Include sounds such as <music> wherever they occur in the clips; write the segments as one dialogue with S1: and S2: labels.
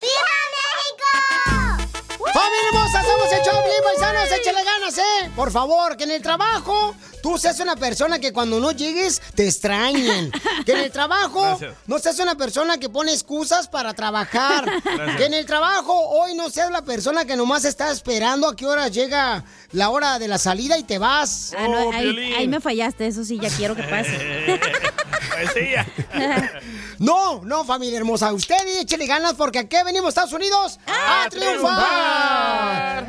S1: ¡Viva México!
S2: ¡Familia hermosa! ¡Somos el show, Piolín, paisanos! ¡Échale ganas, eh! Por favor, que en el trabajo tú seas una persona que cuando no llegues te
S3: <laughs>
S2: extrañen. Que en el trabajo
S3: Gracias.
S2: no seas una persona que pone excusas para trabajar.
S3: <laughs> Gracias.
S2: Que en el trabajo hoy no seas la persona que nomás está esperando a qué hora llega la hora de la salida y te vas.
S4: Ah,
S3: Oh,
S4: no, ahí, ahí me fallaste, eso sí, ya quiero que pase.
S2: Pues No, no, familia hermosa. Ustedes échele ganas porque aquí venimos, Estados Unidos, a, triunfar.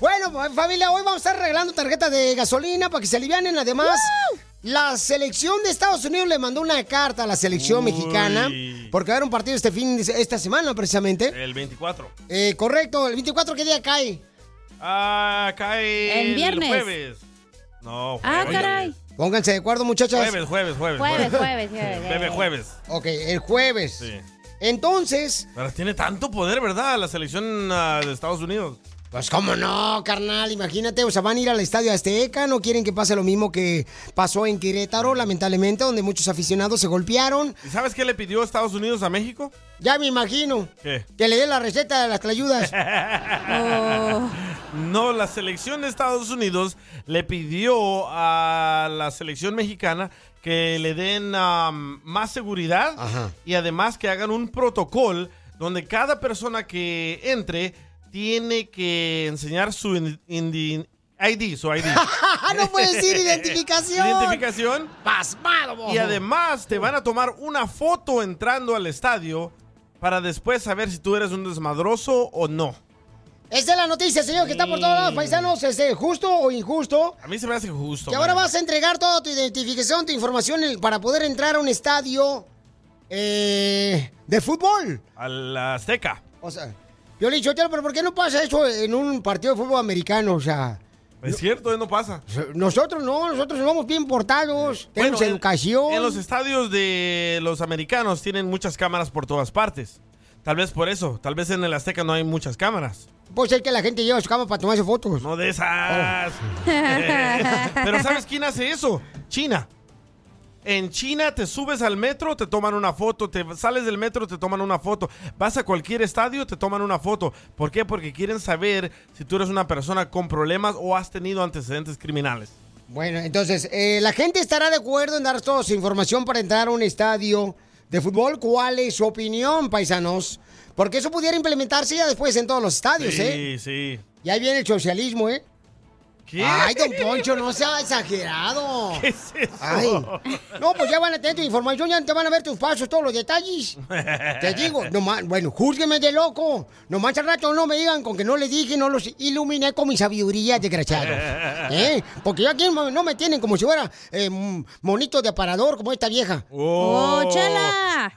S2: Bueno, pues, familia, hoy vamos a estar regalando tarjetas de gasolina para que se alivianen. Además, la selección de Estados Unidos le mandó una carta a la selección mexicana porque va a haber un partido este fin, de se- esta semana precisamente.
S5: <laughs> El 24.
S2: Eh, correcto, el 24, ¿qué día cae?
S5: Ah, cae.
S2: El viernes.
S5: jueves. No,
S2: Ah,
S5: jueves.
S2: caray. Pónganse de acuerdo, muchachas.
S5: Jueves, jueves, jueves.
S2: Jueves, jueves, jueves.
S5: Jueves, jueves.
S2: Ok, el jueves.
S5: Sí.
S2: Entonces,
S5: Pero tiene tanto poder, ¿verdad? La selección ah, de Estados Unidos.
S2: Pues cómo no, carnal, imagínate, o sea, van a ir al estadio Azteca, no quieren que pase lo mismo que pasó en Querétaro, lamentablemente, donde muchos aficionados se golpearon.
S5: ¿Y sabes qué le pidió Estados Unidos a México?
S2: Ya me imagino
S5: ¿Qué?
S2: que le dé la receta de
S5: <laughs>
S2: las clayudas.
S5: No, la selección de Estados Unidos le pidió a la selección mexicana que le den um, más seguridad y además que hagan un protocolo donde cada persona que entre tiene que enseñar su in- indi- ID, su ID.
S2: <laughs> no puede decir identificación.
S5: Identificación.
S2: Pasmado, bobo.
S5: Y además te van a tomar una foto entrando al estadio para después saber si tú eres un desmadroso o no.
S2: Esa es la noticia, señor, que está por todos lados, paisanos, este, justo o injusto.
S5: A mí se me hace justo.
S2: Que ahora
S5: man.
S2: vas a entregar toda tu identificación, tu información el- para poder entrar a un estadio eh, de fútbol.
S5: Al Azteca.
S2: O sea, yo le digo, pero ¿por qué no pasa eso en un partido de fútbol americano? O sea,
S5: Es cierto, eh, no pasa.
S2: nosotros no, nosotros vamos bien portados, tenemos
S5: Bueno, en-
S2: educación.
S5: En los estadios de los americanos tienen muchas cámaras por todas partes. Tal vez por eso. Tal vez en el Azteca no hay muchas cámaras.
S2: Pues es que la gente lleva su cama para tomarse fotos.
S5: No de
S2: Oh.
S5: esas. <laughs> Pero ¿sabes quién hace eso? China. En China te subes al metro, te toman una foto, te sales del metro, te toman una foto, vas a cualquier estadio, te toman una foto. ¿Por qué? Porque quieren saber si tú eres una persona con problemas o has tenido antecedentes criminales.
S2: Bueno, entonces, eh, la gente estará de acuerdo en dar toda su información para entrar a un estadio de fútbol. ¿Cuál es su opinión, paisanos? Porque eso pudiera implementarse ya después en todos los estadios, ¿eh?
S5: Sí, sí.
S2: Y ahí viene el socialismo, ¿eh?
S5: ¿Qué?
S2: Ay, don Poncho, no sea exagerado.
S5: ¿Qué es eso?
S2: Ay. No, pues ya van a tener tu información, ya te van a ver tus pasos, todos los detalles. Te digo, nomás, bueno, júzgueme de loco. Nomás al rato no me digan con que no les dije, no los iluminé con mi sabiduría, desgraciados. ¿Eh? Porque yo aquí no no me tienen como si fuera eh, m- monito de aparador, como esta vieja.
S5: Oh.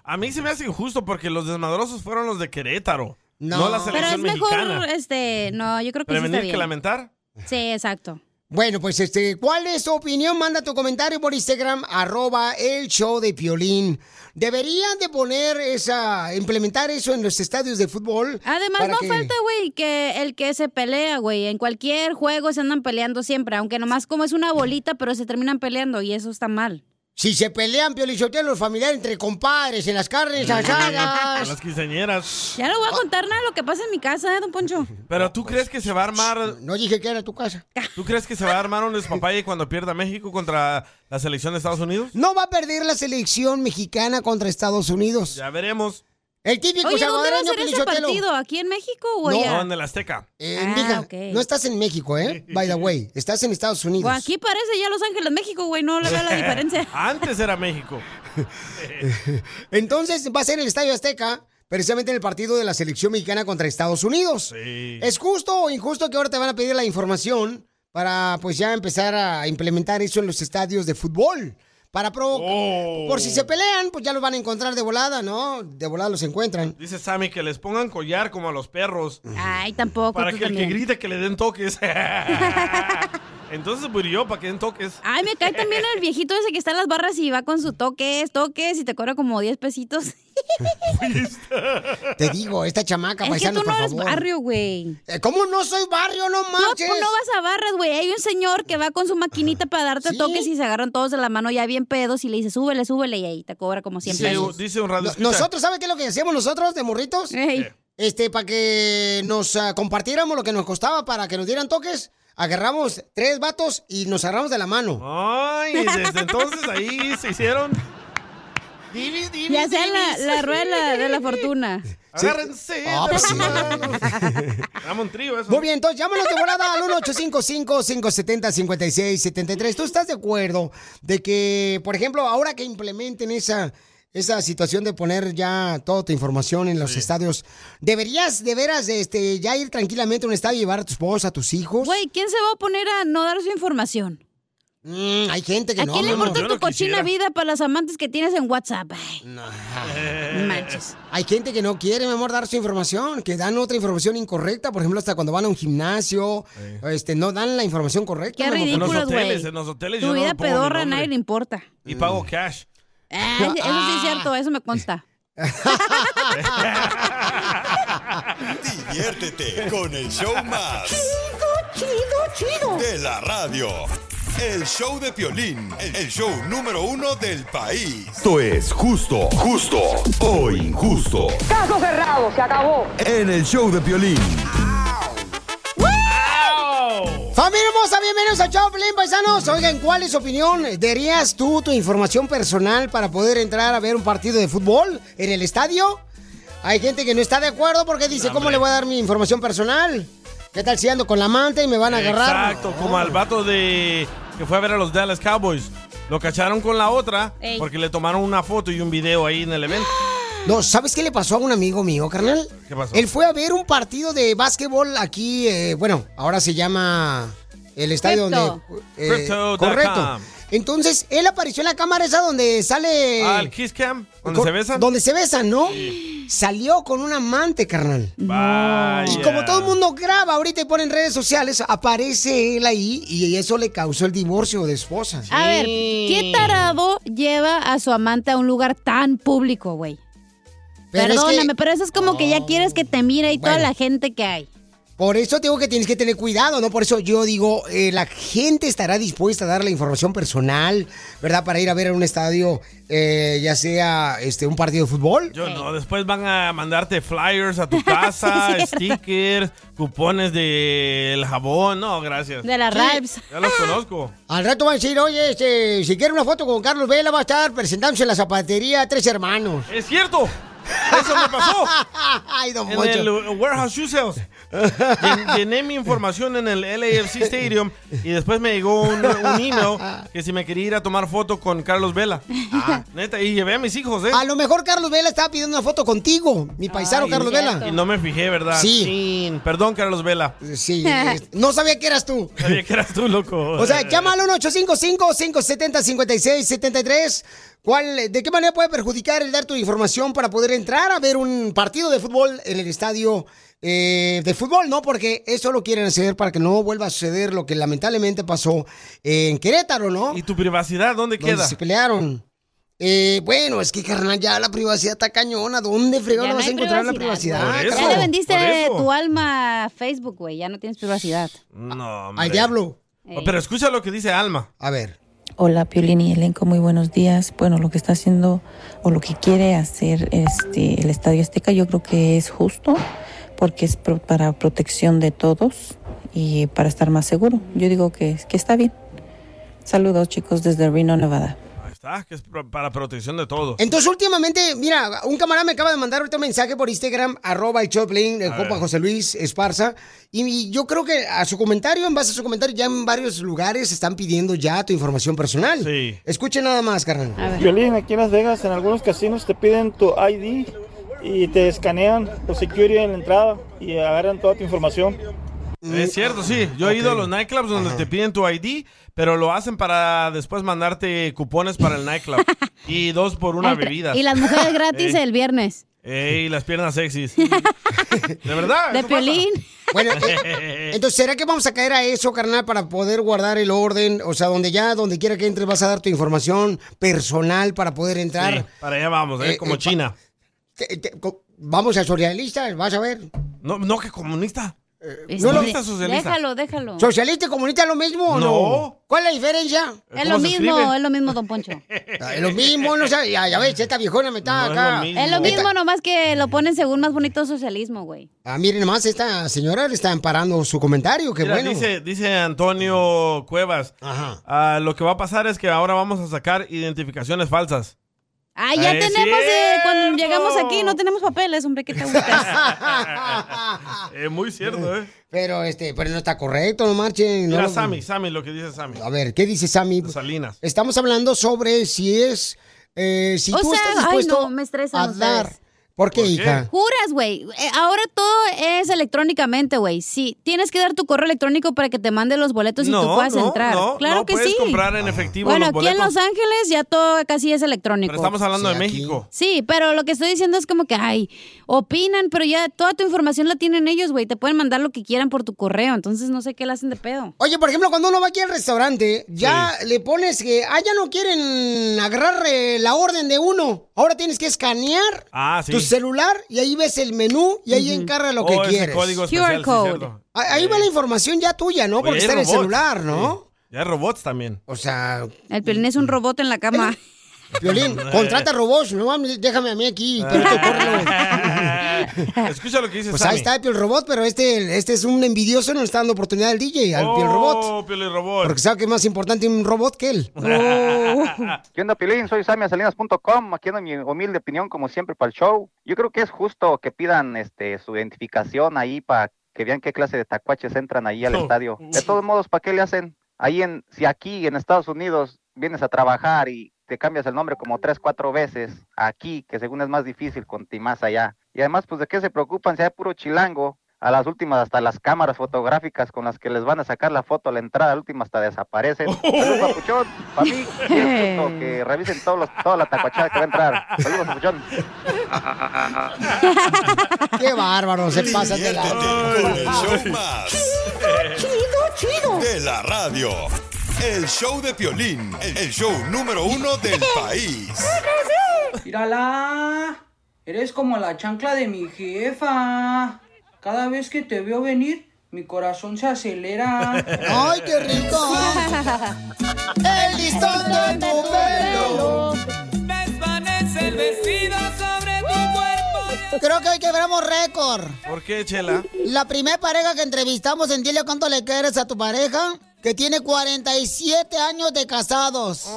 S5: A mí se me hace injusto porque los desmadrosos fueron los de Querétaro. No, la
S4: Pero es
S5: selección
S4: mejor,
S5: mexicana.
S4: este, no, yo creo que sí
S5: Prevenir
S4: está
S5: que
S4: bien.
S5: lamentar.
S4: Sí, exacto.
S2: Bueno, pues este, ¿cuál es tu opinión? Manda tu comentario por Instagram, arroba el show de Piolín. Deberían de poner esa, implementar eso en los estadios de fútbol.
S4: Además,
S2: para
S4: no
S2: que-
S4: falta, güey, que el que se pelea, güey. En cualquier juego se andan peleando siempre, aunque nomás como es una bolita, pero se terminan peleando y eso está mal.
S2: Si se pelean, Piolichotelo, los familiares entre compadres en las carnes
S5: A <laughs>
S2: asadas.
S5: las quinceañeras.
S4: Ya no voy a contar nada de lo que pasa en mi casa, ¿eh, don Poncho?
S2: Ah,
S5: Pero tú crees que se va a armar.
S2: pues, No dije que era tu casa.
S5: ¿Tú crees que se va a armar un despapalle cuando pierda México contra la selección de Estados Unidos?
S2: No va a perder la selección mexicana contra Estados Unidos.
S5: Ya veremos.
S2: El típico
S4: Oye, ¿dónde va a
S2: salvadoreño,
S4: ser ese
S2: Piolichotelo.
S4: partido? ¿Aquí en México o
S2: No,
S5: No,
S4: allá?
S5: en el Azteca.
S2: Eh,
S4: Ah,
S2: mija,
S4: ok.
S2: no estás en México, ¿eh? By the way, estás en Estados Unidos.
S4: O aquí parece ya Los Ángeles, México, güey. No le veo
S5: <laughs>
S2: <laughs>
S4: la diferencia.
S5: Antes era México.
S2: Entonces va a ser en el Estadio Azteca, precisamente en el partido de la selección mexicana contra Estados Unidos.
S5: Sí.
S2: ¿Es justo o injusto que ahora te van a pedir la información para pues ya empezar a implementar eso en los estadios de fútbol? Para provocar.
S5: Oh.
S2: Por si se pelean, pues ya los van a encontrar de volada, ¿no? De volada los encuentran.
S5: Dice Sammy que les pongan collar como a los perros.
S4: Ay, tampoco.
S5: Para
S4: tú
S5: que el que
S4: también.
S5: grite que le den
S4: <laughs>
S5: toques. Entonces murió para que den toques.
S4: Ay, me cae también el viejito ese que está en las barras y va con su toques, toques y te cobra como 10 pesitos.
S2: Te digo, esta chamaca,
S4: es que
S2: paisanos,
S4: tú no
S2: por
S4: eres
S2: favor.
S4: barrio, güey.
S2: Eh, ¿Cómo no soy barrio? No
S4: No,
S2: manches.
S4: tú no vas a barras, güey. Hay un señor que va con su maquinita para darte
S2: Sí.
S4: toques y se agarran todos de la mano ya bien pedos y le dice, súbele, súbele y ahí te cobra como 100
S5: Dice,
S4: pesos.
S5: dice un radio.
S2: No- Nosotros, ¿sabe qué es lo que hacíamos nosotros de morritos?
S4: Ey.
S2: Este, para que nos ah, compartiéramos lo que nos costaba para que nos dieran toques, agarramos tres vatos y nos agarramos de la mano.
S5: Ay, desde entonces ahí se hicieron. Divis, divis,
S4: Y hacían la,
S5: divis.
S4: la rueda de la fortuna.
S5: Agárrense.
S2: Ah, pues sí.
S5: Dame un trío eso.
S2: Muy bien, entonces llámanos de volada al 1-855-570-5673. ¿Tú estás de acuerdo de que, por ejemplo, ahora que implementen esa, esa situación de poner ya toda tu información en los estadios, deberías de veras este, ya ir tranquilamente a un estadio y llevar a tu esposa, a tus hijos?
S4: Güey, ¿quién se va a poner a no dar su información?
S2: Mm, hay gente que
S4: ¿A
S2: no.
S4: quién le
S2: no, no.
S4: importa
S5: yo
S4: tu
S5: no
S4: cochina
S5: quisiera.
S4: vida para las amantes que tienes en WhatsApp? Ay, no manches.
S2: Hay gente que no quiere, mi amor, dar su información, que dan otra información incorrecta, por ejemplo, hasta cuando van a un gimnasio, este, no dan la información correcta.
S4: Qué
S2: mi amor.
S5: En los
S4: ridículos,
S5: hoteles,
S4: güey.
S5: en los hoteles Pues yo
S4: Tu
S5: no
S4: vida
S5: pongo mi
S4: pedorra a
S5: nombre.
S4: nadie le importa.
S5: Y pago cash.
S4: Ay, eso
S2: Ah.
S4: sí es cierto, eso me consta.
S3: Diviértete con el show más.
S1: Chido, chido, chido.
S3: De la radio. El show de Piolín, el show número uno del país. Esto es justo, justo o injusto.
S6: Caso cerrado, se acabó.
S3: En el show de Piolín.
S2: Familia hermosa, bienvenidos a Choplin, paisanos. Oigan, ¿cuál es su opinión? ¿Darías tú tu información personal para poder entrar a ver un partido de fútbol en el estadio? Hay gente que no está de acuerdo porque dice, ¿cómo le voy a dar mi información personal? ¿Qué tal si ando con la amante y me van a agarrar?
S5: Exacto, como al vato de que fue a ver a los Dallas Cowboys. Lo cacharon con la otra
S4: Ey.
S5: porque le tomaron una foto y un video ahí en el evento.
S2: No, ¿sabes qué le pasó a un amigo mío, carnal?
S5: ¿Qué pasó?
S2: Él fue a ver un partido de básquetbol aquí, eh, bueno, ahora se llama el estadio
S4: Crypto.
S2: donde... eh,
S5: Crypto.com.
S2: correcto. Entonces, él apareció en la cámara esa donde sale...
S5: Al Ah, Kiss Cam, donde
S2: Con-
S5: se besan.
S2: Donde se besan, ¿no? Salió con un amante, carnal.
S5: Vaya.
S2: Y como todo el mundo graba ahorita y pone en redes sociales, aparece él ahí y eso le causó el divorcio de esposa.
S4: A ver, ¿qué tarado lleva a su amante a un lugar tan público, güey?
S2: Pero es que-
S4: Perdóname, pero eso es como que ya quieres que te mire y toda
S2: Bueno.
S4: la gente que hay.
S2: Por eso te digo que tienes que tener cuidado, ¿no? Por eso yo digo, eh, la gente estará dispuesta a dar la información personal, ¿verdad? Para ir a ver a un estadio, eh, ya sea este un partido de fútbol.
S5: Yo no, después van a mandarte flyers
S2: <laughs>
S5: a tu casa, stickers, cupones del jabón. No, gracias.
S4: De las Ralphs.
S5: Ya los conozco.
S2: Al rato van a decir, oye, este, si quiere una foto con Carlos Vela, va a estar presentándose en la zapatería Tres Hermanos.
S5: ¡Es cierto! ¡Eso me pasó!
S2: <laughs> Ay, don
S5: En
S2: Poncho.
S5: el uh, Warehouse Shoe Sales. Llen- Llené mi información en el LAFC Stadium y después me llegó un, un email que si me quería ir a tomar foto con Carlos Vela.
S2: Ah.
S5: Neta, y llevé a mis hijos, ¿eh?
S2: A lo mejor Carlos Vela estaba pidiendo una foto contigo, mi paisano
S5: Ay,
S2: Carlos
S5: Y <laughs>
S2: Vela.
S5: no me fijé, ¿verdad?
S2: Sí.
S5: Chin. Perdón, Carlos Vela. <laughs>
S2: Sí, es- este, no sabía que eras tú.
S5: Sabía que eras tú, loco. <laughs>
S2: O sea, llama al 1-855-570-5673. ¿Cuál, ¿De qué manera puede perjudicar el dar tu información para poder entrar a ver un partido de fútbol en el estadio eh, de fútbol? No, porque eso lo quieren hacer para que no vuelva a suceder lo que lamentablemente pasó en Querétaro, ¿no?
S5: ¿Y tu privacidad dónde
S2: Donde
S5: queda?
S2: se pelearon. Eh, bueno, es que carnal, ya la privacidad está cañona. ¿Dónde fregado
S4: Ya no
S2: vas a
S4: hay
S2: encontrar
S4: privacidad,
S2: la
S5: güey.
S2: privacidad? Ah,
S5: Por
S4: Ya
S5: eso,
S4: le
S2: carajo?
S5: por
S4: vendiste
S5: eso.
S4: tu alma a Facebook, güey. Ya no tienes privacidad.
S5: No, hombre. Oh,
S2: Al diablo.
S5: Pero escucha lo que dice Alma.
S2: A ver.
S7: Hola Piolín y elenco, muy buenos días. Bueno, lo que está haciendo o lo que quiere hacer este el Estadio Azteca, yo creo que es justo porque es pro- para protección de todos y para estar más seguro. Yo digo que, que está bien. Saludos chicos desde Reno, Nevada.
S5: Ahí está, que es pro- para protección de todos.
S2: Entonces, últimamente, mira, un camarada me acaba de mandar ahorita un mensaje por Instagram, arroba el Choplin, el
S5: A
S2: compa
S5: ver.
S2: José Luis Esparza. Y, y yo creo que a su comentario, en base a su comentario, ya en varios lugares están pidiendo ya tu información personal. Sí. Escuchen nada más, carnal.
S8: Violín, aquí en Las Vegas, en algunos casinos te piden tu ID y te escanean por security en la entrada y agarran toda tu información.
S2: Mm,
S5: Es
S2: ah,
S5: cierto, sí. Yo he ido a los nightclubs donde te piden tu ID, pero lo hacen para después mandarte cupones para el nightclub. y dos por una
S4: Al tra-
S5: bebida.
S4: Y las mujeres gratis
S5: Ey.
S4: el viernes.
S5: Ey, las piernas sexys. De verdad.
S4: De
S5: eso pasa.
S4: Piolín.
S2: Bueno,
S5: <laughs>
S2: eh, entonces, ¿será que vamos a caer a eso, carnal, para poder guardar el orden? O sea, donde ya, donde quiera que entres, vas a dar tu información personal para poder entrar.
S5: Sí, para allá vamos, ¿eh?
S2: Eh,
S5: como
S2: eh,
S5: China.
S2: Te- te- co- vamos a socialistas, vas a ver.
S5: No, no, que comunista.
S2: no lo-
S5: comunista, socialista.
S4: Este, Déjalo, déjalo.
S2: ¿Socialista y comunista es lo mismo o no?
S5: No.
S2: ¿Cuál es la diferencia? Ah,
S4: Es lo mismo, es lo mismo, don
S2: <laughs>
S4: Poncho.
S2: Es lo mismo, no sé, ya, ya ves, esta viejona me está
S4: No, es lo
S2: acá.
S4: mismo. Es lo mismo, nomás que lo ponen según más bonito socialismo, güey.
S2: Ah, miren nomás, esta señora le está amparando su comentario, qué
S5: Mira,
S2: bueno.
S5: dice, dice Antonio Cuevas, ah, lo que va a pasar es que ahora vamos a sacar identificaciones
S2: <laughs>
S5: falsas.
S4: Ah, ya
S5: Ah, es
S4: tenemos, eh, cuando
S5: cierto.
S4: llegamos aquí, no tenemos papeles, hombre, ¿qué
S5: <laughs>
S4: te gusta?
S5: Es muy cierto, ¿eh?
S2: Pero este, pero no está correcto, no marchen. no
S5: Mira,
S2: lo-
S5: Sammy, Sammy, lo que dice Sammy.
S2: A ver, ¿qué dice Sammy?
S5: Salinas.
S2: Estamos hablando sobre si es, eh, si
S4: O
S2: tú
S4: sea,
S2: estás
S4: ay,
S2: dispuesto
S4: no, me estresan
S2: a dar.
S4: ustedes.
S2: ¿Por qué, hija?
S4: Juras, güey. Eh, Ahora todo es electrónicamente, güey. Sí, tienes que dar tu correo electrónico para que te mande los boletos y tú puedas
S5: no,
S4: entrar.
S5: No,
S4: claro
S5: no
S4: que
S5: puedes
S4: sí.
S5: comprar en efectivo
S4: bueno,
S5: los
S4: aquí en
S5: boletos.
S4: Los Ángeles ya todo casi es electrónico.
S5: Pero estamos hablando de México.
S4: Sí, pero lo que estoy diciendo es como que, ay, opinan, pero ya toda tu información la tienen ellos, güey. Te pueden mandar lo que quieran por tu correo, entonces no sé qué le hacen de pedo.
S2: Oye, por ejemplo, cuando uno va aquí al restaurante, ya le pones que, ah, ya no quieren agarrar eh, la orden de uno. Ahora tienes que escanear
S5: Ah, sí.
S2: tu celular y ahí ves el menú y ahí encarga lo
S5: Oh,
S2: que
S5: ese
S2: quieres.
S5: código especial, sí, cierto. Eh.
S2: Ah, Ahí va la información ya tuya, ¿no? Porque
S5: Oye, hay
S2: está en el
S5: robots.
S2: celular, ¿no?
S5: Sí. Ya hay robots también. <laughs>
S2: O sea,
S4: El pelín es un robot en la cama.
S2: Violín,
S5: Eh.
S2: contrata robots, no mames, déjame a mí aquí. pero te
S5: <laughs> Escucha lo que dice
S2: Pues
S5: Ah, Sammy.
S2: ahí está el Piel Robot, pero este, este es un envidioso, no le está dando oportunidad al DJ, al Piel Robot.
S5: Oh, Piolín Robot.
S2: Porque sabe que es más importante un robot que él. <laughs>
S4: Oh.
S9: ¿Qué onda, Pilín? Soy samiasalinas.com. Aquí ando mi humilde opinión, como siempre, para el show. Yo creo que es justo que pidan este, su identificación ahí para que vean qué clase de tacuaches entran ahí al
S10: Oh.
S9: estadio. De todos modos, ¿para qué le hacen? Ahí en, si aquí en Estados Unidos vienes a trabajar y te cambias el nombre como tres, cuatro veces, aquí, que según es más difícil, con ti más allá. Y además, pues, ¿de qué se preocupan? Si hay puro chilango, a las últimas hasta las cámaras fotográficas con las que les van a sacar la foto a la entrada, a la última hasta desaparecen. Saludos, papuchón. Para mí, es justo que revisen todos los, toda la tacuachada que va a entrar. Saludos, papuchón.
S2: <laughs> Qué bárbaro, se pasa de la.
S3: Con el show más. Chido, chido. De la radio. El show de Piolín. El el show número uno del país.
S11: Mírala, eres como la chancla de mi jefa. Cada vez que te veo venir, mi corazón se acelera.
S1: ¡Ay, qué rico! El listón de tu pelo. Desvanece el vestido sobre tu cuerpo.
S2: Creo que hoy quebramos récord.
S5: ¿Por qué, Chela?
S2: La primera pareja que entrevistamos en Dile cuánto le quieres a tu pareja, que tiene 47 años de casados.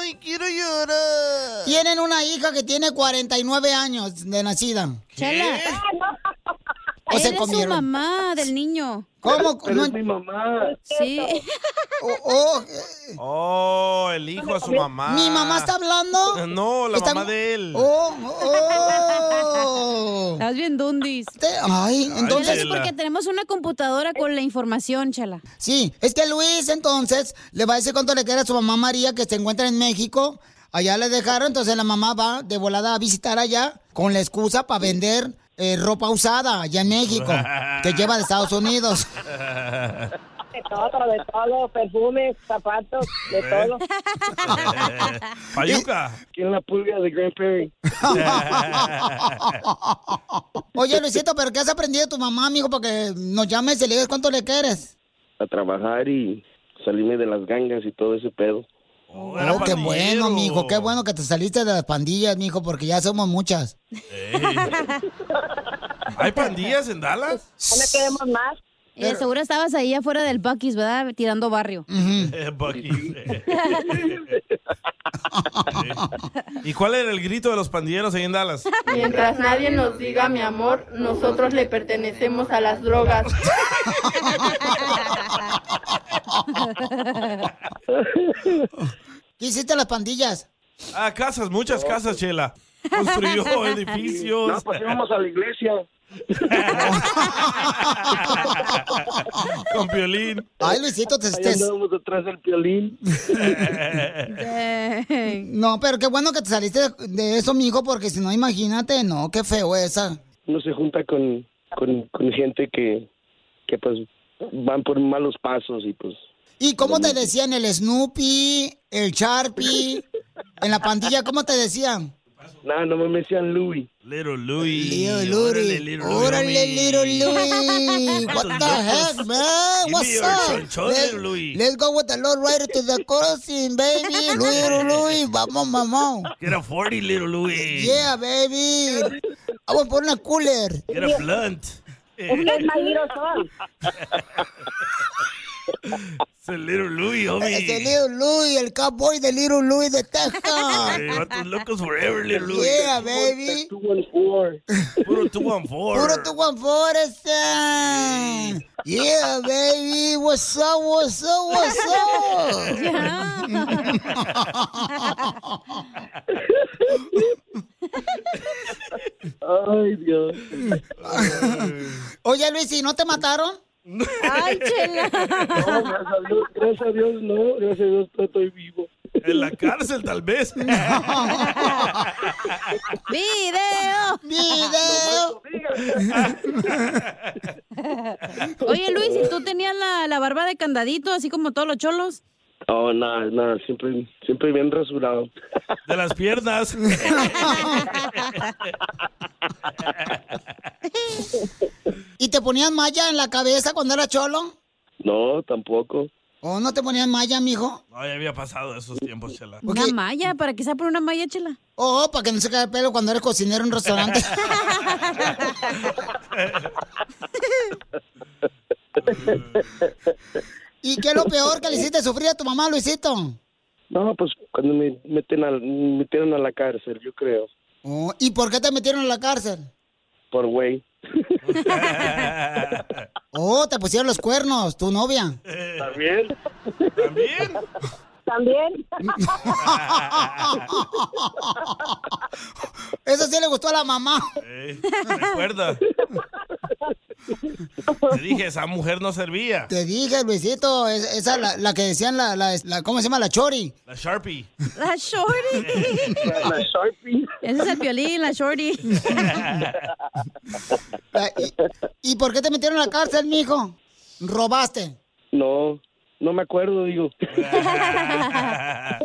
S1: ¡Ay, quiero llorar!
S2: Tienen una hija que tiene 49 años de nacida.
S4: Chela.
S2: O se
S4: Eres su
S2: comieron.
S4: mamá del niño.
S2: ¿Cómo?
S4: Pero es mi <laughs> mamá. Sí.
S5: Oh, el hijo a su mamá.
S2: oh, ¿Mi mamá está
S5: <laughs>
S2: hablando?
S5: No, la
S2: Está-
S5: mamá de él.
S2: Oh, oh.
S4: Estás bien dundis.
S2: Ay, entonces-
S4: Es porque tenemos una computadora con la información, Chela.
S2: Sí, es que Luis entonces le va a decir cuánto le quiere a su mamá María que se encuentra en México. Allá le dejaron, entonces la mamá va de volada a visitar allá con la excusa para vender eh, ropa usada allá en México que lleva de Estados Unidos.
S12: De todo, de todo, perfumes, zapatos, de
S5: ¿Eh?
S12: todo.
S5: <laughs> Payuca.
S12: ¿Quién la pulga de Grand
S5: <laughs>
S12: Prairie?
S2: Oye Luisito, pero ¿qué has aprendido de tu mamá, amigo? Para que nos llames y le digas cuánto le quieres.
S13: a trabajar y salirme de las gangas y todo ese pedo.
S5: era
S2: Oh, qué bueno,
S5: pandillero.
S2: mijo. Qué bueno que te saliste de las pandillas, mijo, porque ya somos muchas. <laughs>
S4: <laughs>
S5: Ey. ¿Hay pandillas en Dallas?
S4: No queremos
S2: <laughs>
S4: más. Eh, seguro estabas ahí afuera del Bucky's, ¿verdad? Tirando barrio.
S2: Mm.
S5: Eh, Bucky. ¿Y cuál era el grito de los pandilleros ahí en Dallas?
S13: Mientras nadie nos diga mi amor, nosotros le pertenecemos a las drogas.
S2: ¿Qué hiciste las pandillas?
S5: Ah, casas, muchas casas, Chela.
S2: <laughs>
S5: Construyó edificios.
S14: No, pues íbamos a la iglesia.
S5: Con violín.
S2: Ay, Luisito, te
S14: Ahí andábamos detrás del piolín.
S2: No, pero qué bueno que te saliste de- de eso, mijo, porque si no, imagínate, no, qué feo esa.
S14: Uno se junta con, con, con gente que, que, pues, van por malos pasos y, pues,
S2: ¿Y cómo te decían el Snoopy, el Sharpie? En la pandilla, ¿cómo te decían?
S14: nada, no me decían Louis.
S5: Little Louis.
S2: Little Louis. Órale, little
S5: <laughs>
S2: Louis.
S5: pues,
S2: What the heck, man?
S10: Give me
S2: What's
S10: your
S2: up?
S10: chonchón,
S2: Let-
S10: Louis.
S2: Let's go with the Lord right to the crossing, baby. Little Louis, vamos, mamón.
S5: Get a 40, little Louis.
S2: Yeah, baby. Vamos por una cooler.
S5: Get a blunt. It's a little Louis,
S2: Es el
S5: homie.
S2: Eh, Little Louis, el cowboy de Little Louis de
S5: <laughs>
S2: Texas.
S5: Eh, vatos locos forever, little Louis.
S2: Yeah, baby.
S5: Puro 214.
S2: Puro tu Juan Forrest. Yeah, baby. What's up, what's up, what's
S15: <laughs>
S2: up?
S14: Ay,
S5: <laughs>
S14: Dios.
S2: Oye, Luis, ¿y no te mataron?
S14: Ay, chela. No, gracias a Dios, gracias a Dios, no, gracias a Dios estoy vivo.
S5: En la cárcel, tal vez.
S4: ¡Video!
S2: ¡Video!
S4: <laughs> Oye, Luis, ¿y tú tenías la, la barba de candadito, así como todos los cholos?
S14: Oh, nada, nada, siempre, siempre bien rasurado.
S5: De las
S14: <laughs>
S5: piernas.
S2: <laughs> ¿Y te ponían malla en la cabeza cuando era cholo?
S14: No, tampoco.
S2: ¿O no te ponían malla, mijo?
S5: No, ya había pasado esos tiempos, Chela.
S4: Una malla, ¿para qué se pone una malla, chela?
S2: Oh, para que no se caiga el pelo cuando eres cocinero en un restaurante. ¿Y qué es lo peor que le hiciste sufrir a tu mamá, Luisito?
S14: No, pues cuando me meten a, me metieron a la cárcel, yo creo,
S2: Oh, ¿Y por qué te metieron en la cárcel?
S14: por güey.
S2: Oh, te pusieron los cuernos, tu novia.
S14: ¿También?
S5: ¿También?
S2: ¿También? Eso sí le gustó a la mamá.
S5: Eh, recuerda. Te dije, esa mujer no servía.
S2: Te dije, Luisito, es- esa la, la que decían la, la, la- ¿cómo se llama? La chori.
S5: La Sharpie.
S4: La shorty.
S14: La Sharpie.
S4: Ese es el violín, la shorty.
S2: La- y, <laughs> y por qué te metieron a la cárcel, mijo? Robaste.
S14: <laughs> No, no me
S5: <laughs>
S14: acuerdo, digo. Ah,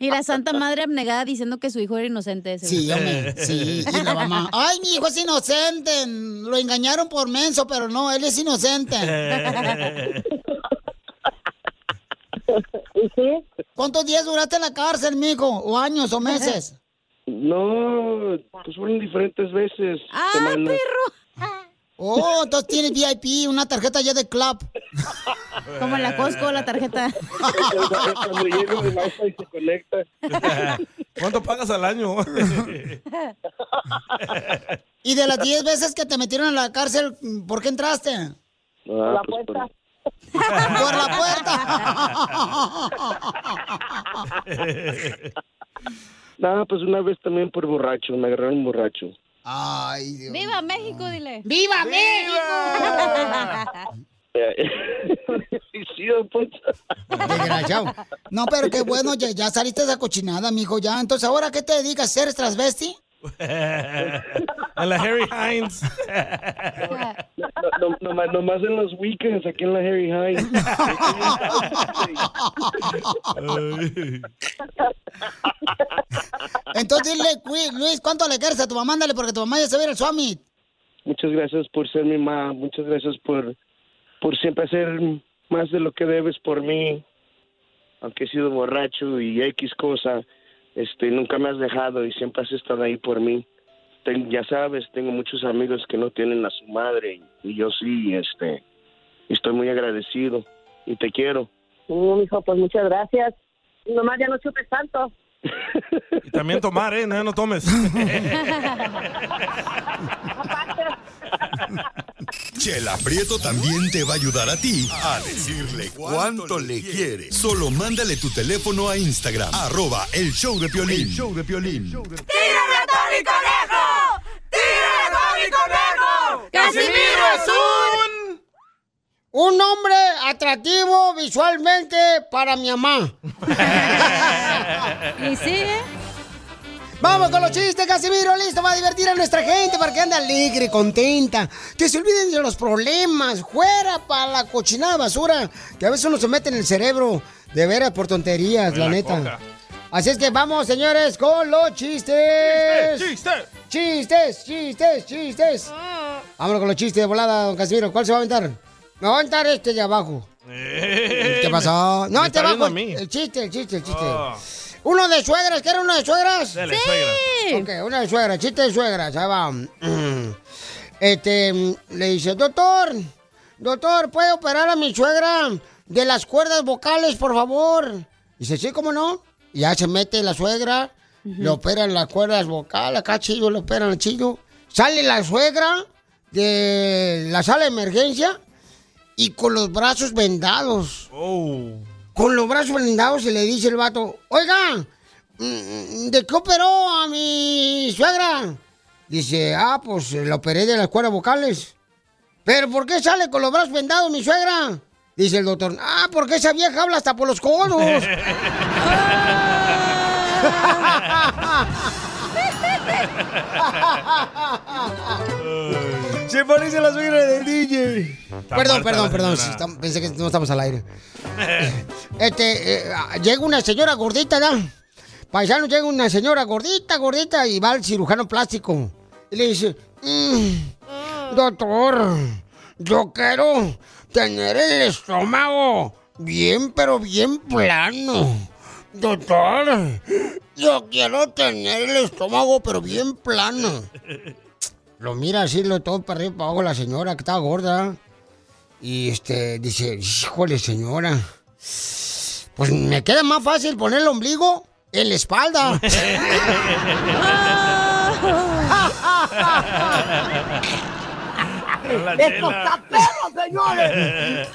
S4: Y la santa madre abnegada diciendo que su hijo era inocente. seguro.
S2: Sí, hombre, sí. Y la mamá, ay, mi hijo es inocente. Lo engañaron por menso, pero no, él es inocente. ¿Cuántos días duraste en la cárcel, mijo? ¿O años o meses?
S14: No, pues fueron diferentes veces. ¡Ah,
S2: Oh, entonces tienes VIP, una tarjeta ya de club.
S4: Como la Costco, la
S14: <laughs>
S4: tarjeta.
S14: Cuando llego de y se conecta.
S5: ¿Cuánto pagas al año?
S2: Y de las 10 veces que te metieron a la cárcel, ¿por qué entraste?
S14: Ah, pues, por-
S2: Por la puerta.
S14: Nada, pues una vez también por borracho, me agarraron borracho.
S2: Ay, Dios.
S4: ¡Viva México, dile!
S2: ¡Viva
S4: México!
S14: sí, don Poncho.
S2: Desgraciado. No, pero qué bueno, ya, ya saliste de esa cochinada, mijo, ya. Entonces, ¿ahora qué te dedicas? ¿Eres transvesti?
S5: en la Harry Hines.
S14: No, <laughs> no- nomás, nomás en los weekends, aquí en la Harry Hines.
S5: <laughs>
S2: Entonces, dile, Cui- Luis, ¿cuánto le quieres a tu mamá? Ándale, porque tu mamá ya se va a ir al summit.
S14: Muchas gracias por ser mi mamá, muchas gracias por, por siempre hacer más de lo que debes por mí. aunque he sido borracho y X cosa, este, nunca me has dejado y siempre has estado ahí por mí. Ten- ya sabes, tengo muchos amigos que no tienen a su madre y yo sí, este, y estoy muy agradecido y te quiero.
S12: No, mijo, pues muchas gracias. Nomás ya no chupes tanto.
S5: Y también tomar, ¿eh? No, no tomes.
S3: Chela Prieto también te va a ayudar a ti a decirle cuánto le quiere. Solo mándale tu teléfono a Instagram, arroba el show de Piolín. show de Piolín.
S1: ¡Tírame a Tony Conejo! ¡Tírame a Tony Conejo! ¡Casimiro es un...
S2: Un hombre atractivo visualmente para mi mamá.
S1: ¿Y sí, eh?
S2: Vamos con los chistes, Casimiro, listo, va a divertir a nuestra gente para que ande alegre, contenta, que se olviden de los problemas, fuera para la cochinada basura, que a veces uno se mete en el cerebro, de veras, por tonterías,
S1: En
S2: la,
S1: la
S2: neta.
S1: coca.
S2: Así es que vamos, señores, con los chistes. Chistes, chistes, chistes, chistes. Vámonos con los chistes de volada, don Casimiro, ¿cuál se va a aventar? Me va a aventar este de abajo. ¿Qué pasó? No, este
S1: te
S2: abajo,
S1: bajo.
S2: el chiste, el chiste, el chiste.
S1: Ah.
S2: Uno de suegras, ¿quieren uno de suegras?
S1: Dale, Sí. suegra.
S2: Ok, uno de suegras, chiste de suegras, ahí va. <clears throat> Este, mm, le dice, doctor, doctor, ¿puede operar a mi suegra de las cuerdas vocales, por favor? Dice, sí, ¿cómo no? Y Ya se mete la suegra, le operan las cuerdas vocales, acá chido, le operan el chido. Sale la suegra de la sala de emergencia y con los brazos vendados. Oh. Con los brazos vendados se le dice el vato, oiga, mm, ¿de qué operó a mi suegra? Dice, ah, pues la operé de las cuerdas vocales. ¿Pero por qué sale con los brazos vendados mi suegra? Dice el doctor, ah, porque esa vieja habla hasta por los
S15: <laughs>
S2: codos. <laughs>
S15: Oh.
S2: Se parece a la suegra del DJ.
S1: Está
S2: perdón,
S1: muerta
S2: perdón,
S1: la
S2: perdón.
S1: señora.
S2: sí, estamos- pensé que no estamos al aire. Este, eh, ah, llega una señora gordita, ¿da? Paisano, llega una señora gordita, gordita, y va al cirujano plástico. Y le dice, "Mm, doctor, yo quiero tener el estómago bien, pero bien plano. Doctor, yo quiero tener el estómago, pero bien plano. Lo mira así, lo todo para arriba y para abajo la señora que estaba gorda. Y este, dice, híjole señora, pues me queda más fácil poner el ombligo en la
S15: <laughs>
S2: espalda. <laughs>
S1: La
S2: ¡Esto
S1: chela.
S2: está perro,
S15: <laughs>
S2: señores!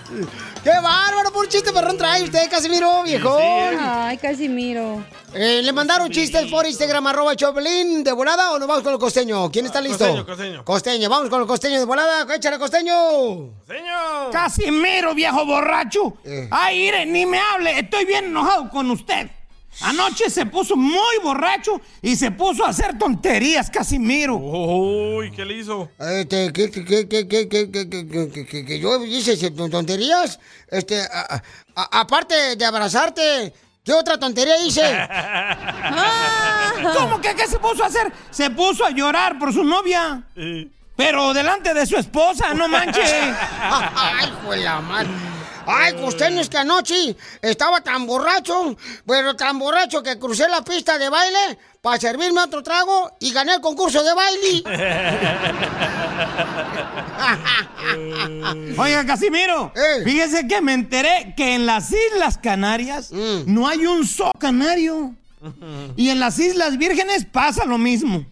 S2: ¡Qué bárbaro! Por chiste perrón trae usted, Casimiro, viejo. Eh,
S4: Ay, Casimiro.
S2: le mandaron chistes por Instagram, arroba Choplin, de volada o nos vamos con el costeño. ¿Quién está listo?
S1: costeño, costeño.
S2: Costeño, vamos con el costeño de volada. ¡Échale, costeño!
S16: Casimiro, viejo borracho.
S2: Eh.
S16: Ay, mire, ni me hable, estoy bien enojado con usted. Anoche se puso muy borracho y se puso a hacer tonterías, Casimiro.
S5: Uy, ¿qué le hizo?
S2: Este, que, que, que, que, que, que, que, que, que, que, que, que yo hice ese- tonterías. Este, a- a- aparte de abrazarte, ¿qué otra tontería
S15: <laughs>
S2: hice?
S16: ¿Cómo que qué se puso a hacer? Se puso a llorar por su novia.
S5: Eh.
S16: Pero delante de su esposa, no manches.
S5: <laughs>
S2: Ay, hijo de la madre. Ay, costeño, es que anoche estaba tan borracho, pero tan borracho que crucé la pista de baile para servirme otro trago y gané el concurso de baile.
S16: Oiga, Casimiro,
S2: Eh.
S16: fíjese que me enteré que en las Islas Canarias
S2: Mm.
S16: no hay un solo canario. Y en las Islas Vírgenes pasa lo mismo.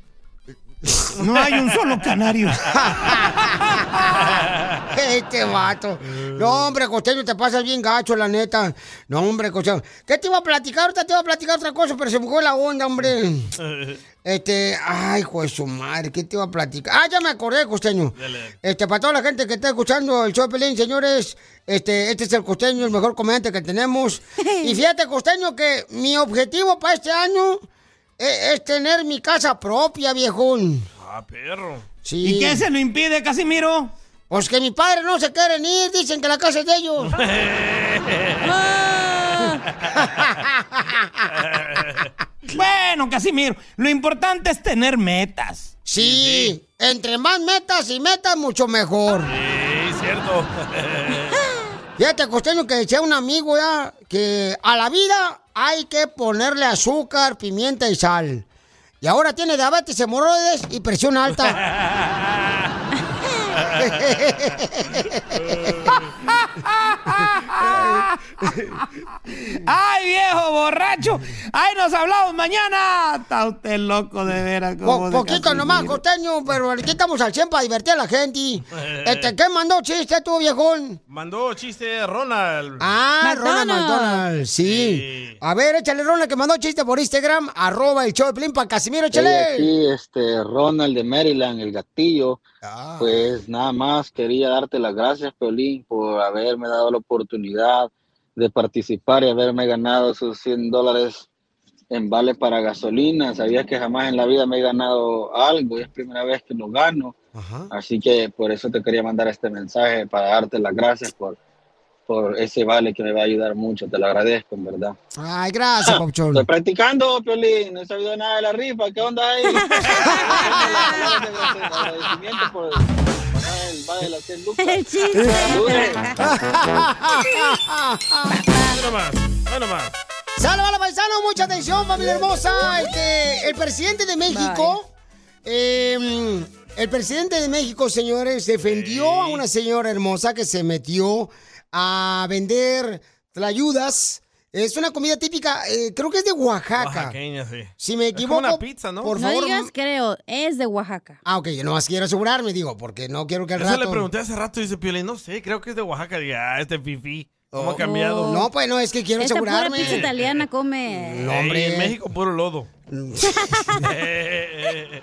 S16: No hay un solo
S2: <laughs>
S16: canario.
S2: Este vato. No, hombre, costeño, te pasas bien gacho, la neta. No, hombre, costeño. ¿Qué te iba a platicar? Ahorita te iba a platicar otra cosa, pero se me fue la onda, hombre. Este, ay, hijo de su madre, ¿qué te iba a platicar? Ah, ya me acordé, costeño. Este, para toda la gente que está escuchando el show de Pelín, señores, este, este es el costeño, el mejor comediante que tenemos. Y fíjate, costeño, que mi objetivo para este año es, es tener mi casa propia, viejón.
S5: Ah, perro.
S2: Sí.
S16: ¿Y qué se lo impide, Casimiro?
S2: Pues que mi padre no se quieren ir, dicen que la casa es
S16: <laughs>
S2: de ellos.
S16: Bueno, Casimiro, lo importante es tener metas.
S2: Sí, entre más metas y metas, mucho mejor.
S5: Sí, cierto.
S2: Fíjate, costeño, que decía un amigo ya que a la vida hay que ponerle azúcar, pimienta y sal. Y ahora tiene diabetes, hemorroides y
S16: <laughs>
S2: presión alta.
S16: <laughs>
S2: <laughs>
S16: ¡Ay, viejo borracho! ¡Ay, nos hablamos mañana! Está usted loco de veras.
S2: Po-
S16: como de
S2: poquito nomás,
S16: Casimiro.
S2: costeño, pero aquí estamos al 100 para divertir a
S16: <laughs>
S2: la gente. Este, ¿qué mandó chiste tú, viejón?
S5: <laughs> Mandó chiste Ronald.
S2: Ah, Ronald McDonald, sí. A ver, échale Ronald que mandó chiste por Instagram, arroba el show de Plin para Casimiro, <laughs>
S17: Hey,
S2: échale.
S17: aquí este Ronald de Maryland, el gatillo.
S2: Ah.
S17: Pues nada más quería darte las gracias, Piolín, por haberme dado la oportunidad de participar y haberme ganado esos 100 dólares en vale para gasolina. Sabía que jamás en la vida me he ganado algo, y es primera vez que lo gano. Así que por eso te quería mandar este mensaje para darte las gracias por, por ese vale que me va a ayudar mucho. Te lo agradezco, en verdad.
S2: Ay, gracias, Pauchón.
S17: Estoy practicando,
S15: <laughs>
S17: Piolín. No he sabido nada de la rifa. ¿Qué onda
S2: <laughs>
S17: ahí? Agradecimiento por pagar el vale de las 100 lucas.
S1: El
S5: <laughs>
S1: chiste.
S17: Saludos.
S5: Bueno, más.
S2: Salva la paisano, mucha atención, familia hermosa. Este, el presidente de México, eh, el presidente de México, señores, defendió a una señora hermosa que se metió a vender tlayudas. Es una comida típica, eh, creo que es de Oaxaca.
S5: Oaxaqueña, sí.
S2: Si me
S5: Es como
S2: equivoco,
S5: una pizza, ¿no?
S2: por
S4: no
S2: favor.
S4: digas creo, es de Oaxaca.
S2: Ah, ok, yo nomás quiero asegurarme, digo, porque no quiero que al
S5: Eso
S2: rato...
S5: le pregunté hace rato y dice Piolín, no sé, creo que es de Oaxaca. Dije, ah, este fifí. ¿Cómo ha cambiado?
S2: Oh, No, pues no, es que quiero
S4: Esta pura
S2: asegurarme.
S4: pizza italiana come.
S5: No, hombre. en México puro
S2: <laughs>
S5: lodo. Eh,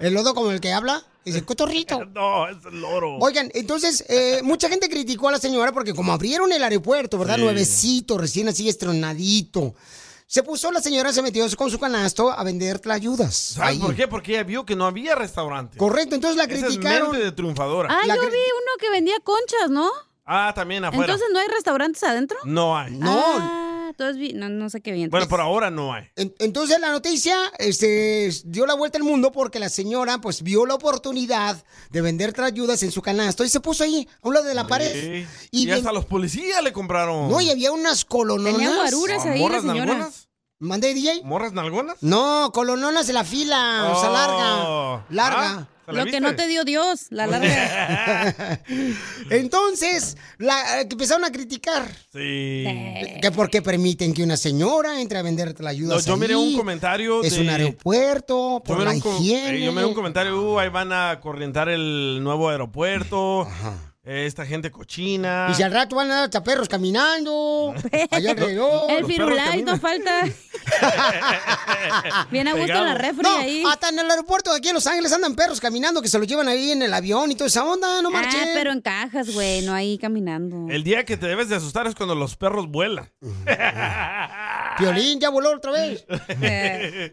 S2: El lodo como el que habla, dice, cotorrito.
S5: <laughs> no, Oh, es loro.
S2: Oigan, entonces, eh, mucha gente criticó a la señora porque como abrieron el aeropuerto, ¿verdad?
S5: Sí.
S2: Nuevecito, recién así estronadito. Se puso la señora, se metió con su canasto a vender ayudas.
S5: ¿Sabes ah, por qué? Porque ella vio que no había restaurante.
S2: Correcto, entonces la
S5: Esa es
S2: criticaron.
S5: mente de triunfadora.
S4: Ah, yo vi uno que vendía conchas, ¿no?
S5: Ah, también afuera.
S4: Entonces, ¿no hay restaurantes adentro?
S5: no hay.
S4: Ah, todos vi- no, no sé qué bien.
S5: Bueno, por ahora no hay.
S2: En- Entonces la noticia este, dio la vuelta al mundo porque la señora pues vio la oportunidad de vender ayudas en su canasto y se puso ahí, a un lado de la pared.
S5: Sí. Y,
S2: ven-
S5: hasta los policías le compraron.
S2: No, y había unas colononas.
S5: Tenía guaruras ahí la ¿Morras señora. nalgonas?
S2: ¿Mandé DJ?
S5: ¿Morras nalgonas?
S2: No, colononas de la
S4: Ah,
S2: fila, o sea,
S5: Oh.
S2: larga. Larga.
S5: Ah, ¿se la Lo que viste? no te
S2: dio Dios, la larga. <laughs> Entonces, la, eh, que empezaron a criticar.
S5: Sí.
S2: Que porque permiten que una señora entre a vender la ayuda.
S5: No, yo miré un comentario
S2: Es
S5: de-
S2: un aeropuerto,
S5: Yo
S2: por
S5: miré
S2: la
S5: un com-
S2: higiene.
S5: eh, yo miré un comentario, "Uh, ahí van a corrientar el nuevo aeropuerto. eh, Esta gente cochina.
S2: Y si al rato van a dar hasta
S5: <laughs>
S2: perros caminando. allá
S5: Los
S2: alrededor.
S5: perros Firulais no caminan.
S2: falta.
S5: <laughs>
S4: Bien a gusto en la Pegado. refri
S2: No,
S4: ahí.
S2: Hasta en el aeropuerto de aquí en Los Ángeles andan perros caminando que se los llevan ahí en el avión y toda esa onda, no marchen.
S4: Ah, pero en cajas, güey, no ahí caminando.
S2: Eh,
S5: El día que te debes de asustar es cuando los perros vuelan.
S2: Piolín ya voló
S4: <laughs>
S2: otra vez.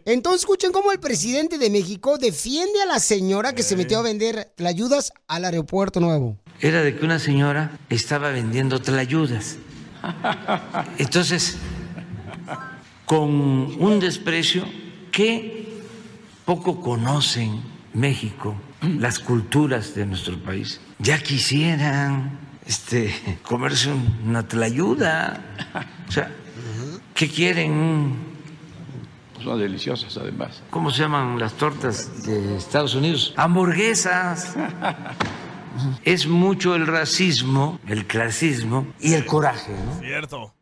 S2: Entonces escuchen cómo el presidente de México defiende a la señora que se metió a vender las ayudas al aeropuerto nuevo.
S18: era de que una señora estaba vendiendo tlayudas. Entonces, con un desprecio que poco conocen México, las culturas de nuestro país. Ya quisieran este, comerse un- una tlayuda. O sea, ¿qué quieren? Son deliciosas además. ¿Cómo se llaman las tortas de Estados Unidos? Hamburguesas. Es mucho el racismo, el clasismo y el coraje, ¿no?
S5: Cierto.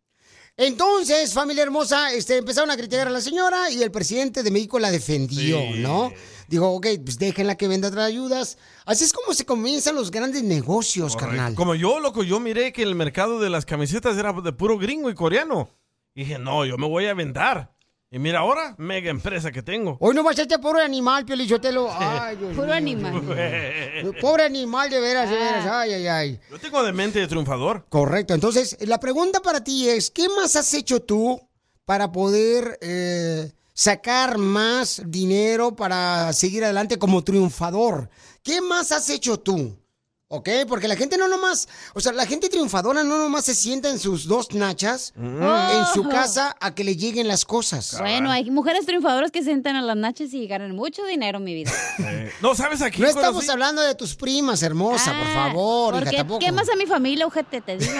S2: Entonces, familia hermosa, este, empezaron a criticar a la señora y el presidente de México la defendió,
S18: Sí.
S2: ¿no? Dijo, ok, pues déjenla que venda otras ayudas. Así es como se comienzan los grandes negocios, carnal.
S5: Como yo, loco, yo miré que el mercado de las camisetas era de puro gringo y coreano. Y dije, no, yo me voy a vendar. Y mira ahora, mega empresa que tengo.
S2: Hoy no va a ser este pobre animal, Piolichotelo. Ay, Dios
S5: Puro
S2: mío.
S5: animal.
S2: Pobre animal, de veras, de veras. Ay, ay, ay.
S5: Yo tengo de mente de
S2: <laughs>
S5: triunfador.
S2: Correcto. Entonces, la pregunta para ti es, ¿qué más has hecho tú para poder eh, sacar más dinero para seguir adelante como triunfador? ¿Qué más has hecho tú? ¿Ok? Porque la gente no nomás, o sea, la gente triunfadora no nomás se sienta en sus dos nachas en su casa a que le lleguen las cosas.
S4: Bueno, hay mujeres triunfadoras que se sentan a las nachas y ganan mucho dinero, mi vida.
S5: No, ¿sabes aquí?
S2: No estamos hablando de tus primas, hermosa, <laughs> por favor, hija,
S4: Porque
S2: tampoco.
S4: quemas a mi familia, ojete, te digo.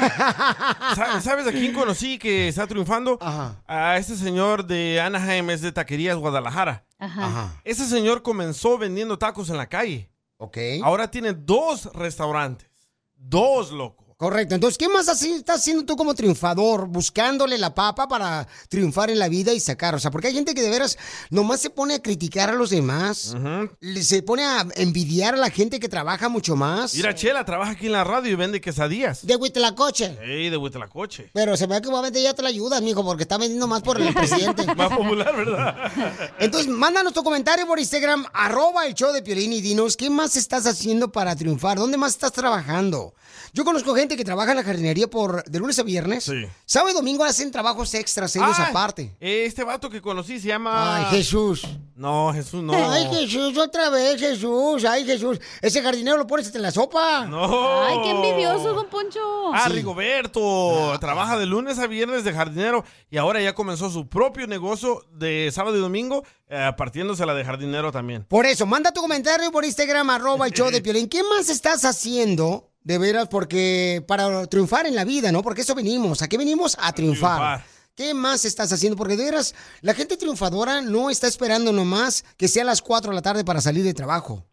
S5: Sa- ¿Sabes a quién conocí que está triunfando? A este señor de Anaheim, es de Taquerías, Guadalajara.
S4: Ajá.
S5: Ese señor comenzó vendiendo tacos en la calle.
S2: Ok.
S5: Ahora tiene dos restaurantes. Dos, loco.
S2: Correcto. Entonces, ¿qué más así estás haciendo tú como triunfador? Buscándole la papa para triunfar en la vida y sacar. O sea, porque hay gente que de veras nomás se pone a criticar a los demás. le- Se pone a envidiar a la gente que trabaja mucho más.
S5: Mira, Chela trabaja aquí en la radio y vende quesadillas.
S2: De Huitlacoche.
S5: Ey, de Huitlacoche.
S2: Pero se ve que obviamente ya te la ayuda, amigo, porque está vendiendo más por el presidente.
S5: <laughs> Más popular,
S4: <laughs>
S5: ¿verdad?
S2: Entonces, mándanos tu comentario por Instagram, arroba el show de Piolín y dinos, ¿qué más estás haciendo para triunfar? ¿Dónde más estás trabajando? Yo conozco gente que trabaja en la jardinería por de lunes a viernes. Sábado y domingo hacen trabajos extras, ellos
S5: Ah,
S2: aparte.
S5: Este vato que conocí se llama...
S2: Ay, Jesús.
S5: No, Jesús no.
S2: Ay, Jesús, otra vez, Jesús. Ay, Jesús. Ese jardinero lo pones en la sopa.
S5: No. Ay, qué envidioso,
S4: don Poncho.
S5: Ah,
S2: Ah.
S5: Rigoberto. Trabaja de lunes a viernes de jardinero y ahora ya comenzó su propio negocio de sábado y domingo, eh, partiéndosela de jardinero también.
S2: Por eso, manda tu comentario por Instagram, arroba el show de Piolín. ¿Qué más estás haciendo? De veras, porque para triunfar en la vida, ¿no? Porque eso venimos. ¿A qué venimos? A triunfar.
S5: triunfar.
S2: ¿Qué más estás haciendo? Porque de veras, la gente triunfadora no está esperando nomás que sea las 4 de la tarde para salir de trabajo.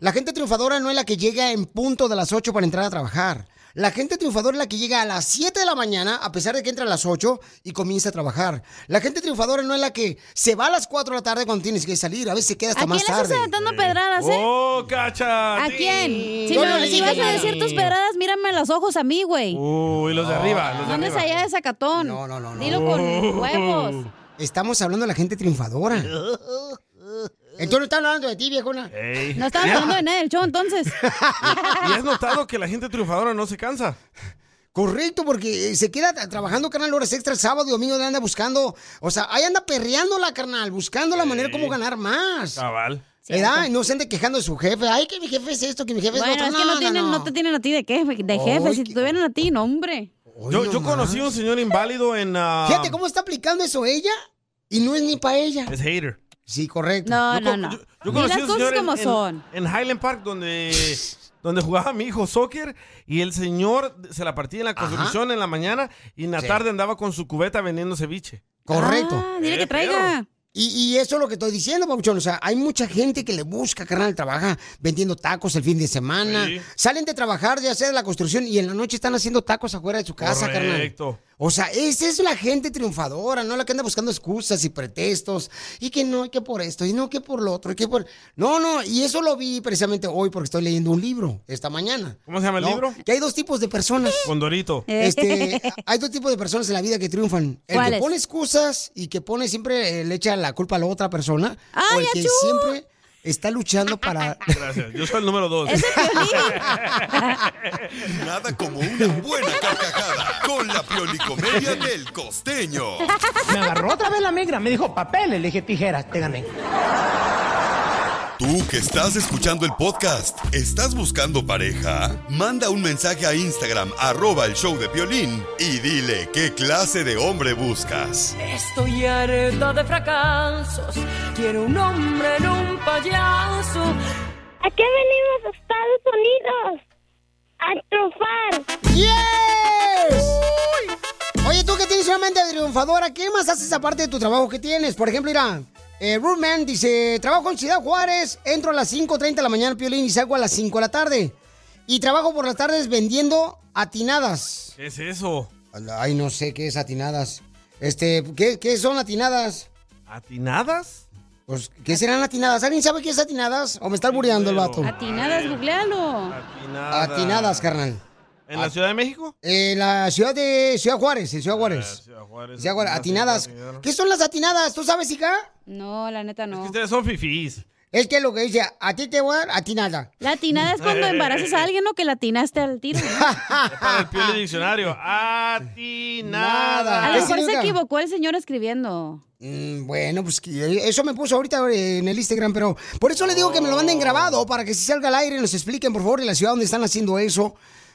S2: La gente triunfadora no es la que llega en punto de las 8 para entrar a trabajar. La gente triunfadora es la que llega a las 7 de la mañana, a pesar de que entra a las 8 y comienza a trabajar. La gente triunfadora no es la que se va a las 4 de la tarde cuando tienes que salir. A veces se queda hasta
S4: ¿A quién
S2: más
S4: le estás
S2: tarde.
S4: aventando pedradas, eh?
S5: ¡Oh, cacha!
S4: ¿A quién? Si,
S2: Yo
S4: me-
S2: no le
S4: si
S2: dije
S4: vas a
S2: nada.
S4: decir tus pedradas, mírame los ojos a mí, güey.
S5: Uy, los de arriba, los de
S4: No andes
S5: arriba.
S4: allá de sacatón.
S2: No, no, no. no.
S4: Dilo con huevos.
S2: Estamos hablando de la gente triunfadora. Entonces no está hablando de ti, viejona.
S5: Ey.
S4: No estamos
S5: ¿Y has-
S4: hablando de nada del show,
S2: <laughs>
S4: entonces.
S5: ¿Y has notado que la gente triunfadora no se cansa?
S2: Correcto, porque eh, se queda tra- trabajando, carnal, horas extra el sábado y domingo, anda buscando, o sea, ahí anda perreándola, carnal, buscando la manera cómo ganar más.
S5: Cabal.
S2: ¿Verdad? Y no se ande quejando de su jefe. Ay, que mi jefe es esto, que mi jefe es
S4: Bueno,
S2: lo
S4: es
S2: otro.
S4: que no, tienen, no te tienen a ti de, qué, de jefe.
S2: Oy,
S4: si te tuvieran a ti, no, hombre.
S5: Yo, yo conocí a un señor inválido en... ah,
S2: Fíjate cómo está aplicando eso ella y no es ni para ella.
S5: Es hater.
S2: Sí, correcto.
S5: Yo con- Yo, yo conocí a un señor en- en- En Highland Park, donde, donde jugaba mi hijo soccer, y el señor se la partía en la construcción en la mañana y en la
S2: Sí.
S5: tarde andaba con su cubeta vendiendo ceviche.
S2: Correcto.
S4: Ah,
S5: dile que Eh, traiga.
S2: Y, y eso es lo que estoy diciendo, Pabuchón. O sea, hay mucha gente que le busca, carnal, trabaja vendiendo tacos el fin de semana.
S5: Sí.
S2: Salen de trabajar, ya sea de la construcción, y en la noche están haciendo tacos afuera de su casa, carnal.
S5: Correcto.
S2: O sea, esa es la gente triunfadora, no la que anda buscando excusas y pretextos. Y que no, y que por esto, y no, que por lo otro, y que por. No, no, y eso lo vi precisamente hoy porque estoy leyendo un libro esta mañana.
S5: ¿Cómo se llama el
S2: ¿no?
S5: libro?
S2: Que hay dos tipos de personas.
S5: Condorito.
S2: Este, hay dos tipos de personas en la vida que triunfan. El que
S5: ¿Cuáles?
S2: pone excusas y que pone siempre, eh, le echa la culpa a la otra persona. o el que siempre está luchando para...
S5: <laughs> Gracias. Yo soy el número dos.
S3: <laughs>
S2: <laughs>
S3: Ah. Nada como una buena carcajada con la piolicomedia del costeño.
S16: Me agarró otra vez la migra, me dijo papeles, le dije tijeras, te gané.
S3: Tú que estás escuchando el podcast, ¿estás buscando pareja? Manda un mensaje a Instagram, arroba el show de violín, y dile qué clase de
S15: <laughs>
S3: hombre buscas.
S15: Estoy harta de fracasos. Quiero un hombre en un payaso.
S19: ¿A qué venimos a Estados Unidos? A triunfar.
S4: <laughs>
S2: ¡Yes! Oye, tú que tienes una mente triunfadora, ¿qué más haces aparte de tu trabajo que tienes? Por ejemplo, mira, eh, Rootman dice, trabajo en Ciudad Juárez, entro a las 5.30 de la mañana, Piolín, y salgo a las 5 de la tarde. Y trabajo por las tardes vendiendo atinadas.
S5: ¿Qué es eso?
S2: Ay, no sé qué es atinadas. Este, ¿qué, qué son atinadas?
S5: ¿Atinadas?
S2: Pues, ¿qué serán atinadas? ¿Alguien sabe qué es atinadas? ¿O me está albureando el vato?
S4: Atinadas, googlealo.
S5: Atinadas.
S2: Atinadas, carnal.
S5: ¿En la Ciudad de México? Ah,
S2: En la ciudad de Ciudad Juárez, en Ciudad Juárez.
S5: Ciudad Juárez.
S2: Ciudad Juárez, atinadas. ¿Qué son las atinadas? ¿Tú sabes, hija?
S4: No, la neta no.
S5: Ustedes son fifís.
S2: Es que lo que dice, a ti te voy a dar, a ti nada.
S4: La tinada es cuando embarazas a alguien o que la tinaste al tiro.
S2: <laughs> Ah,
S5: Para el piel diccionario. Ah, A ti nada.
S4: A lo mejor se equivocó el señor escribiendo.
S2: Mm, bueno, pues que- eso me puso ahorita eh, en el Instagram, pero por eso le digo que me lo manden
S5: Oh.
S2: grabado para que si salga al aire nos expliquen, por favor, en la ciudad donde están haciendo eso,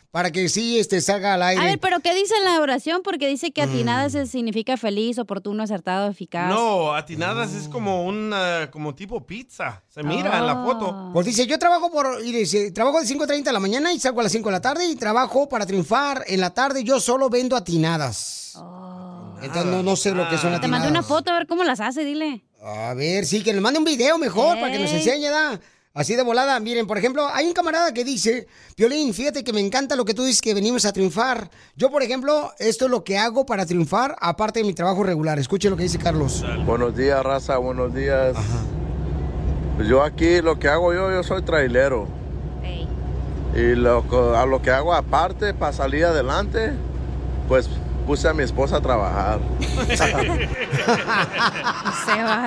S2: para que sí este, salga al aire.
S4: A ver, pero ¿qué dice en la oración? Porque dice que atinada se significa feliz, oportuno, acertado, eficaz.
S5: No, atinadas es como un ah, como tipo pizza. Se mira en la foto.
S2: Pues dice, yo trabajo por, y dice, trabajo de 5.30 de la mañana y salgo a las 5 de la tarde y trabajo para triunfar en la tarde, yo solo vendo atinadas. Entonces no, no sé lo que son
S4: Oh. Te mandé una
S2: atinadas.
S4: foto a ver cómo las hace, dile.
S2: A ver, sí, que nos mande un video mejor para que nos
S4: Ey.
S2: enseñe, ¿da? Así de volada. Miren, por ejemplo, hay un camarada que dice, Violín, fíjate que me encanta lo que tú dices que venimos a triunfar. Yo, por ejemplo, esto es lo que hago para triunfar, aparte de mi trabajo regular. Escuchen lo que dice Carlos.
S20: Buenos días, raza, buenos días. Pues yo aquí lo que hago yo, yo soy trailero. Y lo, co- a lo que hago aparte para salir adelante, pues puse a mi esposa a trabajar.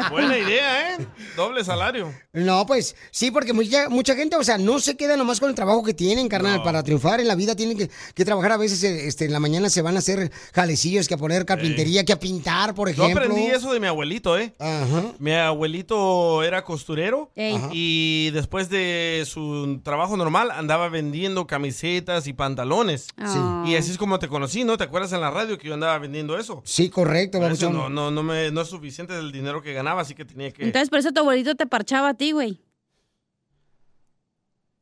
S5: <laughs> Buena idea, ¿eh? Doble salario.
S2: No, pues sí, porque mucha, mucha gente, o sea, no se queda nomás con el trabajo que tienen, carnal. Para triunfar en la vida tienen que, que trabajar. A veces eh, este, en la mañana se van a hacer jalecillos, que a poner carpintería, que a pintar, por
S5: Yo
S2: ejemplo.
S5: aprendí eso de mi abuelito, ¿eh? Mi abuelito era costurero
S2: Ey. Ajá.
S5: y después de su trabajo normal andaba vendiendo camisetas y pantalones.
S2: Sí.
S5: Y así es como te conocí, ¿no? ¿Te acuerdas en la radio que yo andaba vendiendo eso?
S2: Sí, correcto,
S5: Por eso
S2: babuchón.
S5: No, no, no, me, no es suficiente el dinero que ganaba, así que tenía que...
S4: Entonces, por eso tu abuelito te parchaba a ti, güey.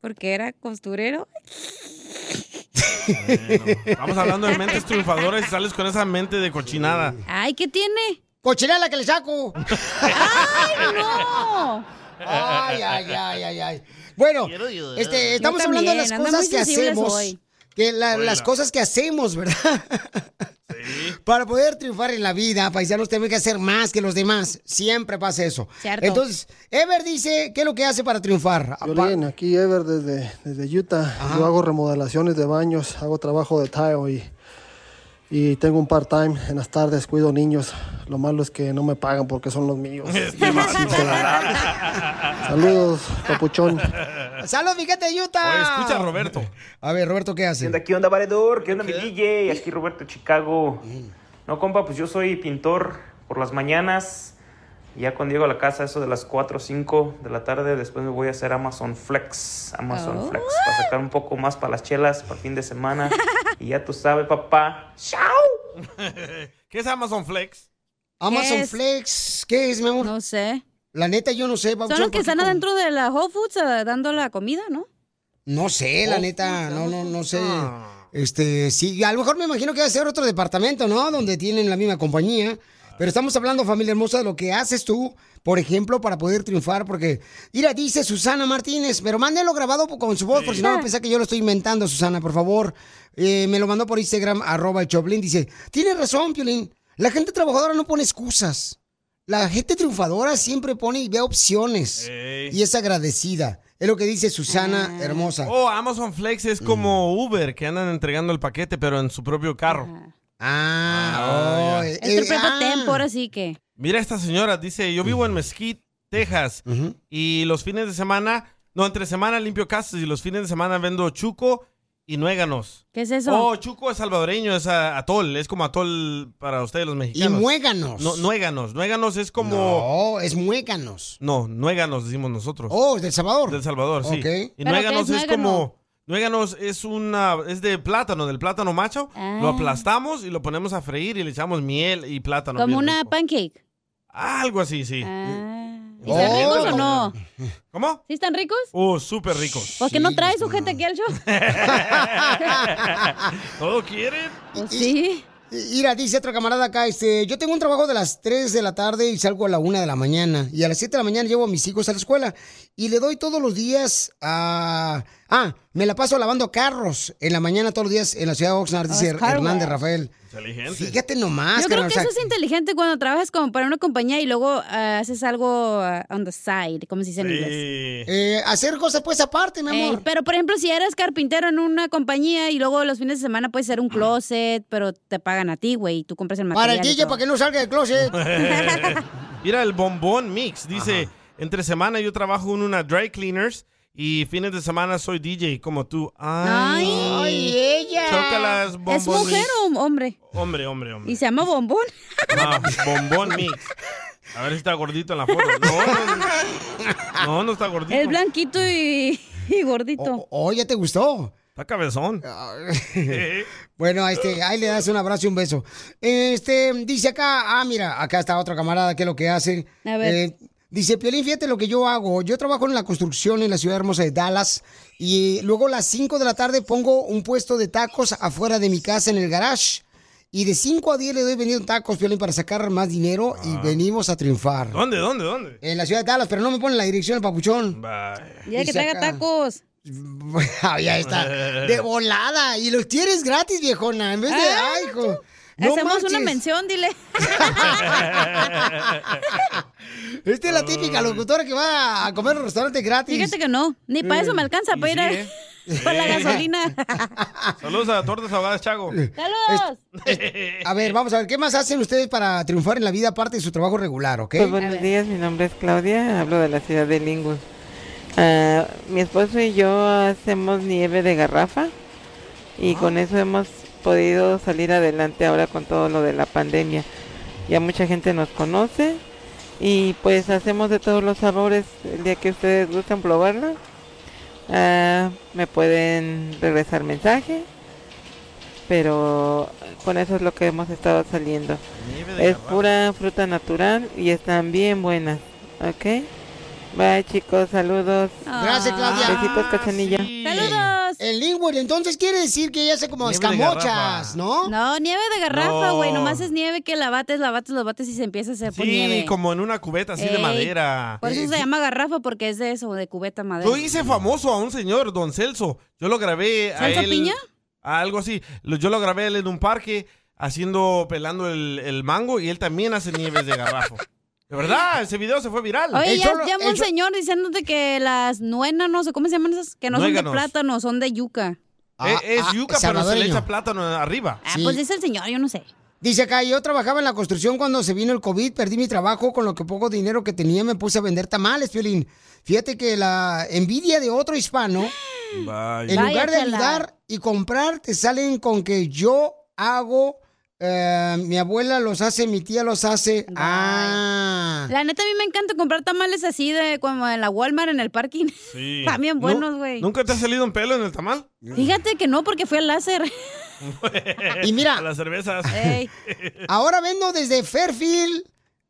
S4: Porque era costurero.
S5: <laughs> Vamos hablando de mentes triunfadoras y sales con esa mente de cochinada.
S4: Ay, ¿qué tiene?
S2: Cochinada la que le saco.
S4: ¡Ay, no!
S2: Ay, ay, ay, ay, ay. Bueno, este, estamos
S4: Yo
S2: hablando de las
S4: también, ando muy
S2: cosas que
S4: sensible
S2: hacemos.
S4: soy.
S2: Que la-
S4: Oiga.
S2: las cosas que hacemos, ¿verdad? Para poder triunfar en la vida, paisanos, tenemos que hacer más que los demás. Siempre pasa eso.
S21: Cierto.
S2: Entonces, Ever dice, ¿qué es lo que hace para triunfar?
S21: Violín, aquí Ever desde, desde Utah. Yo hago remodelaciones de baños, hago trabajo de tile y, y tengo un part-time en las tardes, cuido niños. Lo malo es que no me pagan porque son los míos. Saludos, papuchón.
S2: <laughs> Salud, fíjate, Utah.
S21: escucha,
S5: Roberto.
S2: A ver, Roberto, ¿qué hace?
S22: ¿Qué onda, qué onda, valedor? ¿Qué onda, mi DJ? Aquí Roberto Chicago. No, compa, pues yo soy pintor por las mañanas. Ya cuando llego a la casa, eso de las 4 o 5 de la tarde, después me voy a hacer Amazon Flex. Amazon
S23: Oh.
S22: Flex, para sacar un poco más para las chelas, para fin de semana. y ya tú sabes, papá.
S5: <laughs> ¿Qué es Amazon Flex?
S2: Amazon
S4: ¿Qué es?
S2: Flex, ¿qué es, mi amor? No
S4: sé.
S2: La neta, yo no sé.
S4: Son los que están
S2: adentro.
S4: adentro de la Whole Foods eh, dando la comida, ¿no?
S2: No sé, la
S4: Oh,
S2: neta, no, no, no sé. Este, sí, a lo mejor me imagino que va a ser otro departamento, ¿no? Donde tienen la misma compañía. Pero estamos hablando, familia hermosa, de lo que haces tú, por ejemplo, para poder triunfar, porque, mira, dice Susana Martínez, pero mándenlo grabado con su voz, por si no van a pensar que yo lo estoy inventando, Susana, por favor. Eh, me lo mandó por Instagram, arroba el Choplin, dice, tienes razón, Piolín, la gente trabajadora no pone excusas. La gente triunfadora siempre pone y ve opciones. Y es agradecida. Es lo que dice Susana, hermosa. Mm.
S5: Oh, Amazon Flex es como Uber, que andan entregando el paquete, pero en su propio carro.
S2: Ah,
S5: ya.
S4: Es tu propio tempo, ahora sí que.
S5: Mira esta señora, dice, yo vivo en Mesquite, Texas, y los fines de semana, no, entre semana limpio casas y los fines de semana vendo chuco y nuéganos.
S4: ¿Qué es eso?
S5: Oh, <laughs> chuco es salvadoreño, es a- atol, es como atol para ustedes los mexicanos.
S2: Y muéganos.
S5: No, nuéganos, nuéganos es como...
S2: No, es muéganos.
S5: No, nuéganos decimos nosotros.
S2: Oh, del Salvador.
S5: Del Salvador, sí.
S2: Ok.
S5: Y
S2: ¿Pero
S5: nuéganos
S2: qué es
S5: es,
S2: nuégano?
S5: como... Nuéganos es una... es de plátano, del plátano macho.
S4: Ah.
S5: Lo aplastamos y lo ponemos a freír y le echamos miel y plátano.
S4: Como
S5: bien
S4: una
S5: rico.
S4: pancake.
S5: Algo así, sí.
S4: ¿Y están ricos o no?
S5: Oh, ¿Cómo?
S4: ¿Sí están ricos?
S5: Uh, súper rico.
S4: ¿Por qué no traes su gente aquí al show?
S5: ¿Todo quieren? <laughs>
S4: Oh,
S2: sí. Mira, dice otro camarada acá, este, yo tengo un trabajo de las 3 de la tarde y salgo a la 1 de la mañana. Y a las 7 de la mañana llevo a mis hijos a la escuela. Y le doy todos los días a... Ah, me la paso lavando carros en la mañana todos los días en la ciudad de Oxnard,
S4: Oh,
S2: dice
S4: es car
S2: Hernández
S4: wash.
S2: Rafael.
S5: Inteligente.
S2: Fíjate nomás,
S4: Yo creo
S2: carnal,
S4: que
S2: o sea,
S4: eso es inteligente cuando trabajas como para una compañía y luego ah, haces algo ah, on the side, como se dice en inglés.
S2: hacer cosas pues aparte, mi amor.
S4: pero por ejemplo, si eres carpintero en una compañía y luego los fines de semana puedes ser un closet, pero te pagan a ti, güey, y tú compras el material. <laughs>
S2: Para el DJ, para que no salga del closet.
S5: Mira el bombón mix. Dice, Entre semana yo trabajo en una dry cleaners y fines de semana soy DJ como tú. Ay,
S4: Ay,
S10: ella.
S5: Chócalas, bombón.
S4: ¿Es mujer
S5: mix.
S4: o hombre?
S5: Hombre, hombre, hombre.
S4: Y se llama Bombón.
S5: Ah, bombón mix. A ver si está gordito en la foto. No, no, no. No, no está gordito.
S4: Es blanquito y, y gordito.
S2: Oye, ¿te gustó?
S5: Está cabezón.
S2: Bueno, este, ahí le das un abrazo y un beso. Este, dice acá, ah, mira, acá está otra camarada que es lo que hace.
S4: A ver.
S2: Eh, dice, Piolín, fíjate lo que yo hago. Yo trabajo en la construcción en la ciudad hermosa de Dallas y luego a las 5 de la tarde pongo un puesto de tacos afuera de mi casa en el garage. Y de 5 a 10 le doy vendiendo tacos, Piolín, para sacar más dinero y venimos a triunfar.
S5: ¿Dónde, dónde, dónde?
S2: En la ciudad de Dallas, pero no me ponen la dirección el papuchón.
S4: Ya que
S2: Dice
S4: traiga
S2: acá. <laughs>
S4: tacos.
S2: Ah, ya está. De volada. Y los tienes gratis, viejona. En vez de.
S4: Ah,
S2: ay, hijo.
S4: Hacemos una
S2: manches.
S4: mención, dile.
S2: Esta es la típica locutora que va a comer a un restaurante gratis.
S4: Fíjate que no. Ni para eso me alcanza para ir a- para la
S5: Sí. ¿eh?
S4: gasolina.
S5: Saludos a Tortas Ahogadas Chago. <laughs>
S4: ¡Saludos!
S2: A ver, vamos a ver, ¿qué más hacen ustedes para triunfar en la vida aparte de su trabajo regular, ok?
S24: Pues, buenos días, mi nombre es Claudia, hablo de la ciudad de Lingus. Ah, mi esposo y yo hacemos nieve de garrafa y con eso hemos podido salir adelante ahora con todo lo de la pandemia. Ya mucha gente nos conoce y pues hacemos de todos los sabores el día que ustedes gustan probarla. ah, me pueden regresar mensaje, pero con eso es lo que hemos estado saliendo.
S6: Nieve de
S24: Es pura fruta natural y están bien buenas, ¿ok? Bye chicos, saludos.
S2: Gracias, Claudia.
S24: Besitos, cachanilla.
S2: ¡Saludos! El Lingwood, entonces quiere decir que ella hace como
S24: Nieve de
S2: escamochas,
S24: garrafa.
S2: ¿no?
S4: No, nieve de garrafa,
S5: No.
S4: güey. Nomás es nieve que la bates, la bates, la bates y se empieza a hacer por nieve.
S5: Sí, como en una cubeta así de
S4: Ey,
S5: madera.
S4: Por eso se llama garrafa, porque es de eso, de cubeta madera.
S5: Yo hice famoso a un señor, don Celso. Yo lo grabé a
S4: ¿Celso
S5: él-
S4: Piña?
S5: a algo así. Lo- Yo lo grabé a él en un parque haciendo, pelando el, el mango y él también hace nieves de garrafo. De verdad, ese video se fue viral. E,
S4: Oye, ya llama un señor diciéndote que las nuenas, no sé, ¿cómo se llaman esas? Que no
S5: Nuéganos.
S4: son de plátano, son de yuca.
S2: Ah.
S5: Eh, es yuca, pero se le
S2: salvadoreño.
S5: echa plátano arriba.
S4: Ah, pues dice el señor, yo no sé.
S2: Dice acá, yo trabajaba en la construcción cuando se vino el COVID, perdí mi trabajo, con lo que poco dinero que tenía me puse a vender tamales, Piolín. Fíjate que la envidia de otro hispano,
S5: Vaya.
S2: en lugar de
S4: Vaya, chela.
S2: ayudar y comprar, te salen con que yo hago, eh, mi abuela los hace, mi tía los hace. Ah.
S4: La neta, a mí me encanta comprar tamales así de como en la Walmart, en el parking.
S5: Sí.
S4: También
S5: Nu-
S4: buenos, güey.
S5: ¿Nunca te ha salido un pelo en el tamal?
S2: Mm.
S4: Fíjate que no, porque fui al láser.
S2: Y
S5: <laughs>
S2: mira.
S5: A las cervezas.
S4: Ey.
S2: Ahora vendo desde Fairfield,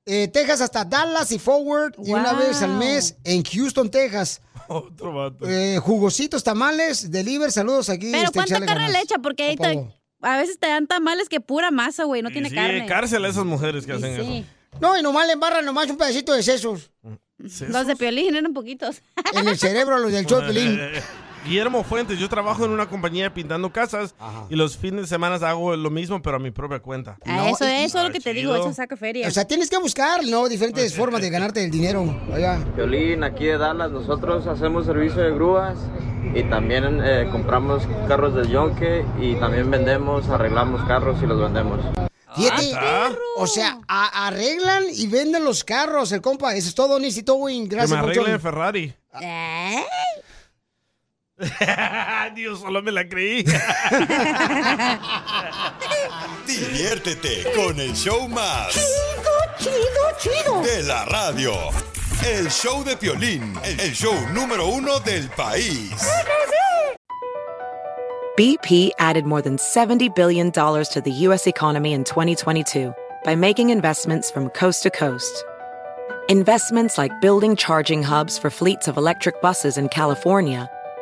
S2: eh, Texas, hasta Dallas y Forward, y una
S5: Wow.
S2: vez al mes en Houston, Texas.
S5: Otro vato.
S2: Eh, jugositos, tamales, deliver, saludos aquí.
S4: Pero
S2: este,
S4: ¿cuánta
S2: échale
S4: carne
S2: ganas.
S4: le echa? Porque ahí
S2: O
S4: te-
S2: pavo.
S4: a veces te dan tamales que pura masa, güey, no tiene
S5: Sí,
S4: carne.
S5: cárcel a esas mujeres que hacen
S4: Sí.
S2: No, y nomás le embarran nomás un pedacito de sesos.
S4: Los de piolín eran poquitos.
S2: En <laughs> el cerebro,
S5: <laughs>
S2: los del
S5: eso.
S2: show, de Piolín.
S5: Eh, Guillermo Fuentes, yo trabajo en una compañía pintando casas y los fines de semana hago lo mismo, pero a mi propia cuenta.
S4: A Ah, eso, eso es lo que te digo, eso saca feria.
S2: O sea, tienes que buscar,
S5: <laughs>
S2: ¿no? Diferentes formas de ganarte el dinero. Oiga.
S7: Violín, aquí de Dallas, nosotros hacemos servicio de grúas y también eh, compramos carros del yonque y también vendemos, arreglamos carros y los vendemos.
S2: Fíjate,
S10: Ah,
S5: Ah,
S2: o sea, a- arreglan y venden los carros, el compa. Eso es todo, necesito, Win.
S5: Que me
S2: Gracias,
S5: arreglen
S2: mucho.
S5: el Ferrari. <laughs>
S4: ¿Eh? <laughs>
S2: <laughs>
S5: Dios, solo me la creí.
S3: Diviértete con el show más. Chido, chido, chido. De la radio. El show de Piolín, el show número uno del país.
S23: BP added more than $70 billion to the U.S. economy in 2022 by making investments from coast to coast. Investments like building charging hubs for fleets of electric buses in California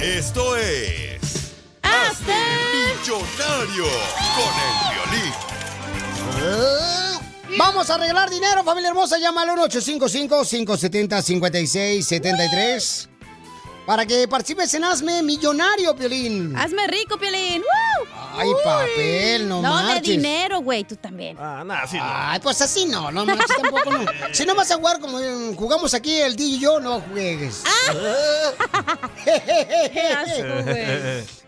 S3: Esto es. ¡Hazte Millonario con el violín.
S2: Vamos a arreglar dinero, familia hermosa. Llama al 1-855-570-5673 para que participes en Hazme Millonario, Piolín.
S4: <laughs> Hazme rico, Piolín. ¡Woo!
S2: Ay, papel, no
S4: No, de
S2: marches.
S4: dinero, güey, tú también.
S5: Ah, nada, sí.
S2: Ay, pues así no, no manches tampoco. No. Si no vas a jugar como eh, jugamos aquí el DJ y yo, no juegues. <laughs>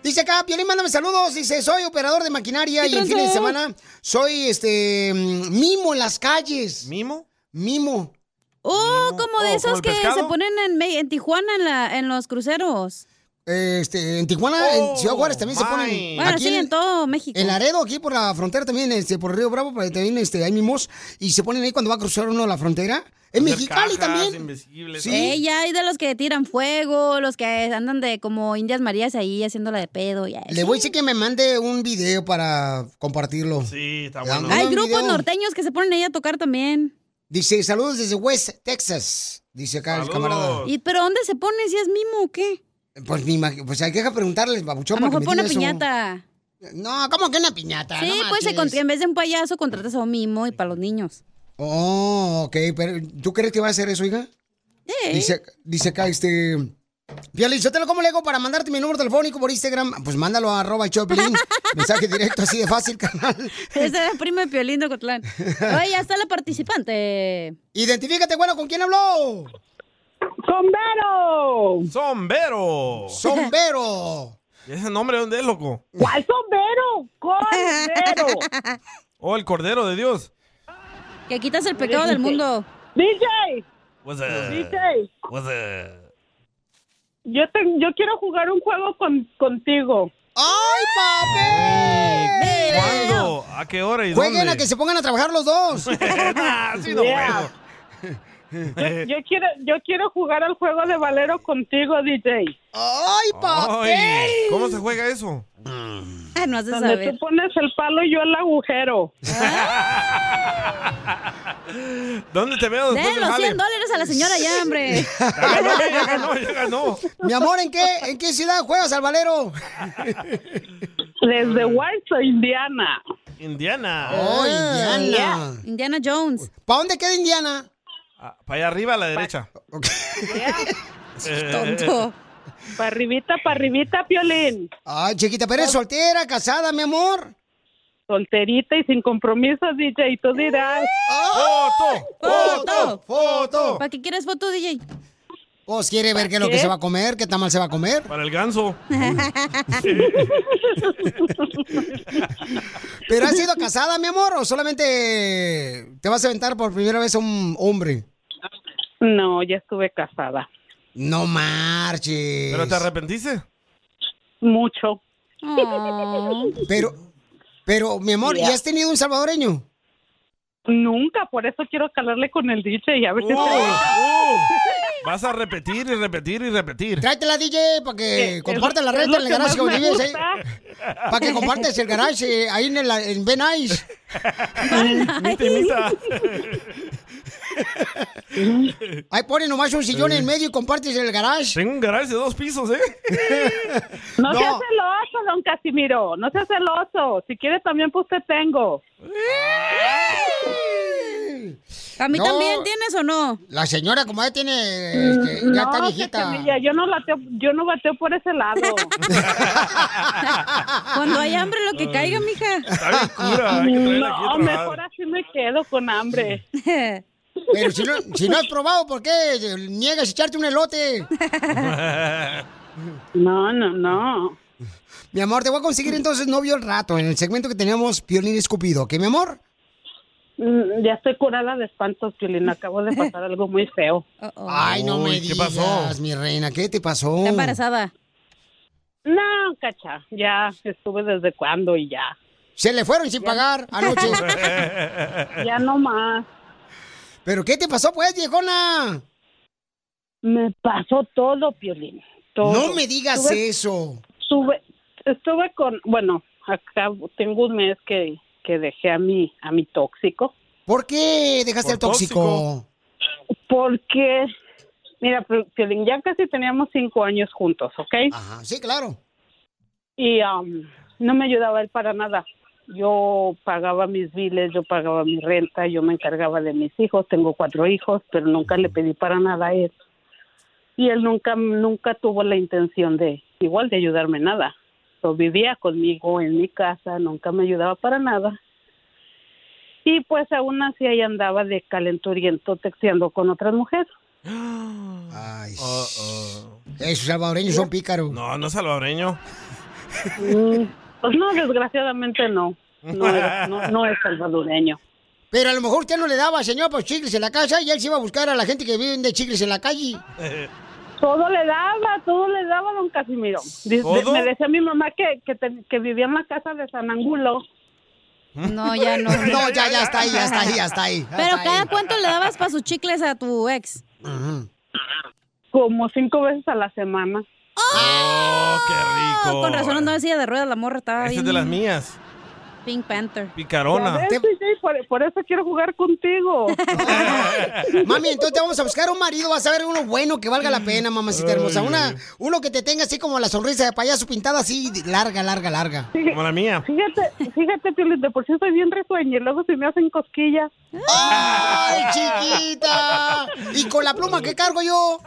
S2: Dice acá, Piolín, mándame saludos. Dice, soy operador de maquinaria
S1: ¿Qué
S2: y en
S1: tranza?
S2: fin de semana soy este mm, mimo en las calles.
S5: ¿Mimo?
S2: Mimo.
S4: Oh, como de
S2: Oh,
S4: esos
S2: ¿como el
S4: que se
S2: pescado?
S4: ponen en, Me- en Tijuana en, la- en los cruceros.
S2: Este, en Tijuana, en Ciudad Juárez también se ponen.
S4: Bueno, sí, en todo México.
S2: En Laredo, aquí por la frontera también, este, por Río Bravo, pues, también este, hay mimos. Y se ponen ahí cuando va a cruzar uno la frontera. En
S5: Hacer
S2: Mexicali
S5: cajas
S2: también.
S5: invisibles.
S2: Sí.
S4: Eh, ya hay de los que tiran fuego, los que andan de como Indias Marías ahí haciéndola de pedo. Ya.
S2: Le voy a decir que me mande un video para compartirlo.
S5: Sí, está
S2: bueno.
S4: Hay grupos norteños que se ponen ahí a tocar también.
S2: Dice, saludos desde West Texas. Dice acá el camarada.
S4: ¿Y pero dónde se pone? ¿Si es mimo o qué?
S2: Pues, me imag- pues hay que preguntarles, babuchón.
S4: a lo
S2: para que
S4: mejor
S2: me
S4: pone
S2: diga eso.
S4: piñata.
S2: No, ¿cómo que una piñata?
S4: Sí,
S2: No
S4: pues se
S2: marches.
S4: con- en vez de un payaso contratas a un mimo y para los
S2: <laughs>
S4: niños.
S2: Oh, ok, pero ¿tú crees que va a hacer eso, hija?
S4: Eh.
S2: Dice, dice acá, este. Piolín, yo te lo como le hago para mandarte mi número telefónico por Instagram. Pues mándalo a arroba el show
S4: <laughs>
S2: de Piolín. Mensaje directo, así de fácil, canal.
S4: Esa es la prima de Piolín de Cotlán. Oye, ya está la participante.
S2: Identifícate, bueno, ¿con quién habló?
S5: ¡Sombero! ¡Sombero!
S2: ¡Sombero!
S5: ¿Y <laughs> ese nombre dónde es, loco?
S12: ¿Cuál sombrero? ¡Cordero!
S5: Oh, el Cordero de Dios.
S4: Que quitas el pecado del mundo.
S12: DJ,
S5: What's up?
S12: DJ,
S5: What's up?
S12: yo, te, yo quiero jugar un juego con, contigo.
S2: ¡Ay, papel!
S5: ¿Cuándo? ¿A qué hora y
S2: Jueguen
S5: dónde?
S2: a
S5: <laughs>
S2: que se pongan a trabajar los dos.
S5: Así no
S12: Yeah.
S5: puedo.
S12: Yo quiero, yo quiero jugar al juego de Valero contigo, DJ.
S2: ¡Ay,
S5: Ay, ¿Cómo se juega eso?
S2: Ah,
S4: no has de
S12: Donde
S4: saber.
S12: tú pones el palo y yo el agujero.
S5: ¿Dónde te
S2: <laughs>
S5: veo después
S4: Den
S5: del
S4: los
S5: jale?
S4: 100 dólares a la señora ya, hombre.
S5: Ya ganó, ya ganó, ya ganó.
S2: Mi amor, ¿en qué, en qué ciudad juegas al valero?
S12: Desde Warsaw, Indiana.
S5: Indiana.
S12: Oh, Indiana.
S4: Yeah. Indiana Jones.
S2: ¿Para dónde queda Indiana?
S5: Ah, para allá arriba a la derecha. Eh,
S12: Para arribita, para arribita, Piolín.
S2: Ay, chiquita, pero eres soltera, casada, mi amor.
S12: Solterita y sin compromiso, DJ, tú dirás.
S2: <laughs> ¡Foto! ¡Foto! ¡Foto!
S4: ¿Para qué quieres foto, DJ?
S2: Pues quiere ver qué es lo que
S4: ¿Qué?
S2: se va a comer, qué tamal se va a comer.
S5: Para el ganso.
S2: ¿Pero has sido casada, mi amor, o solamente te vas a aventar por primera vez a un hombre?
S12: No, ya estuve casada.
S2: No marches.
S5: ¿Pero te arrepentiste?
S12: Mucho. Oh.
S2: Pero, pero, mi amor,
S12: Ya.
S2: ¿y has tenido un salvadoreño?
S12: Nunca, por eso quiero calarle con el DJ y a ver si se
S5: Oh,
S12: deja.
S5: oh. Vas a repetir y repetir y repetir.
S2: Tráetela, DJ, para que
S5: Eh,
S2: compartas
S5: es-
S2: la
S5: es
S2: renta
S5: lo
S2: en el
S5: que
S2: garage que
S5: más me
S2: vives,
S5: gusta.
S2: <laughs> Para que compartas el garage eh, ahí en, el, en Ben Ice.
S5: Timita.
S2: Ahí pone nomás un sillón en medio y compartes el garage.
S5: Tengo un garage de dos pisos, ¿eh?
S12: No,
S2: No.
S12: sea celoso, don Casimiro. No sea celoso. Si quiere, también pues te tengo.
S4: <laughs> ¿A mí
S10: No.
S4: también tienes o no?
S10: La señora, como ella
S12: Mm,
S10: tiene, este, ya está
S4: No,
S10: viejita.
S4: Cachanilla,
S12: yo no bateo, yo no bateo por ese <laughs> lado.
S4: Cuando hay hambre, lo que caiga, mija.
S12: <laughs> no, mejor así me quedo con hambre.
S10: Pero si no, si no has
S12: <laughs>
S10: probado, ¿por qué niegas echarte un elote?
S12: No, no, no.
S2: Mi amor, te voy a conseguir entonces novio al rato en el segmento que teníamos Piolín Escupido. ¿Qué, mi amor?
S12: Mm, Ya estoy curada de espantos, Piolín. Acabo de pasar
S4: <laughs>
S12: algo muy feo.
S2: Ay, no me
S12: ¿qué
S2: digas,
S12: pasó?
S2: mi reina, ¿qué te pasó?
S12: Está embarazada. No, cacha. Ya estuve desde cuando y ya.
S2: Se le fueron sin pagar anoche.
S12: <laughs> Ya no más.
S2: ¿Pero qué te pasó, pues, viejona?
S12: Me pasó todo, Piolín. todo.
S2: No me digas
S12: Estuve-
S2: eso.
S12: Estuve, estuve con, bueno, acá tengo un mes que, que dejé a mi, a mi tóxico.
S2: ¿Por qué dejaste al tóxico?
S12: Porque, mira, Pi- Piolín, ya casi teníamos cinco años juntos, ¿ok?
S2: sí, claro.
S12: Y am, no me ayudaba él para nada. Yo pagaba mis biles, yo pagaba mi renta, yo me encargaba de mis hijos, tengo cuatro hijos, pero nunca le pedí para nada a él. Y él nunca, nunca tuvo la intención de, igual, de ayudarme en nada. So, vivía conmigo en mi casa, nunca me ayudaba para nada. Y pues aún así ahí andaba de calenturiento texteando con otras mujeres.
S2: Ay, Esos salvadoreños son pícaros.
S5: Oh, No, no es salvadoreño.
S12: Mm, Pues no, desgraciadamente no. No es, no, no es salvadoreño.
S2: Pero a lo mejor usted no le daba, señor, pues chicles en la casa y él se iba a buscar a la gente que vive de chicles en la calle. <laughs>
S12: Todo le daba, todo le daba, don Casimiro. Dice-
S2: ¿Todo?
S12: Me decía mi mamá que, que, te- que vivía en la casa de San Angulo.
S4: No, ya no.
S2: <laughs> No, ya, ya está ahí, ya está ahí, ya está ahí. ya
S4: Pero
S2: está
S4: cada
S2: ahí.
S4: cuánto le dabas para sus chicles a tu ex.
S12: Como cinco veces a la semana.
S5: Oh, qué rico.
S4: Con razón andaba en silla de ruedas, la morra estaba
S5: Esa
S4: bien.
S5: es de las mías.
S4: Pink Panther.
S12: Ya
S5: Picarona.
S12: ves, DJ, por, por eso quiero jugar contigo.
S2: <laughs> Mami, entonces te vamos a buscar un marido, vas a ver uno bueno que valga la pena, mamacita hermosa. Una, uno que te tenga así como la sonrisa de payaso pintada así, de- larga, larga, larga.
S5: Como la mía.
S12: Fíjate, fíjate, Piolín, de por sí soy bien risueña y luego se me hacen cosquillas.
S2: ¡Ay, chiquita! Y con la pluma que cargo yo.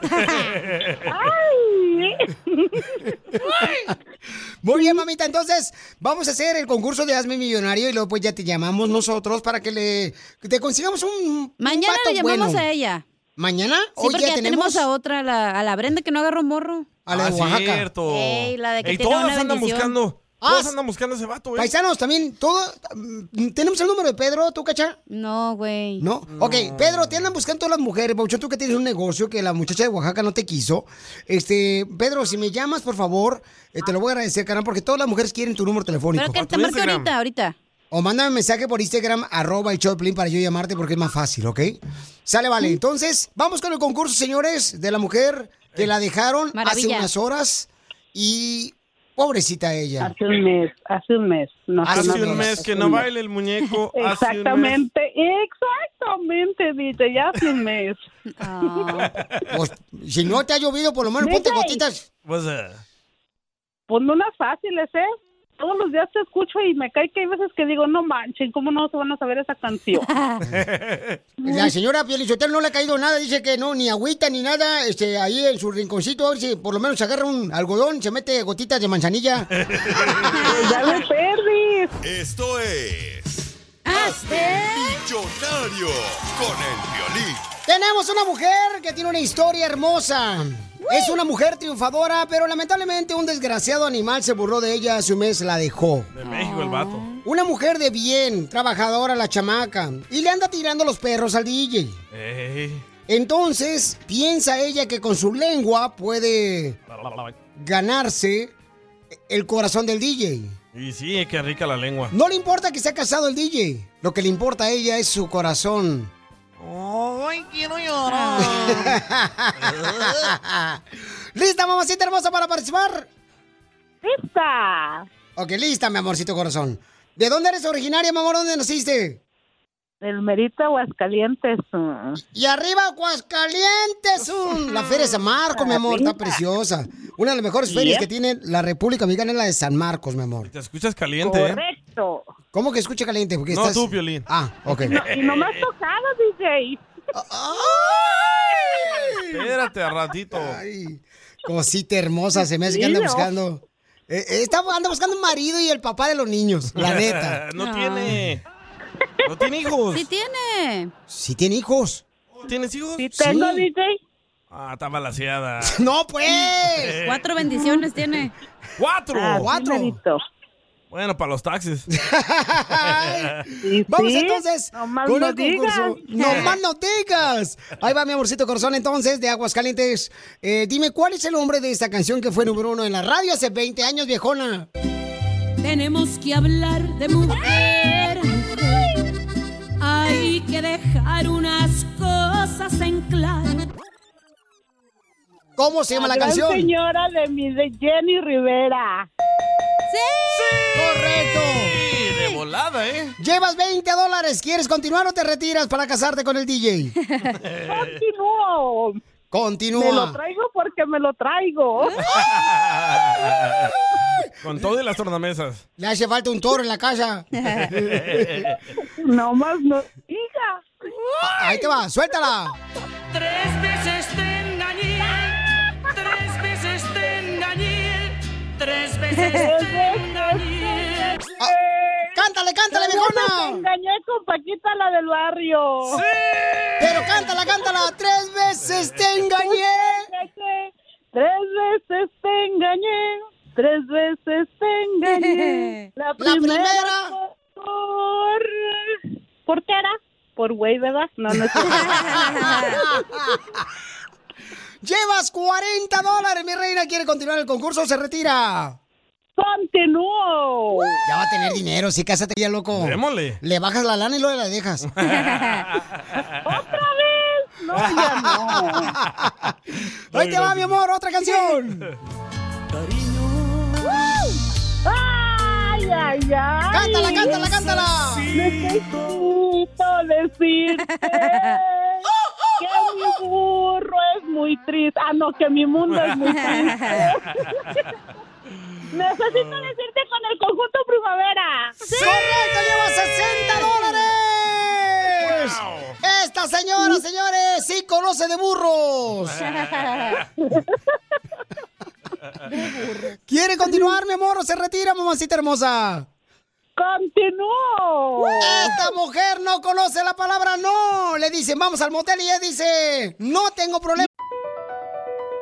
S2: Muy bien, mamita. Entonces, vamos a hacer el concurso de Hazme Millonario y luego pues ya te llamamos nosotros para que le que te consigamos un
S4: Mañana
S2: un vato
S4: le llamamos
S2: bueno.
S4: a ella.
S2: ¿Mañana?
S4: Sí,
S2: Hoy
S4: porque
S2: ya
S4: ya tenemos... a otra, a la, a la Brenda que no agarró morro.
S2: A la de
S5: Ah,
S2: Oaxaca.
S5: cierto.
S4: Ey, la de que
S5: Ey,
S4: tiene
S5: todas
S4: una
S5: andan
S4: bendición.
S5: buscando. Todas
S4: Ah,
S5: andan buscando ese vato, ¿eh? güey.
S2: Paisanos, también todo. mm, ¿Tenemos el número de Pedro, tú, cacha?
S4: No, güey.
S2: ¿No? Ok, Pedro, te andan buscando todas las mujeres. Bauchón, tú que tienes un negocio que la muchacha de Oaxaca no te quiso. Este, Pedro, si me llamas, por favor, eh, te lo voy a agradecer, carnal, porque todas las mujeres quieren tu número telefónico.
S4: Pero que te marque ahorita, ahorita.
S2: O mándame mensaje por Instagram, arroba el show de Piolín, para yo llamarte porque es más fácil, ¿ok? Sale, vale. Entonces, vamos con el concurso, señores, de la mujer
S4: Eh.
S2: que la dejaron hace
S12: Maravilla.
S2: unas horas y pobrecita ella.
S12: Hace un mes, hace un mes. No,
S2: Ah,
S5: Hace
S12: no,
S5: un mes que no baila el muñeco. hace Ah, un mes.
S12: Exactamente, exactamente, DJ, ya hace un mes.
S4: Ah.
S12: <laughs>
S2: Pues, si no te ha llovido, por lo menos ponte
S12: DJ.
S2: gotitas.
S5: What's that?
S12: Pon pues unas fáciles, ¿eh? Todos los días te escucho y me cae que hay veces que digo, no manchen, ¿cómo no se van a saber esa canción?
S2: <laughs> La señora Pielichotel no le ha caído nada, dice que no, ni agüita ni nada, este, ahí en su rinconcito, a ver si por lo menos se agarra un algodón, se mete gotitas de manzanilla.
S3: <laughs>
S12: ya me perdí.
S3: Esto es.
S4: ¡Hazte
S3: Millonario con el violín.
S2: Tenemos una mujer que tiene una historia hermosa. Es una mujer triunfadora, pero lamentablemente un desgraciado animal se burló de ella hace un mes, la dejó.
S5: De México el vato.
S2: Una mujer de bien, trabajadora, la chamaca, y le anda tirando los perros al DJ.
S5: Ey.
S2: Entonces, piensa ella que con su lengua puede ganarse el corazón del DJ.
S5: Y sí, qué rica la lengua.
S2: No le importa que sea casado el DJ. Lo que le importa a ella es su
S12: <laughs>
S2: corazón.
S16: Ay, quiero llorar.
S2: ¿Lista, mamacita hermosa, para participar?
S12: ¡Lista!
S2: Ok, lista, mi amorcito corazón. ¿De dónde eres originaria, mi amor? ¿Dónde naciste?
S12: El merito Aguascalientes. mm.
S2: Y arriba Aguascalientes, un- la Feria de San
S5: Ah,
S2: Marcos, mi amor, está preciosa. Una de las mejores
S5: Sí,
S2: ferias
S5: ¿eh?
S2: que tiene la República Mexicana es la de San Marcos, mi amor.
S5: Te escuchas caliente, ¿eh?
S12: Correcto.
S2: ¿Cómo que escucha caliente? Porque
S5: No,
S2: estás...
S5: tú, Piolín.
S2: Ah, ok.
S5: Y no- y no me has
S12: tocado, DJ.
S5: Espérate a ratito.
S2: Cosita hermosa, se me hace que anda
S5: Sí, ¿no?
S2: buscando. Eh, eh, está, anda buscando un marido y el papá de los niños,
S5: <laughs>
S2: la neta.
S5: No tiene. No tiene hijos.
S4: Sí tiene.
S2: Si tiene hijos.
S5: ¿Tienes hijos?
S4: Sí
S5: tengo,
S12: DJ.
S5: Ah, está balaseada.
S2: No,
S5: pues.
S4: Cuatro bendiciones
S2: <laughs>
S4: tiene.
S5: ¡Cuatro!
S4: Ah,
S2: Cuatro.
S5: Bueno, para los taxis.
S2: Vamos entonces con el concurso. No más no digas. Ahí va mi amorcito corazón entonces de Aguascalientes. Eh, dime, ¿cuál es el nombre de esta canción que fue número uno en la radio hace 20 años, viejona?
S15: Tenemos que hablar de mujer. Hay que dejar unas cosas en claro.
S2: ¿Cómo se llama la
S12: gran
S2: canción?
S12: señora de mi de Jenny Rivera.
S2: ¡Correcto!
S5: De volada, ¿eh?
S2: Llevas 20 dólares. ¿Quieres continuar o te retiras para casarte con el DJ?
S12: <laughs> Continúo.
S2: Continúa.
S12: Me lo traigo porque me lo traigo.
S5: Con todo y las
S2: <laughs>
S5: tornamesas.
S2: <laughs> Le hace falta un toro en la casa.
S12: <laughs> no más no diga.
S2: Ahí te va, suéltala.
S15: Tres veces te engañé. Tres veces te engañé. Tres veces te engañé.
S2: Ah, ¡Cántale, cántale,
S12: Te engañé con Paquita, la del barrio.
S2: Pero cántala, cántala. Tres veces te engañé.
S12: Tres veces te engañé. Tres veces te
S4: <laughs>
S12: engañé. La primera.
S2: primera.
S12: Por... ¿Por qué era? Por güey, ¿verdad? No,
S2: <laughs>
S12: no es
S2: <laughs> Llevas 40 dólares, mi reina. ¿Quiere continuar el concurso o se retira?
S12: ¡Continúo!
S2: Ya va a tener dinero, sí, cásate ya, loco.
S5: Démosle.
S2: Le bajas la lana y luego la dejas.
S12: ¡Otra vez! No, <laughs> ya
S2: <laughs>
S12: no.
S2: Ahí te va, mi amor, otra canción.
S12: ¡Ay, ay, ay!
S2: Cántala, cántala, cántala.
S12: Necesito decirte
S2: <laughs>
S12: que mi burro es muy triste. Ah, no, que mi mundo es muy triste. Necesito <laughs> decirte con el conjunto primavera.
S2: ¡Correcto! ¡Lleva 60 dólares! <laughs> Esta señora, señores, sí conoce de
S12: <laughs>
S2: burros. ¿Quiere continuar, mi amor, o se retira, mamacita hermosa?
S12: ¡Continúo!
S2: Esta mujer no conoce la palabra no. Le dicen, vamos al motel y ella dice, no tengo problema.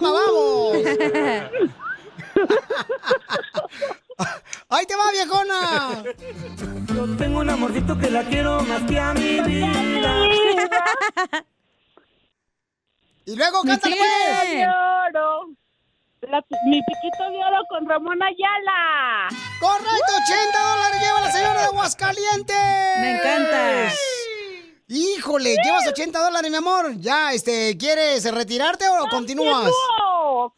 S2: ¡Vamos! ¡Ahí te va, viejona!
S15: Yo tengo un amorcito
S2: <laughs>
S15: que la quiero más que a mi vida.
S2: <laughs>
S12: <laughs>
S2: Y luego
S15: cántale,
S12: piquito
S15: pues.
S12: de oro. La- mi piquito de oro con Ramón Ayala.
S2: ¡Correcto! ¡80 dólares lleva la señora de Aguascalientes! ¡Me
S4: encanta.
S2: ¡Híjole! Llevas 80 dólares, mi amor. Ya, este, ¿quieres retirarte o continúas?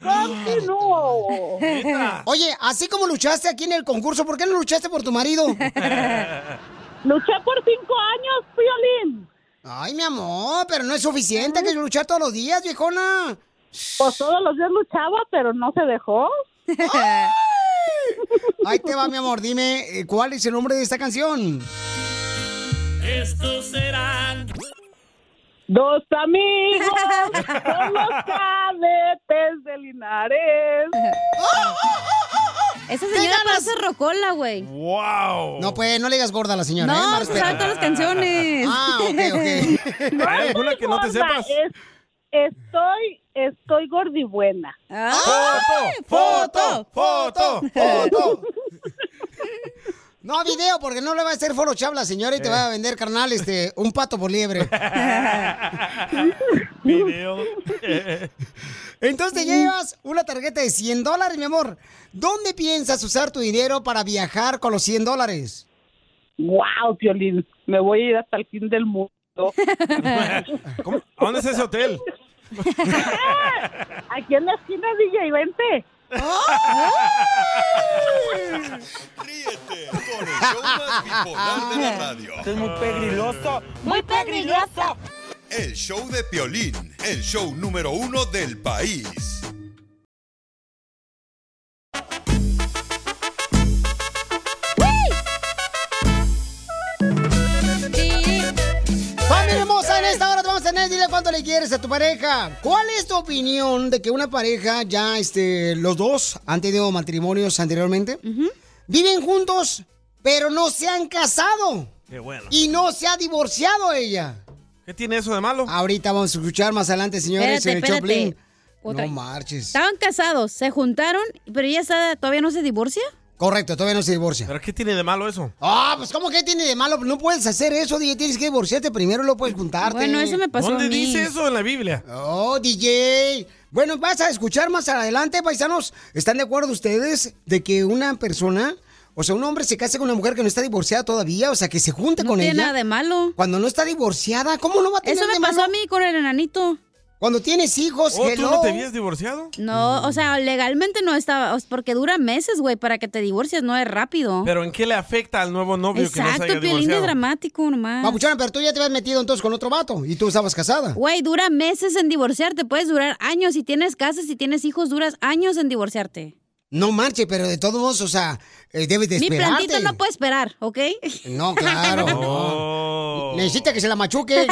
S12: ¡Continúo!
S2: <laughs> ¡Continúo! Oye, así como luchaste aquí en el concurso, ¿por qué no luchaste por tu
S12: <laughs>
S2: marido?
S12: Luché por cinco años, Piolín.
S2: Ay, mi amor, pero no es suficiente que luchar todos los días, viejona.
S12: Pues todos los días luchaba, pero no se
S2: <laughs>
S12: dejó.
S2: Ahí te va, mi amor. Dime, eh, ¿cuál es el nombre de esta canción?
S1: Estos serán
S12: Dos amigos,
S2: <laughs>
S12: son los cadetes de Linares.
S4: Esa señora parece rocola, güey.
S5: ¡Wow!
S2: No, pues, no le digas gorda a la señora.
S4: No,
S2: ¿eh? Mara
S4: pues,
S2: Espera.
S4: sabe todas las canciones.
S2: Ah,
S4: <laughs>
S2: ok, ok.
S5: ¿Hay alguna Eh, que no te
S12: Gorda,
S5: sepas?
S12: es- estoy, estoy gordibuena.
S2: ¡Foto!
S5: ¡Foto!
S2: ¡Foto! No, video, porque no le va a hacer foro chabla, señora, y te va a vender, carnal, este, un pato por liebre.
S5: Video.
S2: Entonces te llevas una tarjeta de 100 dólares, mi amor. ¿Dónde piensas usar tu dinero para viajar con los 100 dólares?
S12: ¡Wow, Piolín! Me voy a ir hasta el fin
S2: <laughs>
S12: del mundo.
S5: ¿Cómo? ¿A dónde es ese hotel?
S12: Aquí en la esquina, DJ, vente.
S3: <laughs> Con el show más bipolar de la radio.
S1: Esto es muy pegriloso, muy pegriloso.
S3: El show de Piolín, el show número uno del país.
S2: Familia hermosa, en esta hora te vamos a tener, dile cuánto le quieres a tu pareja. ¿Cuál es tu opinión de que una pareja ya, este, los dos han tenido matrimonios anteriormente? Viven juntos, pero no se han casado.
S5: Qué bueno.
S2: Y no se ha divorciado ella.
S5: ¿Qué tiene eso de malo?
S2: Ahorita vamos a escuchar más adelante, señores,
S4: Espérate,
S2: en el
S4: espérate.
S2: Choplin.
S4: Otra.
S2: No marches.
S4: Estaban casados, se juntaron, pero ella está, todavía no se divorcia.
S2: Correcto, todavía no se divorcia.
S5: ¿Pero qué tiene de malo eso?
S2: Ah, pues ¿cómo que tiene de malo? No puedes hacer eso, DJ. Tienes que divorciarte primero, lo puedes juntarte.
S5: ¿Dónde dice eso en la Biblia?
S2: Oh, DJ. Bueno, vas a escuchar más adelante, paisanos. ¿Están de acuerdo ustedes de que una persona, o sea, un hombre se case con una mujer que no está divorciada todavía? O sea, que se junte con
S4: tiene
S2: ella.
S4: nada de malo.
S2: Cuando no está divorciada, ¿cómo no va a tener
S4: Eso me
S2: de
S4: pasó a
S2: malo?
S4: mí con el enanito.
S2: Cuando tienes hijos,
S5: ¿O Oh, tú no
S2: hello.
S5: te habías divorciado?
S4: No, o sea, legalmente no estaba, o sea, porque dura meses, güey, para que te divorcies, no es rápido.
S5: ¿Pero en qué le afecta al nuevo novio que no se
S4: Exacto,
S5: haya
S4: Piolín de
S5: divorciado?
S4: dramático nomás.
S2: Papuchona, pero tú ya te habías metido entonces con otro vato y tú estabas casada.
S4: Güey, dura meses en divorciarte, puedes durar años. Si tienes casa, si tienes hijos, duras años en divorciarte.
S2: No marche, pero de todos modos, o sea, eh, debes de
S4: Mi
S2: esperarte.
S4: plantita no puede esperar, ¿ok? <laughs>
S2: No, claro. no. Necesita que se la machuque.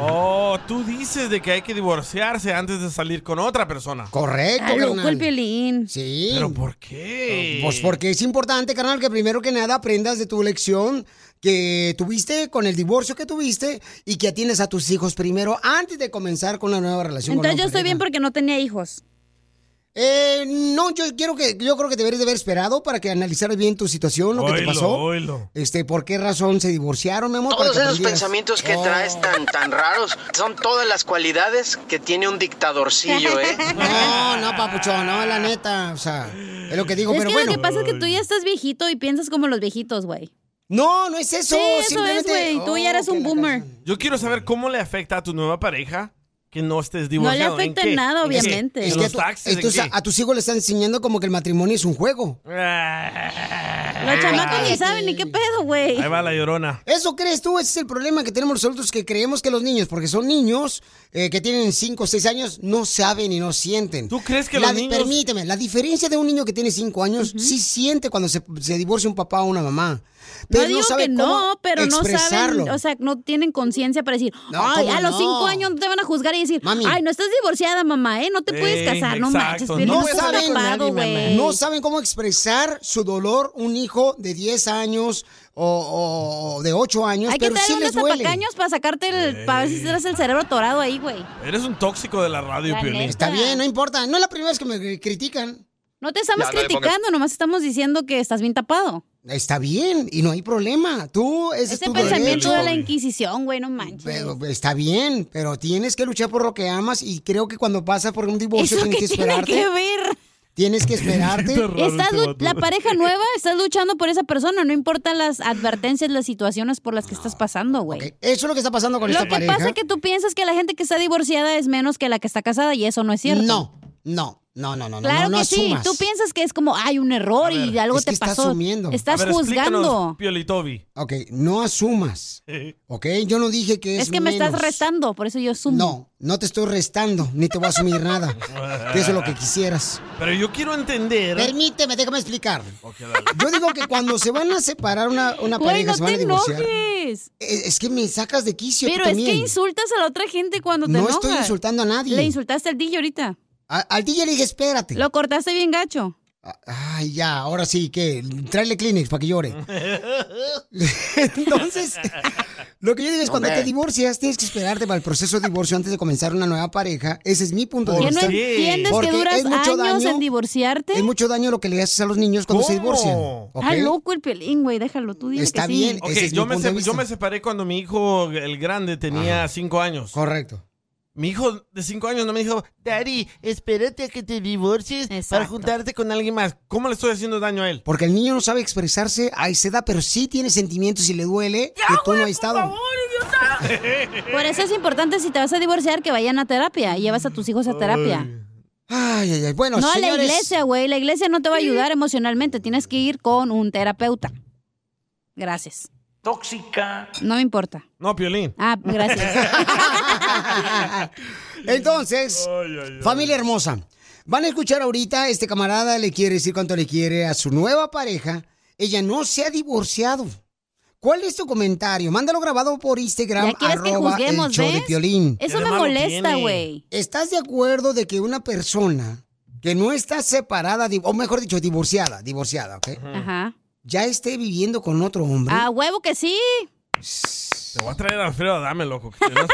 S5: Oh, tú dices de que hay que divorciarse antes de salir con otra persona.
S2: Correcto,
S4: Está Ah, loco
S2: carnal.
S4: el Piolín.
S2: Sí.
S5: ¿Pero por qué?
S2: Pues porque es importante, carnal, que primero que nada aprendas de tu lección que tuviste con el divorcio que tuviste y que atiendes a tus hijos primero antes de comenzar con una nueva relación. con
S4: Entonces
S2: una
S4: yo estoy
S2: pareja.
S4: bien porque no tenía hijos.
S2: Eh, no, yo quiero que, yo creo que deberías de haber esperado para que analizaras bien tu situación, lo que te
S5: Oílo,
S2: pasó.
S5: oílo.
S2: Este, ¿por qué razón se divorciaron, mi amor? Para
S9: Todos
S2: que
S9: esos
S2: aprendieras.
S9: pensamientos que
S2: Oh.
S9: traes tan, tan raros son todas las cualidades que tiene un dictadorcillo, ¿eh?
S2: No, no, papuchón, no, la neta, o sea, es lo que digo,
S4: es
S2: pero
S4: que
S2: bueno.
S4: lo que pasa es que tú ya estás viejito y piensas como los viejitos, güey.
S2: No, no es eso.
S4: Sí, eso es,
S2: simplemente- oh,
S4: güey. Tú ya eres un boomer.
S5: Yo quiero saber cómo le afecta a tu nueva pareja que no estés
S4: No le
S5: divorciado.
S4: afecta
S5: ¿En qué?
S4: en nada,
S5: ¿En qué?
S4: obviamente.
S5: ¿En
S2: Es que a
S5: los
S2: tu-
S5: taxis? ¿En
S2: entonces,
S5: qué?
S2: a tus hijos le están enseñando como que el matrimonio es un juego.
S4: Los chamacos ni saben ni qué pedo, güey.
S5: Ahí va la llorona.
S2: ¿Eso crees tú? Ese es el problema que tenemos nosotros, que creemos que los niños, porque son niños eh, que tienen 5 o 6 años, no saben y no sienten. ¿Tú
S5: crees que
S2: la
S5: los
S2: di-
S5: niños-
S2: Permíteme, la diferencia de un niño que tiene 5 años, sí siente cuando se, se divorcia un papá o una mamá. Pero
S4: no digo
S2: sabe
S4: que
S2: cómo
S4: no, pero no
S2: expresarlo.
S4: saben, o sea, no tienen conciencia para decir,
S2: No,
S4: ay,
S2: ¿cómo
S4: a los
S2: no?
S4: cinco años te van a juzgar y decir,
S2: Mami.
S4: ay, no estás divorciada, mamá, ¿eh? No te puedes
S2: Sí,
S4: casar, no manches,
S2: exacto,
S4: Piolín,
S2: no
S4: no estás
S2: saben-
S4: ocupado, güey.
S2: No saben cómo expresar su dolor un hijo de 10 años o, o- o de 8 años,
S4: Hay que
S2: pero
S4: traer
S2: sí
S4: unos
S2: les duele.
S4: zapacaños para sacarte el, para ver si te das el cerebro atorado ahí, güey.
S5: Eres un tóxico de la radio,
S4: La
S5: Piolín.
S4: neta.
S2: Está bien, no importa. No es la primera vez que me critican.
S4: No te estamos
S2: Ya, no le pongas-
S4: criticando, nomás estamos diciendo que estás bien tapado.
S2: Está bien y no hay problema. Tú, ese es
S4: Ese
S2: tu
S4: pensamiento de la
S2: derecho.
S4: Inquisición, güey, no manches.
S2: Pero está bien, pero tienes que luchar por lo que amas y creo que cuando pasas por un divorcio
S4: ¿Eso
S2: tienes que
S4: qué tiene
S2: esperarte.
S4: que ver?
S2: Tienes que <laughs> esperarte.
S4: Estás
S2: este
S4: lu- la
S2: <laughs>
S4: pareja nueva, estás luchando por esa persona, no importan las advertencias, las situaciones por las que estás pasando, güey.
S2: Eso es lo que está pasando con esta pareja.
S4: Lo que pasa es que tú piensas que la gente que está divorciada es menos que la que está casada y eso no es cierto.
S2: No, no. No, no, no, no,
S4: Claro
S2: no, no
S4: que sí.
S2: asumas.
S4: Tú piensas que es como hay un error y algo te
S2: estás
S4: pasó.
S2: asumiendo.
S4: Estás
S2: A ver, explícanos.
S4: juzgando.
S5: Piolitobi.
S2: Ok, no <laughs> asumas. Ok, yo no dije que es.
S4: Es, que me estás
S2: menos.
S4: restando, por eso yo sumo.
S2: No, no te estoy restando, ni te voy a asumir <laughs> nada. Que eso es lo que quisieras.
S5: Pero yo quiero entender.
S2: Permíteme, déjame explicar.
S5: Ok, dale.
S2: Yo digo que cuando se van a separar una, una
S4: Güey,
S2: pareja,
S4: no
S2: se van a
S4: te
S2: divorciar.
S4: enojes.
S2: Eh, Es, es que me sacas de quicio. tú
S4: Pero es que
S2: también.
S4: insultas a la otra gente cuando te
S2: No
S4: enojas.
S2: estoy insultando a nadie.
S4: Le insultaste al DJ ahorita.
S2: al DJ le dije, espérate.
S4: Lo cortaste bien gacho.
S2: Ay, ya, ahora sí, que tráele Kleenex para que llore. <laughs> Entonces, lo que yo digo es cuando
S4: Hombre.
S2: te divorcias, tienes que esperarte para el proceso de divorcio antes de comenzar una nueva pareja. Ese es mi punto de
S4: ¿Por qué
S2: vista.
S4: no entiendes que duras años en
S2: divorciarte? Es mucho daño lo que le haces a los niños cuando se
S5: ¿Cómo?
S2: divorcian. ¿ok?
S4: Ah, loco el pelín, güey. Déjalo, tú dile que sí.
S5: Ok, yo, me se- yo me separé cuando mi hijo, el grande, tenía cinco años.
S2: Correcto.
S5: Mi hijo de cinco años no me dijo, Daddy, espérate a que te divorcies para juntarte con alguien más. ¿Cómo le estoy haciendo daño a él?
S2: Porque el niño no sabe expresarse a esa edad, pero sí tiene sentimientos y le duele que tú no has estado.
S4: <laughs> Por eso es importante si te vas a divorciar que vayan a terapia y llevas a tus hijos a terapia.
S2: Ay, ay, ay. Bueno,
S4: no a la
S2: señores,
S4: iglesia, güey. La iglesia no te va a ayudar emocionalmente. Tienes que ir con un terapeuta. Gracias.
S5: Tóxica.
S4: No me importa.
S5: No, Piolín.
S4: Ah, gracias.
S2: Entonces, familia hermosa, van a escuchar ahorita, este camarada le quiere decir cuánto le quiere a su nueva pareja. Ella no se ha divorciado. ¿Cuál es tu comentario? Mándalo grabado por
S4: Ya
S2: Instagram.
S4: quieres que
S2: arroba
S4: juzguemos,
S2: el show de
S4: ¿ves?
S2: Piolín.
S4: Eso ¿Qué me de malo molesta, tiene? güey.
S2: ¿Estás de acuerdo de que una persona que no está separada, di- o mejor dicho, divorciada, divorciada, ¿ok?
S4: Ajá. Ah.
S2: Ya esté viviendo con otro hombre.
S4: A huevo que
S2: <laughs>
S4: sí.
S5: Te voy a traer a Alfredo, dame, loco. que tienes-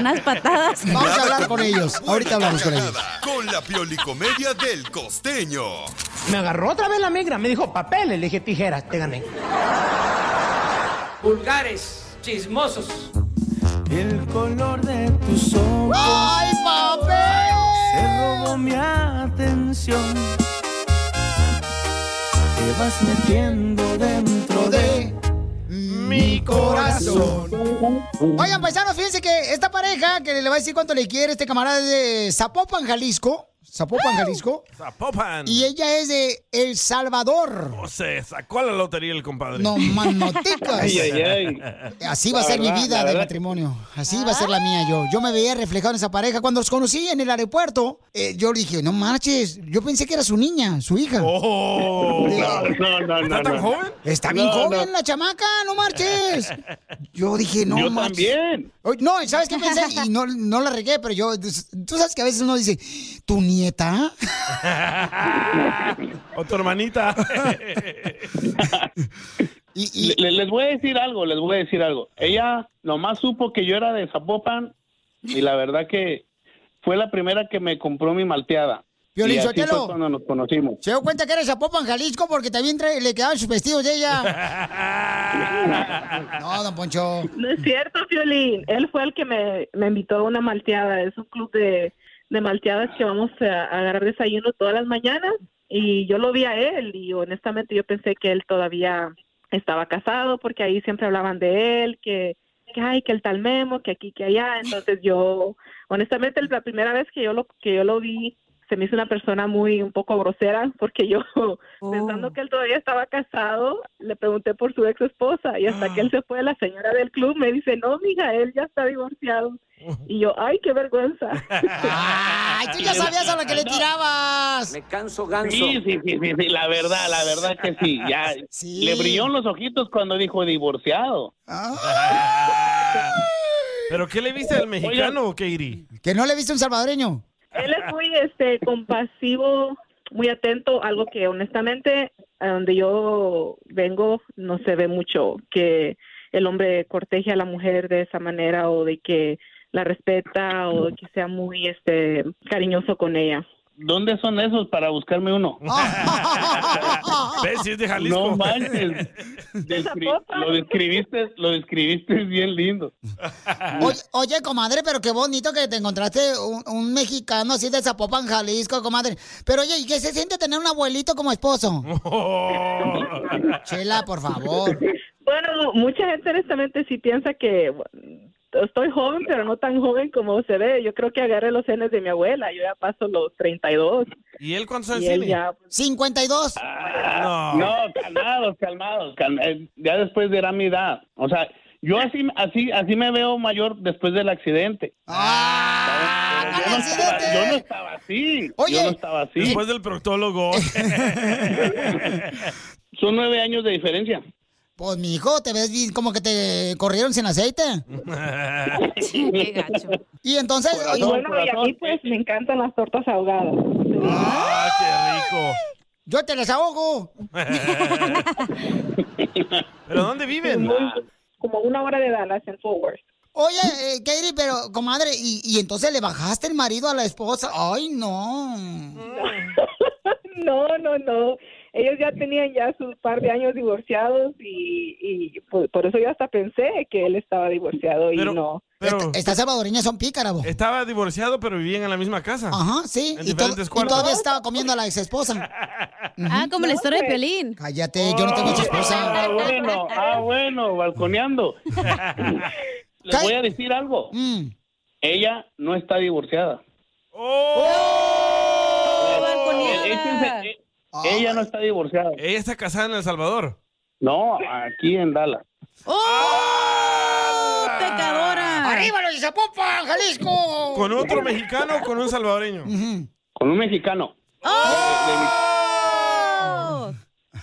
S4: Unas patadas.
S2: Vamos a hablar con ellos. Ahorita hablamos con ellos.
S3: Con la piolicomedia del costeño.
S16: Me agarró otra vez la migra, me dijo papeles, le dije tijeras, te gané.
S15: Vulgares, chismosos. El color de tus ojos.
S1: ¡Ay,
S15: papel! Se robó mi atención. Te vas metiendo dentro de mi corazón.
S5: Uh.
S2: Oigan, paisanos, fíjense que esta pareja que le va a decir cuánto le quiere este camarada es de Zapopan, Jalisco. Zapopan, Jalisco.
S5: Zapopan.
S2: Y ella es de El Salvador.
S5: No sé, sacó la lotería el compadre. <laughs>
S2: No, manoticas.
S5: Ay, ay, ay.
S2: Así va a
S5: La
S2: ser mi
S5: verdad,
S2: vida
S5: la
S2: de
S5: verdad.
S2: matrimonio. Así va a ser la mía yo. Yo me veía reflejado en esa pareja. Cuando los conocí en el aeropuerto, eh, yo dije, no marches. Yo pensé que era su niña, su hija.
S5: Oh,
S2: <laughs>
S11: no, no, no. no.
S2: Está bien
S11: No,
S2: joven
S11: no.
S2: la chamaca, no marches. <laughs> Yo dije, no
S11: Yo
S2: marches.
S11: también.
S2: Oye, No, ¿sabes qué pensé? Y no, no la regué, pero yo... pues, Tú sabes que a veces uno dice, ¿tu nieta? <laughs>
S5: o tu
S11: <laughs>
S5: hermanita.
S11: Le- les voy a decir algo, les voy a decir algo. Ella nomás supo que yo era de Zapopan y la verdad que fue la primera que me compró mi malteada.
S2: Piolín
S11: y así
S2: Sotelo.
S11: fue cuando nos conocimos.
S5: <laughs>
S2: Se dio cuenta que era Zapopan, Jalisco, porque también trae- le quedaban sus vestidos de
S11: <laughs>
S2: ella. No, don Poncho.
S13: No es cierto, Violín. Él fue el que me, me invitó a una malteada. Es un club de, de malteadas que vamos a, a agarrar desayuno todas las mañanas. Y yo lo vi a él y honestamente yo pensé que él todavía estaba casado porque ahí siempre hablaban de él, que, que ay, que el tal Memo, que aquí, que allá. Entonces yo, honestamente, la primera vez que yo lo, que yo lo vi, se me hizo una persona muy un poco grosera porque yo <laughs> pensando que él todavía estaba casado, le pregunté por su ex esposa y hasta que él se fue, la señora del club me dice, no, mija, él ya está divorciado. Y yo, ay, qué vergüenza.
S2: Ay, tú ya sabías a lo que le tirabas.
S13: Me canso
S11: Sí, sí, sí, sí, sí, la verdad, la verdad que sí. Ya
S2: Sí.
S11: le brilló en los ojitos cuando dijo divorciado.
S2: Ah,
S5: <laughs> ¿Pero qué le viste al mexicano, Katie?
S2: Que no le viste un salvadoreño.
S13: Él es muy este compasivo, muy atento, algo que honestamente a donde yo vengo no se ve mucho que el hombre corteje a la mujer de esa manera o de que la respeta o que sea muy este cariñoso con ella.
S11: ¿Dónde son esos para buscarme uno?
S5: ¿Ves? Si es de Jalisco. <laughs>
S11: No manches. Descri- lo describiste, lo describiste bien lindo.
S2: Oye, oye, comadre, pero qué bonito que te encontraste un, un mexicano así de Zapopan, Jalisco, comadre. Pero oye, ¿y qué se siente tener un abuelito como
S11: <laughs>
S2: esposo?
S15: <laughs>
S2: Chela, por favor.
S5: <laughs>
S13: <laughs> Bueno, mucha gente honestamente sí piensa que estoy joven, pero no tan joven como se ve. Yo creo que agarré los genes de mi abuela. Yo ya paso los 32.
S5: ¿Y él cuántos años
S13: Y él
S5: tiene?
S13: ya, pues, Ah,
S2: 52.
S5: No.
S11: No, calmados, calmados. calm- eh, ya después de mi edad. O sea, yo así, así, así me veo mayor después del accidente.
S2: ¿Sabes?
S11: Yo no estaba- Yo no estaba así. yo no estaba así.
S5: Después del proctólogo.
S11: <laughs> Son nueve años de <laughs> diferencia.
S2: Pues, mi hijo, te ves bien como que te corrieron sin aceite.
S11: Qué gacho.
S2: Y entonces,
S13: y bueno, y aquí pues me encantan las tortas ahogadas.
S5: ¡Ah, qué rico!
S2: yo te les ahogo. <laughs>
S5: ¿Pero dónde viven?
S13: Como una hora de Dallas en Forward.
S2: Oye, eh, Katie, pero comadre, ¿y, y entonces le bajaste el marido a la esposa? Ay, no.
S13: <laughs> No, no, no. Ellos ya tenían ya sus par de años divorciados y, y pues, por, por eso yo hasta pensé que él estaba divorciado y no.
S5: Pero
S2: Estas salvadoreñas son pícaras, vos.
S5: estaba divorciado, pero vivían en la misma casa.
S2: Ajá, sí.
S5: En
S2: Y, to-
S5: diferentes
S2: y
S5: cuartos.
S2: todavía estaba comiendo a la ex
S13: <laughs>
S2: esposa.
S10: Ah, como la historia de Pelín.
S2: Cállate, yo no tengo ex esposa.
S11: Ah, bueno, ah, bueno, <laughs> balconeando. Les voy a decir algo. Ella no está divorciada.
S5: ¡Oh!
S2: ¡Oh!
S11: Échense- eh, Ella no está divorciada.
S5: Ella está casada en El Salvador.
S11: No, aquí en Dallas.
S2: ¡Oh!
S5: ¡Ah!
S10: ¡Pecadora!
S2: ¡Arriba los Zapopan, Jalisco!
S5: ¿Con otro mexicano o con un salvadoreño?
S11: Con un mexicano.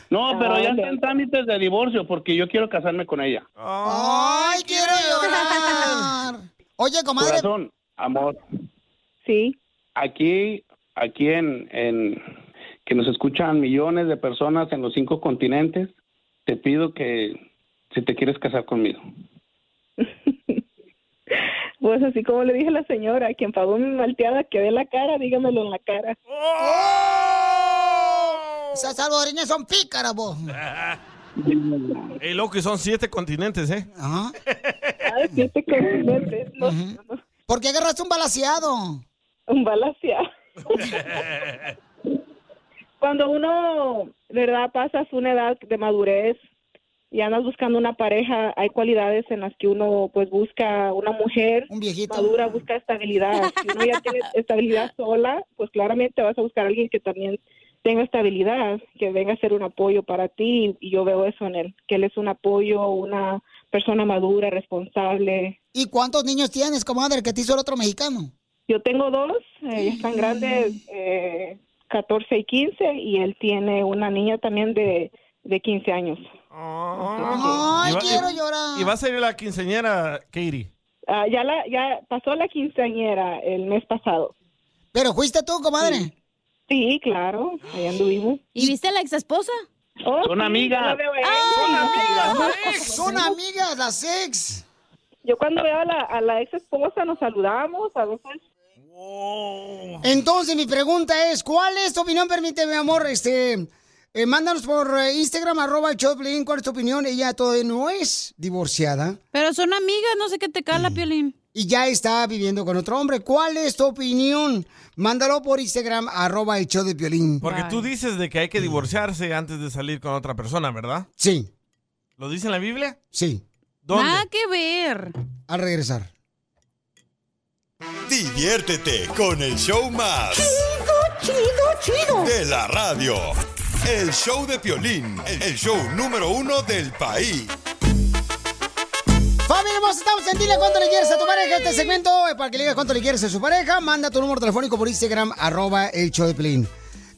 S11: No, pero ya está en trámites de divorcio porque yo quiero casarme con ella.
S2: ¡Ay, quiero <laughs>
S5: <laughs>
S2: llorar! Oye, comadre,
S11: Corazón, amor.
S13: Sí.
S11: Aquí, aquí en, en que nos escuchan millones de personas en los cinco continentes, te pido que si te quieres casar conmigo.
S13: Pues así como le dije a la señora, quien pagó mi malteada, que dé la cara, dígamelo en la cara.
S2: esas salvadoreñas son pícaras, vos.
S5: Ey, loco, y son siete continentes, ¿eh?
S2: Ajá.
S13: siete continentes.
S2: ¿Por qué agarraste un balaseado?
S13: Un balaseado. Cuando uno, de verdad, pasas una edad de madurez y andas buscando una pareja, hay cualidades en las que uno pues busca una mujer madura, busca estabilidad. Si uno
S2: <laughs>
S13: ya <laughs> tiene estabilidad sola, pues claramente vas a buscar a alguien que también tenga estabilidad, que venga a ser un apoyo para ti. Y yo veo eso en él, que él es un apoyo, una persona madura, responsable.
S2: ¿Y cuántos niños tienes, comadre, que te hizo el otro mexicano?
S13: Yo tengo dos, eh, están grandes, eh, 14 y 15, y él tiene una niña también de, de 15 años.
S5: Y va-
S2: quiero
S5: y-
S2: llorar.
S5: Y va a salir la quinceñera, Katie.
S13: Ah, ya, la, ya pasó la quinceañera el mes pasado.
S2: ¿Pero fuiste tú, comadre?
S13: Sí, Sí, claro, ahí Oh, anduvimos.
S10: ¿Y viste a la ex esposa?
S11: Son amigas.
S2: ¡Ah! Son amigas las ex.
S13: Yo cuando veo a la, a la ex esposa nos saludamos, a veces
S2: Entonces, mi pregunta es, ¿cuál es tu opinión? Permíteme, amor, este... eh, mándanos por eh, Instagram, arroba el Choplin, ¿cuál es tu opinión? Ella todavía no es divorciada.
S10: Pero son amigas, no sé qué te cala, Piolín.
S2: Y ya está viviendo con otro hombre. ¿Cuál es tu opinión? Mándalo por Instagram, arroba el show de Piolín.
S5: Porque tú dices de que hay que divorciarse antes de salir con otra persona, ¿verdad?
S2: Mm. Sí.
S5: ¿Lo dice en la Biblia?
S2: Sí.
S5: ¿Dónde?
S10: Nada que ver.
S2: Al regresar.
S3: Diviértete con el show más.
S25: Chido, chido, chido.
S3: De la radio. El show de Piolín, el show número uno del país.
S2: Familia hermosa, estamos en Dile cuánto le quieres a tu pareja. Este segmento es para que le digas cuánto le quieres a su pareja. Manda tu número telefónico por Instagram, arroba el show de Piolín.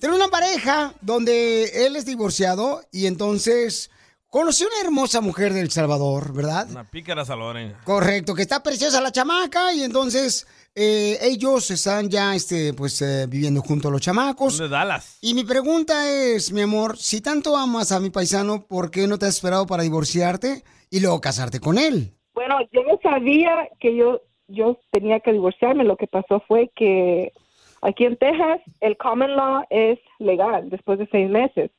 S2: Tengo una pareja donde él es divorciado y entonces conoció una hermosa mujer del Salvador, ¿verdad?
S5: Una pícara salvadoreña.
S2: Correcto, que está preciosa la chamaca y entonces eh, ellos están ya este, pues, eh, viviendo juntos los chamacos.
S5: De
S2: <laughs>
S5: Dallas.
S2: Y mi pregunta es, mi amor, si tanto amas a mi paisano, ¿por qué no te has esperado para divorciarte y luego casarte con él?
S13: Bueno, yo no sabía que yo, yo tenía que divorciarme. Lo que pasó fue que aquí en Texas el common law es legal después de seis meses.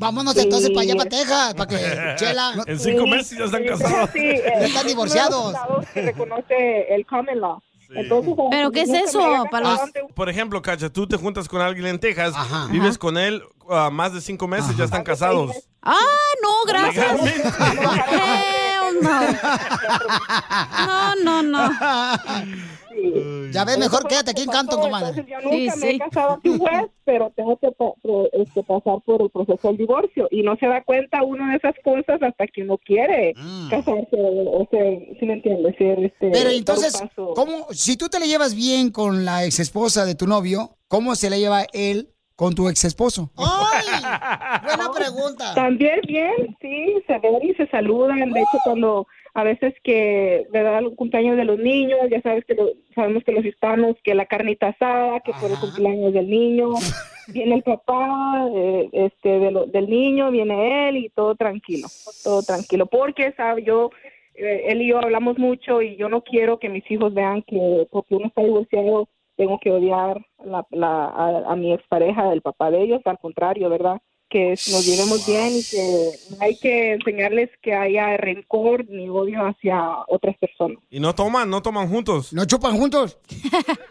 S2: Vámonos entonces para allá, para
S5: <laughs>
S2: Texas, para que Eh, Chela...
S5: En cinco meses ya están casados.
S13: <laughs> Sí, eh,
S2: Ya están
S13: uno de los
S2: divorciados.
S13: estados que reconoce el common law. Entonces,
S10: ¿Pero qué es
S13: nunca me "Ah,
S10: eso?
S13: había
S10: Para
S13: casado
S10: los-
S13: ante un-
S5: Ah, Por ejemplo, Cacha, tú te juntas con alguien en Texas, vives con él ah, más de cinco meses, ya están casados.
S10: Ah, no, gracias.
S5: Legalmente.
S10: Hell
S4: No, no, no.
S2: Ya ves, mejor quédate aquí en Canton, comadre.
S13: Yo nunca me he casado aquí, pues, pero tengo que pa- pro- este, pasar por el proceso del divorcio. Y no se da cuenta uno de esas cosas hasta que uno quiere casarse. O sea, si me entiendes? Ser, este,
S2: Mm. Pero
S13: dar un
S2: entonces,
S13: paso.
S2: ¿cómo, si tú te le llevas bien con la exesposa de tu novio, ¿cómo se la lleva él con tu exesposo?
S13: Buena
S2: pregunta.
S13: También bien, sí, se ven y se saludan. De hecho, cuando a veces que le dan el cumpleaños de los niños, ya sabes que lo- sabemos que los hispanos, que la carnita asada, que por el cumpleaños del niño, viene el papá eh, este de lo- del niño, viene él y todo tranquilo, todo tranquilo. Porque, ¿sabes? Yo, eh, él y yo hablamos mucho y yo no quiero que mis hijos vean que porque uno está divorciado tengo que odiar la- la- a, a mi expareja del papá de ellos, al contrario, ¿verdad? Que es- nos llevemos bien y que no hay que enseñarles que haya rencor ni odio hacia otras personas.
S5: Y no toman, no toman juntos.
S2: ¿No
S5: <laughs>
S2: chupan juntos?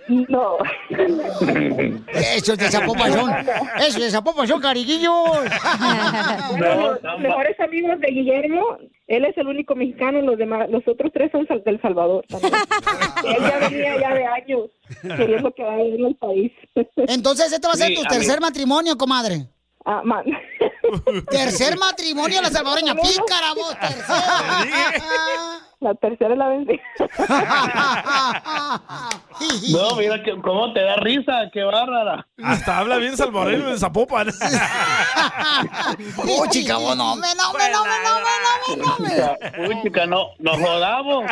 S13: No.
S2: Eso es de Zapopanzón. Eso es de Zapopanzón, cariguillos.
S13: <laughs> Bueno, los mejores amigos de Guillermo, él es el único mexicano, los demás, los otros tres son sal- del Salvador también. él ya venía ya de años queriendo quedar en el país.
S2: Entonces, este va a ser
S13: Sí,
S2: tu
S13: a
S2: tercer
S13: mí.
S2: matrimonio, comadre.
S13: Ah, man.
S2: Tercer matrimonio a la
S5: <laughs>
S2: salvadoreña. Pícara vos,
S13: La tercera es la vencida.
S11: No, mira que, cómo te da risa, qué bárbara.
S5: Hasta habla bien salvadoreño de
S11: <laughs>
S5: Zapopan.
S2: Oh, chica, vos <laughs> no me, no me, no me, no me, no me, no me.
S11: Chica, uy, chica, no, nos
S5: <laughs>
S11: jodamos.
S2: <laughs>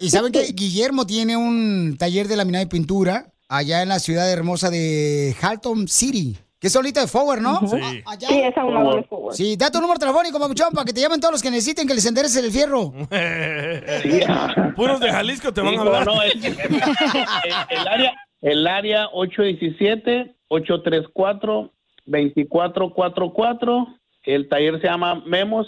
S2: Y saben que Guillermo tiene un taller de laminado y pintura allá en la ciudad hermosa de Halton City. Que es solita de Forward, ¿no? Ah,
S13: Ujú. Sí. Sí, es a un lado de Forward.
S2: Sí, da tu número telefónico, papuchón, para que te llamen todos los que necesiten que les enderece el fierro.
S5: Puros de Jalisco te van a
S11: Sí,
S5: hablar.
S11: no, no,
S2: <laughs>
S11: es-
S5: <laughs>
S11: El área, el área 817-834-2444. El taller se llama Memos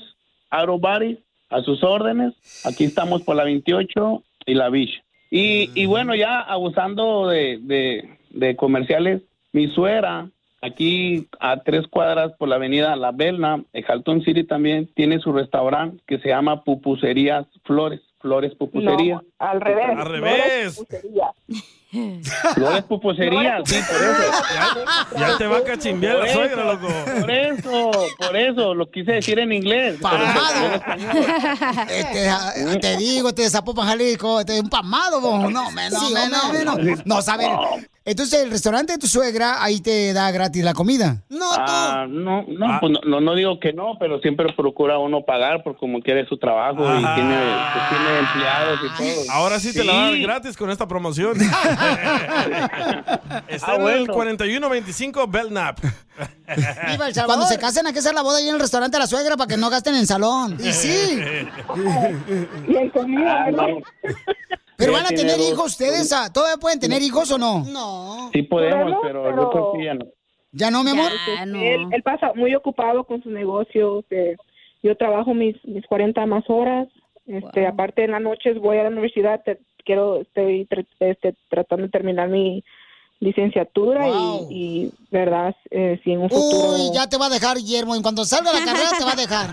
S11: Auto Body. A sus órdenes. Aquí estamos por la 28 y la Beach. Y, y bueno, ya abusando de, de- de comerciales, mi suegra, aquí a tres cuadras por la avenida La Belna, en Halton City también, tiene su restaurante que se llama Pupuserías Flores. Flores Pupusería.
S13: No, al revés.
S11: Al revés. Flores Pupusería, sí, por eso.
S5: Ya te va a cachimbear la suegra, loco.
S11: Por eso, por eso, lo quise decir en inglés.
S2: Este, ah, te digo, este Zapopan Jalisco, este un pamado, vos. No, me, no,
S10: Sí,
S2: me, no,
S10: hombre.
S2: me, no. No, saben. Entonces, el restaurante de tu suegra, ahí te da gratis la comida.
S11: No, no, no,
S5: Ah.
S11: pues no, no, no digo que no, pero siempre procura uno pagar por como quiere su trabajo y tiene, pues tiene empleados y todo.
S5: Ahora sí te la dan gratis con esta promoción. Está en el
S11: bueno.
S5: 4125 Belknap.
S2: Viva El Salvador. Cuando se casen, hay que hacer la boda ahí en el restaurante de la suegra para que no gasten en salón. Y sí.
S13: Bien conmigo, ¿verdad?
S2: Pero
S11: Ah, Ya
S2: van a
S11: tiene
S2: tener
S11: dos.
S2: hijos ustedes, ah, ¿todavía pueden tener hijos o no?
S11: Sí podemos,
S13: Podemos,
S11: pero,
S13: pero-
S11: yo creo que ya no.
S2: ¿Ya no, mi amor?
S13: Pues, Él, él pasa muy ocupado con sus negocios. eh, yo trabajo mis, mis 40 más horas. Este, Aparte, en las noches voy a la universidad. te- quiero, estoy tr- este, tratando de terminar mi licenciatura y- y, ¿verdad? Eh, si en un futuro...
S2: Uy, ya te va a dejar, Guillermo. En cuanto salga la carrera,
S4: <laughs>
S2: te va a dejar.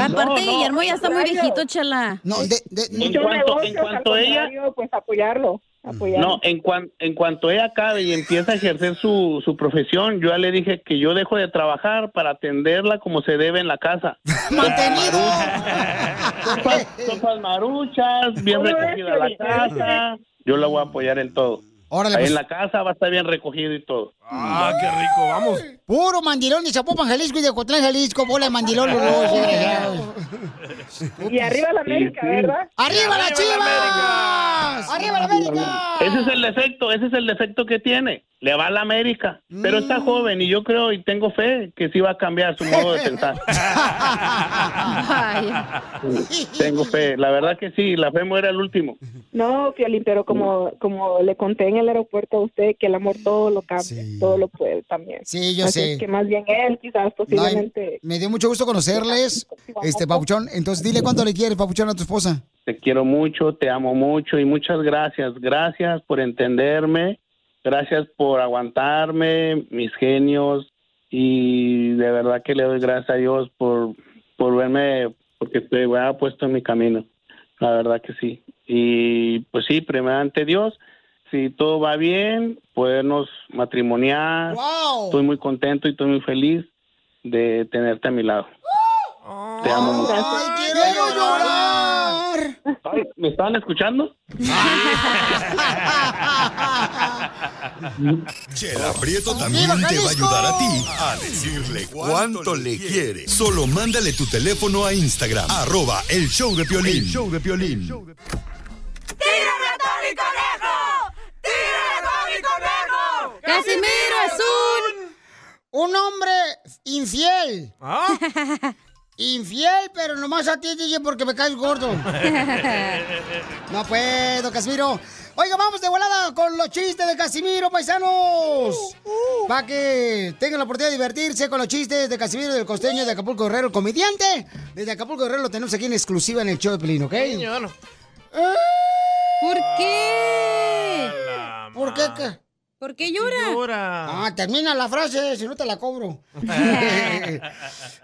S4: Aparte, Guillermo ya está muy viejito, chela.
S2: No, de, Mm.
S11: En cuanto, en cuanto ella,
S13: Pues apoyarlo, apoyarlo.
S11: no, en, cuan- en cuanto ella acabe y empieza a ejercer su, su profesión, yo ya le dije que yo dejo de trabajar para atenderla como se debe en la casa.
S2: Mantenido.
S11: Sopas, sopas maruchas, bien recogida la casa. Yo la voy a apoyar en todo.
S2: Órale,
S11: Ahí
S2: pues.
S11: en la casa va a estar bien recogido y todo.
S5: Ah, qué rico, vamos.
S2: Puro mandilón de Zapopan, Jalisco y de Cotlán, Jalisco. Bola de mandilón, los dos, sí, ya.
S13: Y arriba la América,
S11: Sí, sí.
S13: ¿verdad?
S2: ¡Arriba las chivas! ¡Arriba la América!
S11: Ese es el defecto, ese es el defecto que tiene. Le va a la América, pero está
S2: Mm.
S11: joven y yo creo y tengo fe que sí va a cambiar su modo de
S13: <laughs>
S11: pensar. tengo fe, la verdad que sí, la fe muere al último.
S13: No, Fiolín, pero
S2: Mm.
S13: como, como le conté en el aeropuerto a usted, que el amor todo lo cambia, todo lo puede también.
S2: Sí, yo
S13: Así
S2: sé.
S13: es que más bien él, quizás,
S2: No,
S13: posiblemente.
S2: me dio mucho gusto conocerles, este Papuchón. Entonces, dile cuánto le quieres, Papuchón, a tu esposa.
S11: Te quiero mucho, te amo mucho y muchas gracias. Gracias por entenderme, gracias por aguantarme, mis genios y de verdad que le doy gracias a Dios por, por verme, porque te hubiera puesto en mi camino. La verdad que sí. Y pues sí, primero ante Dios, si todo va bien, podernos matrimoniar.
S2: ¡Wow!
S11: Estoy muy contento y estoy muy feliz de tenerte a mi lado. Te amo mucho.
S2: quiero llorar!
S11: Ay, ¿Me estaban escuchando?
S3: Chela Prieto también te va a ayudar a ti a decirle cuánto le quiere. Solo mándale tu teléfono a Instagram, arroba el show de Piolín. show de Piolín.
S1: ratón y conejo! ¡Tira ratón y conejo!
S2: un... Un hombre infiel. Infiel, pero nomás a ti, DJ, porque me caes gordo. no puedo, Casimiro. Oiga, vamos de volada con los chistes de Casimiro, paisanos.
S4: Uh,
S2: Para que tengan la oportunidad de divertirse con los chistes de Casimiro del Costeño de Acapulco Guerrero, el comediante. Desde Acapulco Guerrero lo tenemos aquí en exclusiva en el show de Pelín, ¿ok? ¡Eh!
S4: ¿Por qué?
S2: ¿Por qué? qué?
S4: ¿Por qué llora?
S2: Ah, termina la frase, si no te la cobro. Uh,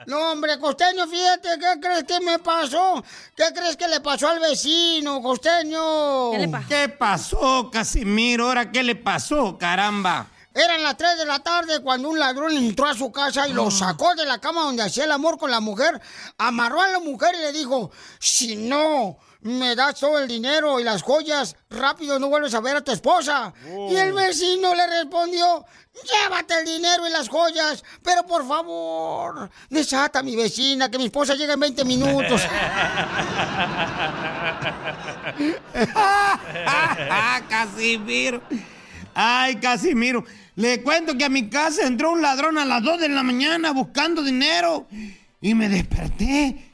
S2: No, hombre, costeño, fíjate, ¿qué crees que me pasó? ¿Qué crees que le pasó al vecino, costeño?
S16: ¿Qué pasó, Casimiro? ¿Ahora qué le pasó, <laughs> caramba?
S2: Eran las 3 de la tarde cuando un ladrón entró a su casa y lo sacó de la cama donde hacía el amor con la mujer, amarró a la mujer y le dijo, si no me das todo el dinero y las joyas, rápido no vuelves a ver a tu esposa. Y el vecino le respondió, llévate el dinero y las joyas, pero por favor, desata a mi vecina, que mi esposa llega en
S15: <laughs>
S2: 20
S1: <laughs>
S2: minutos.
S16: ¡Ah, Casimiro! ¡Ay, Casimiro! Le cuento que a mi casa entró un ladrón a las 2 de la mañana buscando dinero. Y me desperté.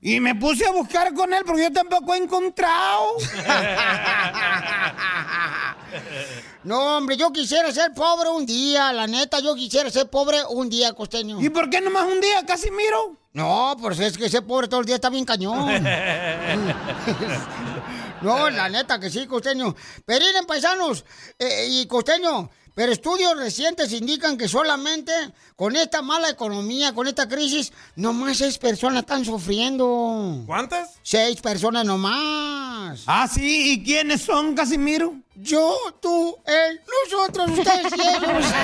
S16: Y me puse a buscar con él porque yo tampoco he
S2: <laughs>
S16: encontrado.
S2: No, hombre, yo quisiera ser pobre un día, la neta, yo quisiera ser pobre un día, costeño.
S16: ¿Y por qué nomás un día, Casimiro?
S2: No, pues es que ser pobre todo el día está
S16: <laughs>
S2: bien cañón. no, la neta que sí, costeño. Pero miren, paisanos eh, y costeño, pero estudios recientes indican que solamente con esta mala economía, con esta crisis, nomás seis personas están sufriendo.
S5: ¿Cuántas?
S2: Seis personas nomás.
S16: Ah, sí, ¿y quiénes son, Casimiro?
S2: Yo, tú, él, nosotros, ustedes y ellos.
S16: <laughs>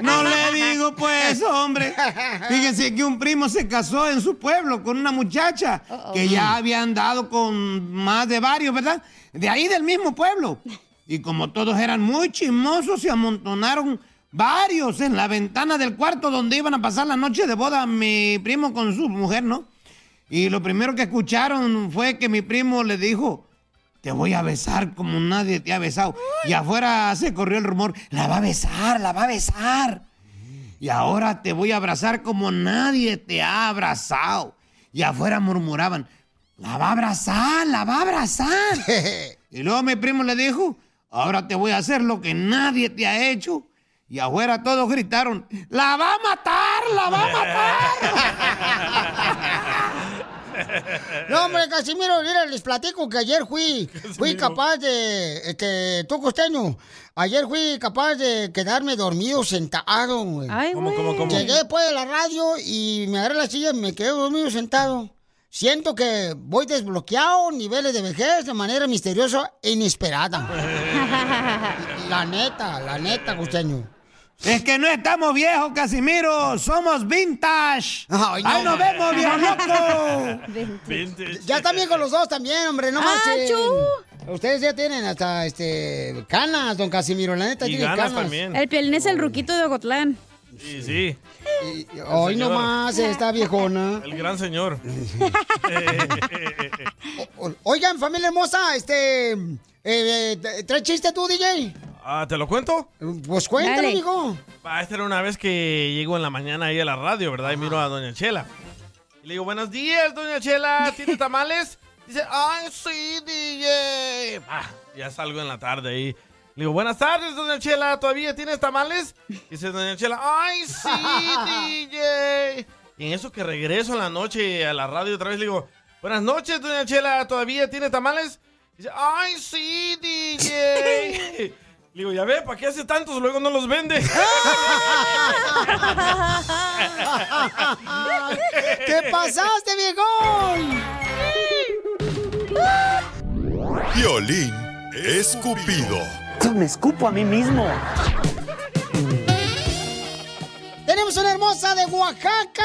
S16: No le digo pues, hombre. Fíjense que un primo se casó en su pueblo con una muchacha que ya había andado con más de varios, ¿verdad? De ahí del mismo pueblo. Y como todos eran muy chismosos, se amontonaron varios en la ventana del cuarto donde iban a pasar la noche de boda mi primo con su mujer, ¿no? Y lo primero que escucharon fue que mi primo le dijo, te voy a besar como nadie te ha besado. Y afuera se corrió el rumor, la va a besar, la va a besar. Y ahora te voy a abrazar como nadie te ha abrazado. Y afuera murmuraban, la va a abrazar, la va a abrazar. y luego mi primo le dijo, ahora te voy a hacer lo que nadie te ha hecho. Y afuera todos gritaron, la va a matar, la va a
S2: No, hombre, Casimiro, mira, les platico que ayer
S5: <laughs>
S2: fui, fui capaz de, este, tú costeño, ayer fui capaz de quedarme dormido sentado, güey.
S5: ¿Cómo, cómo, cómo?
S2: Llegué después de la radio y me agarré la silla y me quedé dormido sentado. Siento que voy desbloqueado niveles de vejez de manera misteriosa e inesperada. la neta, la neta, costeño.
S16: Es que no estamos viejos, Casimiro. Somos vintage.
S2: Ay, no.
S16: ¡Ahí nos vemos, viejo loco!
S2: Ya también con los dos también, hombre, no
S16: Ah,
S2: marchen.
S16: chu.
S2: Ustedes ya tienen hasta este canas, don Casimiro, la neta
S5: Y
S2: tiene
S5: ganas
S2: canas.
S5: también.
S4: El pielín es el ruquito de Ocotlán.
S5: Sí, sí.
S2: Hoy
S5: El señor.
S2: nomás está viejona.
S5: El gran señor. <laughs> Eh,
S2: O- Oigan, familia hermosa, este eh, eh, tres chistes tú, DJ.
S5: Ah, ¿Te lo cuento?
S2: Pues cuéntalo,
S5: Dale.
S2: amigo.
S5: Ah, Esta era una vez que llego en la mañana ahí a la radio, ¿verdad? Y miro a Doña Chela. Y le digo, buenos días, Doña Chela. ¿Tiene tamales? Dice, ay, sí, DJ. Ah, ya salgo en la tarde ahí. Le digo, buenas tardes, Doña Chela. ¿Todavía tienes tamales? Dice Doña Chela, ay,
S2: <laughs>
S5: sí, DJ. Y en eso que regreso en la noche a la radio otra vez, le digo, buenas noches, Doña Chela. ¿Todavía tiene tamales? Dice, ay, sí, DJ. <laughs> Le digo, ya ve, ¿para qué hace tantos? Luego no los
S2: <laughs>
S5: vende.
S2: ¡Te pasaste, viejón!
S3: Violín escupido.
S2: Me escupo a mí mismo. Tenemos una hermosa de Oaxaca.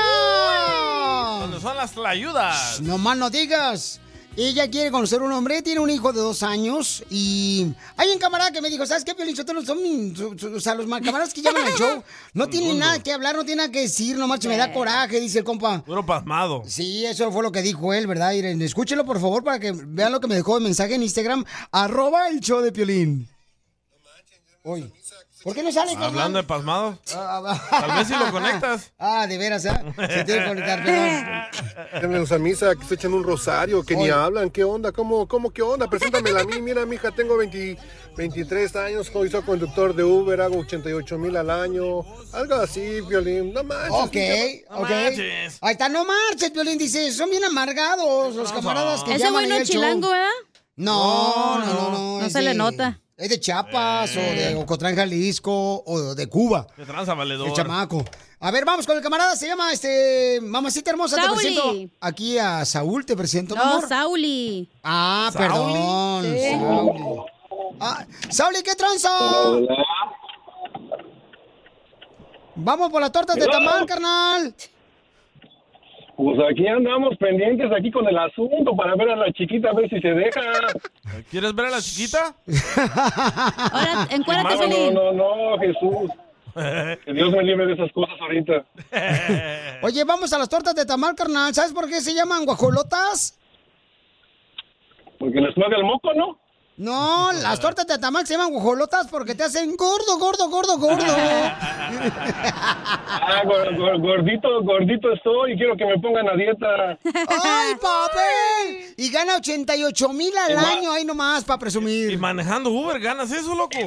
S5: Donde son las tlayudas.
S2: No más no digas. Ella quiere conocer un hombre, tiene un hijo de dos años y hay un camarada que me dijo, ¿sabes qué, Piolín Sotelo? Son, min- su- su- o sea, los ma- camaradas que llaman al
S5: <laughs>
S2: show no tienen nada que hablar, no tienen nada que decir, no macho, me da coraje, dice el compa.
S5: Eh. Puro pasmado.
S2: Sí, eso fue lo que dijo él, ¿verdad? Miren, escúchelo, por favor, para que vean lo que me dejó de mensaje en Instagram, arroba el show de Piolín. Hoy. ¿Por qué no sale,
S5: Hablando de pasmados.
S2: Tal
S5: ah, vez si lo conectas.
S2: <laughs> Ah, de veras, ¿ah? Se tiene que conectar, perdón.
S14: Eh, Llámenos a misa, que se echan un rosario, que ni hablan, ¿qué onda? ¿Cómo, cómo qué onda? Preséntamela a mí, mira, mija, tengo 20 23 años, soy soy conductor de Uber, hago 88 mil al año, algo así, violín, no manches.
S2: Ok,
S14: mija.
S2: ok. Ahí está, no marches, Piolín. Dice, son bien amargados los camaradas que
S4: Ese
S2: llaman
S4: güey no
S2: ahí
S4: es
S2: al show.
S4: chilango, ¿verdad?
S2: No, no, Eh. no. No,
S4: No
S2: es
S4: se le
S2: de-
S4: nota.
S2: Es de Chiapas o de Ocotlán, Jalisco o de Cuba.
S5: De tranza valedor.
S2: El chamaco. A ver, vamos con el camarada. Se llama, este, mamacita hermosa.
S4: Sauli.
S2: Te presento aquí a Saúl. Te presento, mi
S4: No,
S2: amor.
S4: Sauli.
S2: Ah,
S4: Sauli.
S2: perdón.
S4: Sí.
S2: Sauli. Ah, Sauli, ¿qué tranza? Vamos por las tortas de
S17: Hola.
S2: tamal, carnal.
S17: Pues aquí andamos pendientes aquí con el asunto para ver a la chiquita a ver si se deja.
S5: ¿Quieres ver a la chiquita?
S2: <laughs>
S17: Ahora,
S5: encuérdate, Piolín.
S17: No, no, no,
S5: <laughs>
S17: Jesús. Que Dios me libre de esas cosas ahorita.
S2: Oye, vamos a las tortas de tamal, carnal. ¿Sabes por qué se llaman guajolotas?
S17: Porque les paga el
S2: <laughs>
S17: moco, ¿no?
S2: No, las tortas de tamal se llaman guajolotas porque te hacen gordo, gordo, gordo,
S17: <laughs>
S2: gordo.
S17: Ah, gor- gor- gordito, gordito estoy y quiero que me pongan a dieta.
S2: ¡Ay, papel! Y gana 88 mil al año, ahí nomás, para presumir.
S5: Y manejando Uber, ganas eso, loco.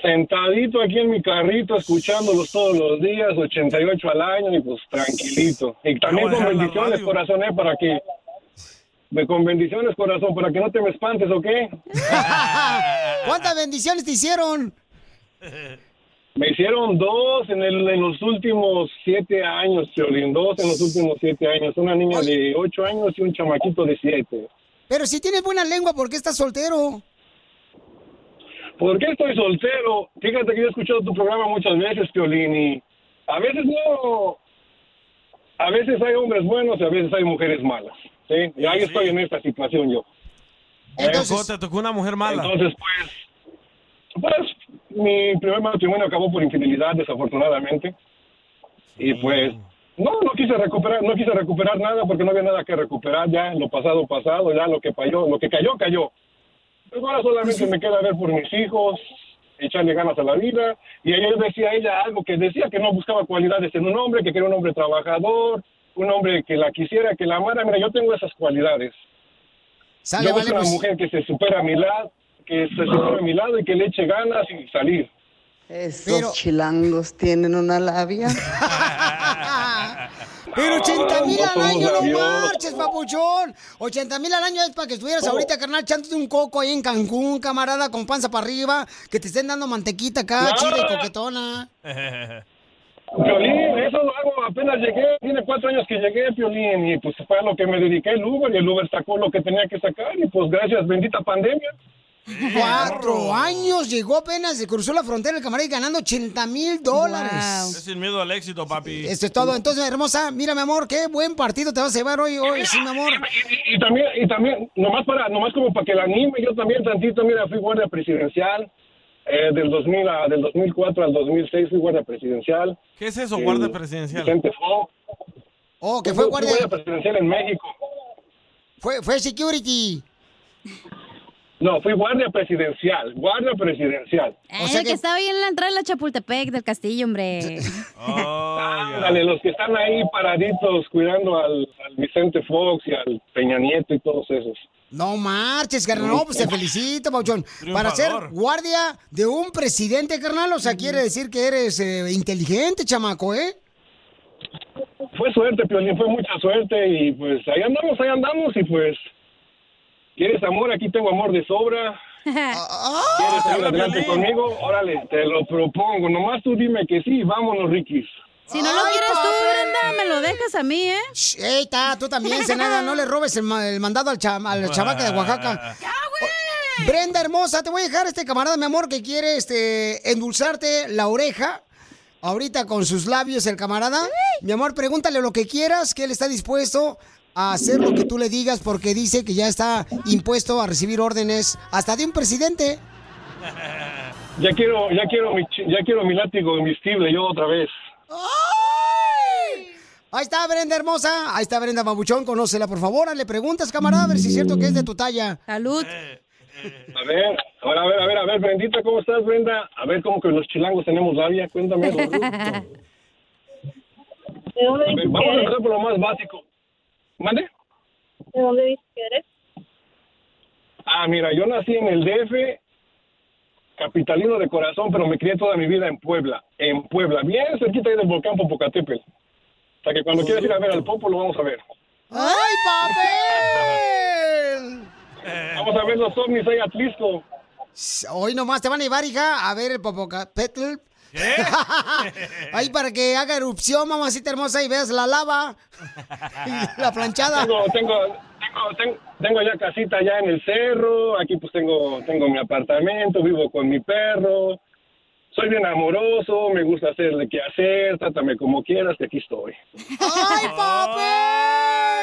S17: Sentadito aquí en mi carrito, escuchándolos todos los días, 88 al año y pues tranquilito. Y también
S14: Yo voy a dejar
S17: con
S14: la
S17: bendiciones,
S14: radio.
S17: corazón, ¿eh? Para que... me- Con bendiciones, corazón, para que no te me espantes, ¿ok?
S2: ¿Cuántas bendiciones te hicieron?
S17: Me hicieron dos en, el, en los últimos siete años, Piolín, dos en los últimos siete años. Una niña de ocho años y un chamaquito de siete.
S2: Pero si tienes buena lengua, ¿por qué estás soltero?
S17: ¿Por qué estoy soltero? Fíjate que yo he escuchado tu programa muchas veces, Piolín, y a veces no... A veces hay hombres buenos y a veces hay mujeres malas, ¿sí? Y ahí estoy en esta situación yo. ¿Eh?
S5: Entonces- Te tocó- te tocó una mujer mala.
S17: Entonces, pues... Pues, mi primer matrimonio acabó por infidelidad, desafortunadamente. Y pues... No, no quise recuperar, no quise recuperar nada porque no había nada que recuperar ya, lo pasado pasado, ya lo que cayó, lo que cayó cayó. Pues ahora solamente me queda ver por mis hijos, echarle ganas a la vida. Y ayer decía ella algo que decía que no buscaba cualidades en un hombre, que quería un hombre trabajador, un hombre que la quisiera, que la amara. Mira, yo tengo esas cualidades.
S2: Sale,
S17: yo
S2: vale,
S17: busco una
S2: pues.
S17: mujer que se supera a mi lado, que se supera a mi lado y que le eche ganas y salir.
S18: Esos chilangos tienen una labia.
S2: Pero 80 mil
S17: No
S2: al
S17: somos
S2: año, no
S17: labios.
S2: marches, papuchón. 80 mil al año es para que estuvieras ahorita, carnal, echándote un coco ahí en Cancún, camarada, con panza para arriba, que te estén dando mantequita acá,
S17: No.
S2: Ah, chile, coquetona.
S5: <laughs>
S17: Piolín, eso lo hago apenas llegué, tiene cuatro años que llegué, Piolín, y pues fue a lo que me dediqué el Uber, y el Uber sacó lo que tenía que sacar, y pues gracias, bendita pandemia.
S2: Cuatro años, llegó apenas, se cruzó la frontera el camarada y ganando 80 mil dólares.
S5: Es sin miedo al éxito, papi.
S2: Esto este es todo. Entonces, hermosa, mira, mi amor, qué buen partido te vas a llevar hoy, hoy, sí, mi amor.
S17: Y, y también, y también, nomás para, nomás como para que la anime, yo también tantito, mira, fui guardia presidencial, eh, del 2000 a- del 2004 al 2006 fui guardia presidencial.
S5: ¿Qué es eso,
S17: El
S5: guardia presidencial?
S17: Vicente Fox.
S2: Oh, que
S17: Yo
S2: fue
S17: fui
S2: guardia-
S17: presidencial en México.
S2: Fue, fue security.
S17: No, fui guardia presidencial, guardia presidencial.
S4: Es el Eh, que estaba ahí en la entrada de la Chapultepec del castillo, hombre.
S17: Ándale, los que están ahí paraditos cuidando al, al Vicente Fox y al Peña Nieto y todos esos.
S2: No marches, carnal. No, pues te felicito, Pauchón. Para ser
S17: Triunfador.
S2: guardia de un presidente, carnal, o sea, quiere decir que eres eh, inteligente, chamaco, ¿eh?
S17: Fue suerte, Piolín, fue mucha suerte y pues ahí andamos, ahí andamos y pues, ¿quieres amor? Aquí tengo amor de sobra.
S2: uh,
S17: ¿Quieres salir adelante conmigo? Órale, te lo propongo. Nomás tú dime que sí. Vámonos, Ricky.
S4: Si no lo
S17: Ay,
S4: quieres tú, Brenda, me lo dejas a mí, ¿eh?
S2: Ey, ta, tú también, Senada, no le robes el, ma- el mandado al,
S15: <laughs>
S2: cha- al chavaca de Oaxaca. Brenda hermosa, te voy a dejar este camarada, mi amor, que quiere este endulzarte la oreja. Ahorita con sus labios el camarada. Mi amor, pregúntale lo que quieras, que él está dispuesto a hacer lo que tú le digas porque dice que ya está impuesto a recibir órdenes hasta de un presidente.
S17: Ya quiero, ya quiero mi, chi- ya quiero mi látigo invisible yo otra vez.
S2: Ahí está Brenda hermosa, ahí está Brenda Babuchón, conócela por favor, le preguntas camarada a ver si es cierto que es de tu talla.
S4: Salud.
S17: A ver, ahora, a ver, a ver, a ver, Brendita, ¿cómo estás, Brenda? A ver, ¿cómo que los chilangos tenemos labia? Cuéntame eso. A ver, vamos a empezar por lo más básico. ¿Mande?
S12: ¿De dónde dices que eres?
S17: Ah, mira, yo nací en el DF, capitalino de corazón, pero me crié toda mi vida en Puebla. En Puebla, bien cerquita ahí del volcán Popocatépetl. O sea que cuando quieras ir a ver al Popo, lo vamos a ver.
S2: ¡Ay, papel!
S17: Vamos a ver los ovnis ahí a Tlisco.
S2: Hoy nomás te van a llevar, hija, a ver el Popocatépetl. <laughs> Ahí para que haga erupción, mamacita hermosa, y veas la lava. La planchada.
S17: <laughs> Tengo, tengo, tengo, tengo, tengo ya casita allá en el cerro. Aquí pues tengo, tengo mi apartamento, vivo con mi perro. Soy bien amoroso, me gusta hacerle qué hacer, trátame como quieras, que aquí estoy.
S2: ¡Ay, papel!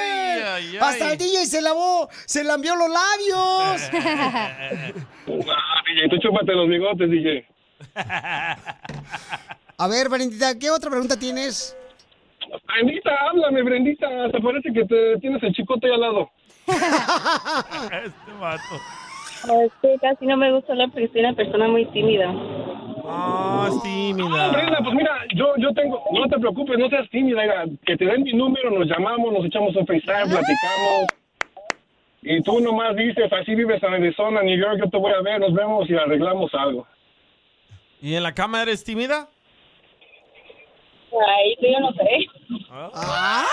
S17: ay, ay.
S2: Hasta el DJ se lavó, se lambió los
S17: <laughs>
S2: labios.
S17: Ah, DJ, tú chúpate los bigotes, DJ.
S2: A ver, Valentita, ¿qué otra pregunta tienes?
S17: Brendita, háblame, Brendita. Hasta parece que te tienes el chicote ahí al lado.
S5: Este vato.
S12: Oh, es que casi no me gusta la soy una persona muy tímida.
S5: Ah, es tímida.
S17: <laughs> Ah, Brenda, pues mira, yo, yo tengo, no te preocupes, no seas tímida, mira, que te den mi número, nos llamamos, nos echamos un FaceTime, platicamos. Y tú nomás dices, así vives en Arizona, New York, yo te voy a ver, nos vemos y arreglamos algo.
S5: ¿Y en la cama eres tímida?
S12: Ay, yo no sé.
S17: Ah.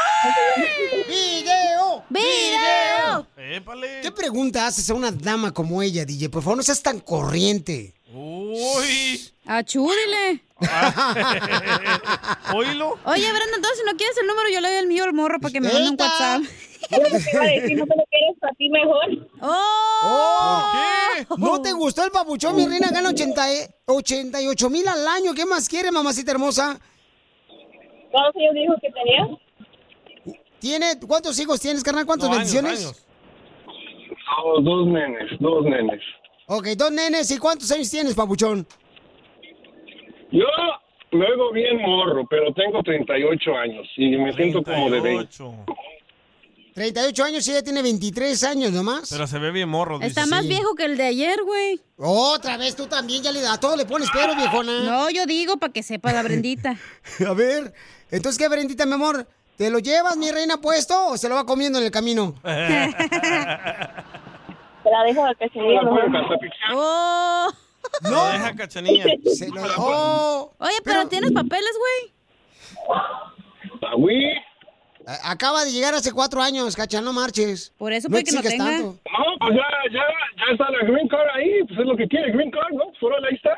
S2: ¡Video!
S4: ¡Video!
S2: ¿Qué pregunta haces a una dama como ella, DJ? Por favor, no seas tan corriente.
S5: Uy. Ah,
S4: Achúdile.
S5: Oílo.
S4: Oye, Brenda, entonces si no quieres el número, yo le doy el mío al morro para que me mande un
S12: Neta.
S4: WhatsApp.
S12: iba a decir, no te lo quieres para ti mejor.
S2: ¡Oh! ¿No te gustó el papuchón, mi reina? Gana 80, e- 88 mil al año. ¿Qué más quiere, mamacita hermosa?
S12: ¿Cuántos hijos dijo que tenía?
S2: ¿Tiene, ¿Cuántos hijos tienes, carnal? ¿Cuántas
S17: No, años,
S2: bendiciones?
S17: años. Oh, dos nenes, dos nenes.
S2: Ok, dos nenes. ¿Y cuántos años tienes, papuchón?
S17: Yo me oigo bien morro, pero tengo 38 años y me siento como de 20.
S2: 38 años y ella tiene 23 años nomás.
S5: Pero se ve bien morro.
S4: Está
S5: dice.
S4: más viejo que el de ayer, güey.
S2: Otra vez tú también, ya le a todo le pones pero, viejona.
S4: No, yo digo para que sepa la Brendita.
S2: <laughs> A ver, entonces, ¿qué, Brendita, mi amor? ¿Te lo llevas, mi reina, puesto o se lo va comiendo en el camino?
S12: Te la dejo a que se diga.
S4: ¡Oh!
S2: ¡No!
S5: Deja cachanilla.
S2: Se lo dejó.
S4: Oye, pero, tienes papeles, güey.
S2: A- Acaba de llegar hace cuatro años, cacha, no marches.
S4: Por eso
S17: puede que no tenga. No, pues ya, ya, ya está la green card ahí, pues es lo que quiere, green card, ¿no? Pues órale, ahí está.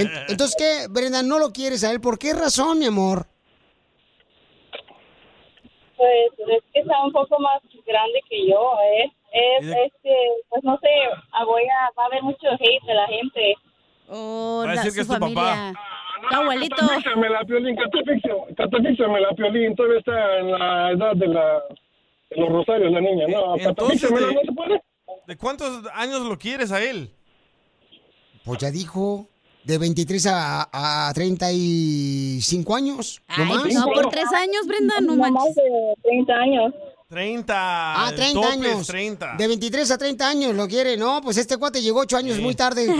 S2: En- entonces, ¿qué, Brenda, no lo quieres a él? ¿Por qué razón, mi amor?
S12: Pues es que está un poco más grande que yo, ¿eh? Es,
S2: ¿Y de-
S12: es que, pues no sé, ah, voy a, va a haber mucho hate de la gente.
S4: Oh,
S17: Va a la- decir que su es tu familia. papá.
S4: Tu abuelito.
S17: Catafíxame Ah, la piolín, catafíxame, catafíxame la piolín, todavía está en la edad de la de los rosarios la niña, no,
S5: Entonces,
S17: catafíxame
S5: ¿de,
S17: no se puede.
S5: de cuántos años lo quieres a él?
S2: Pues ya dijo, de 23 a, a 35 años.
S4: Ay,
S2: más.
S4: no, por tres años, Brenda, no
S12: No
S4: manches.
S12: más de 30 años.
S5: 30.
S2: Ah,
S5: el
S2: 30
S5: tope es
S2: años.
S5: 30.
S2: De 23 a 30 años lo quiere. No, pues este cuate llegó 8 años
S5: <laughs>
S2: muy tarde. <laughs>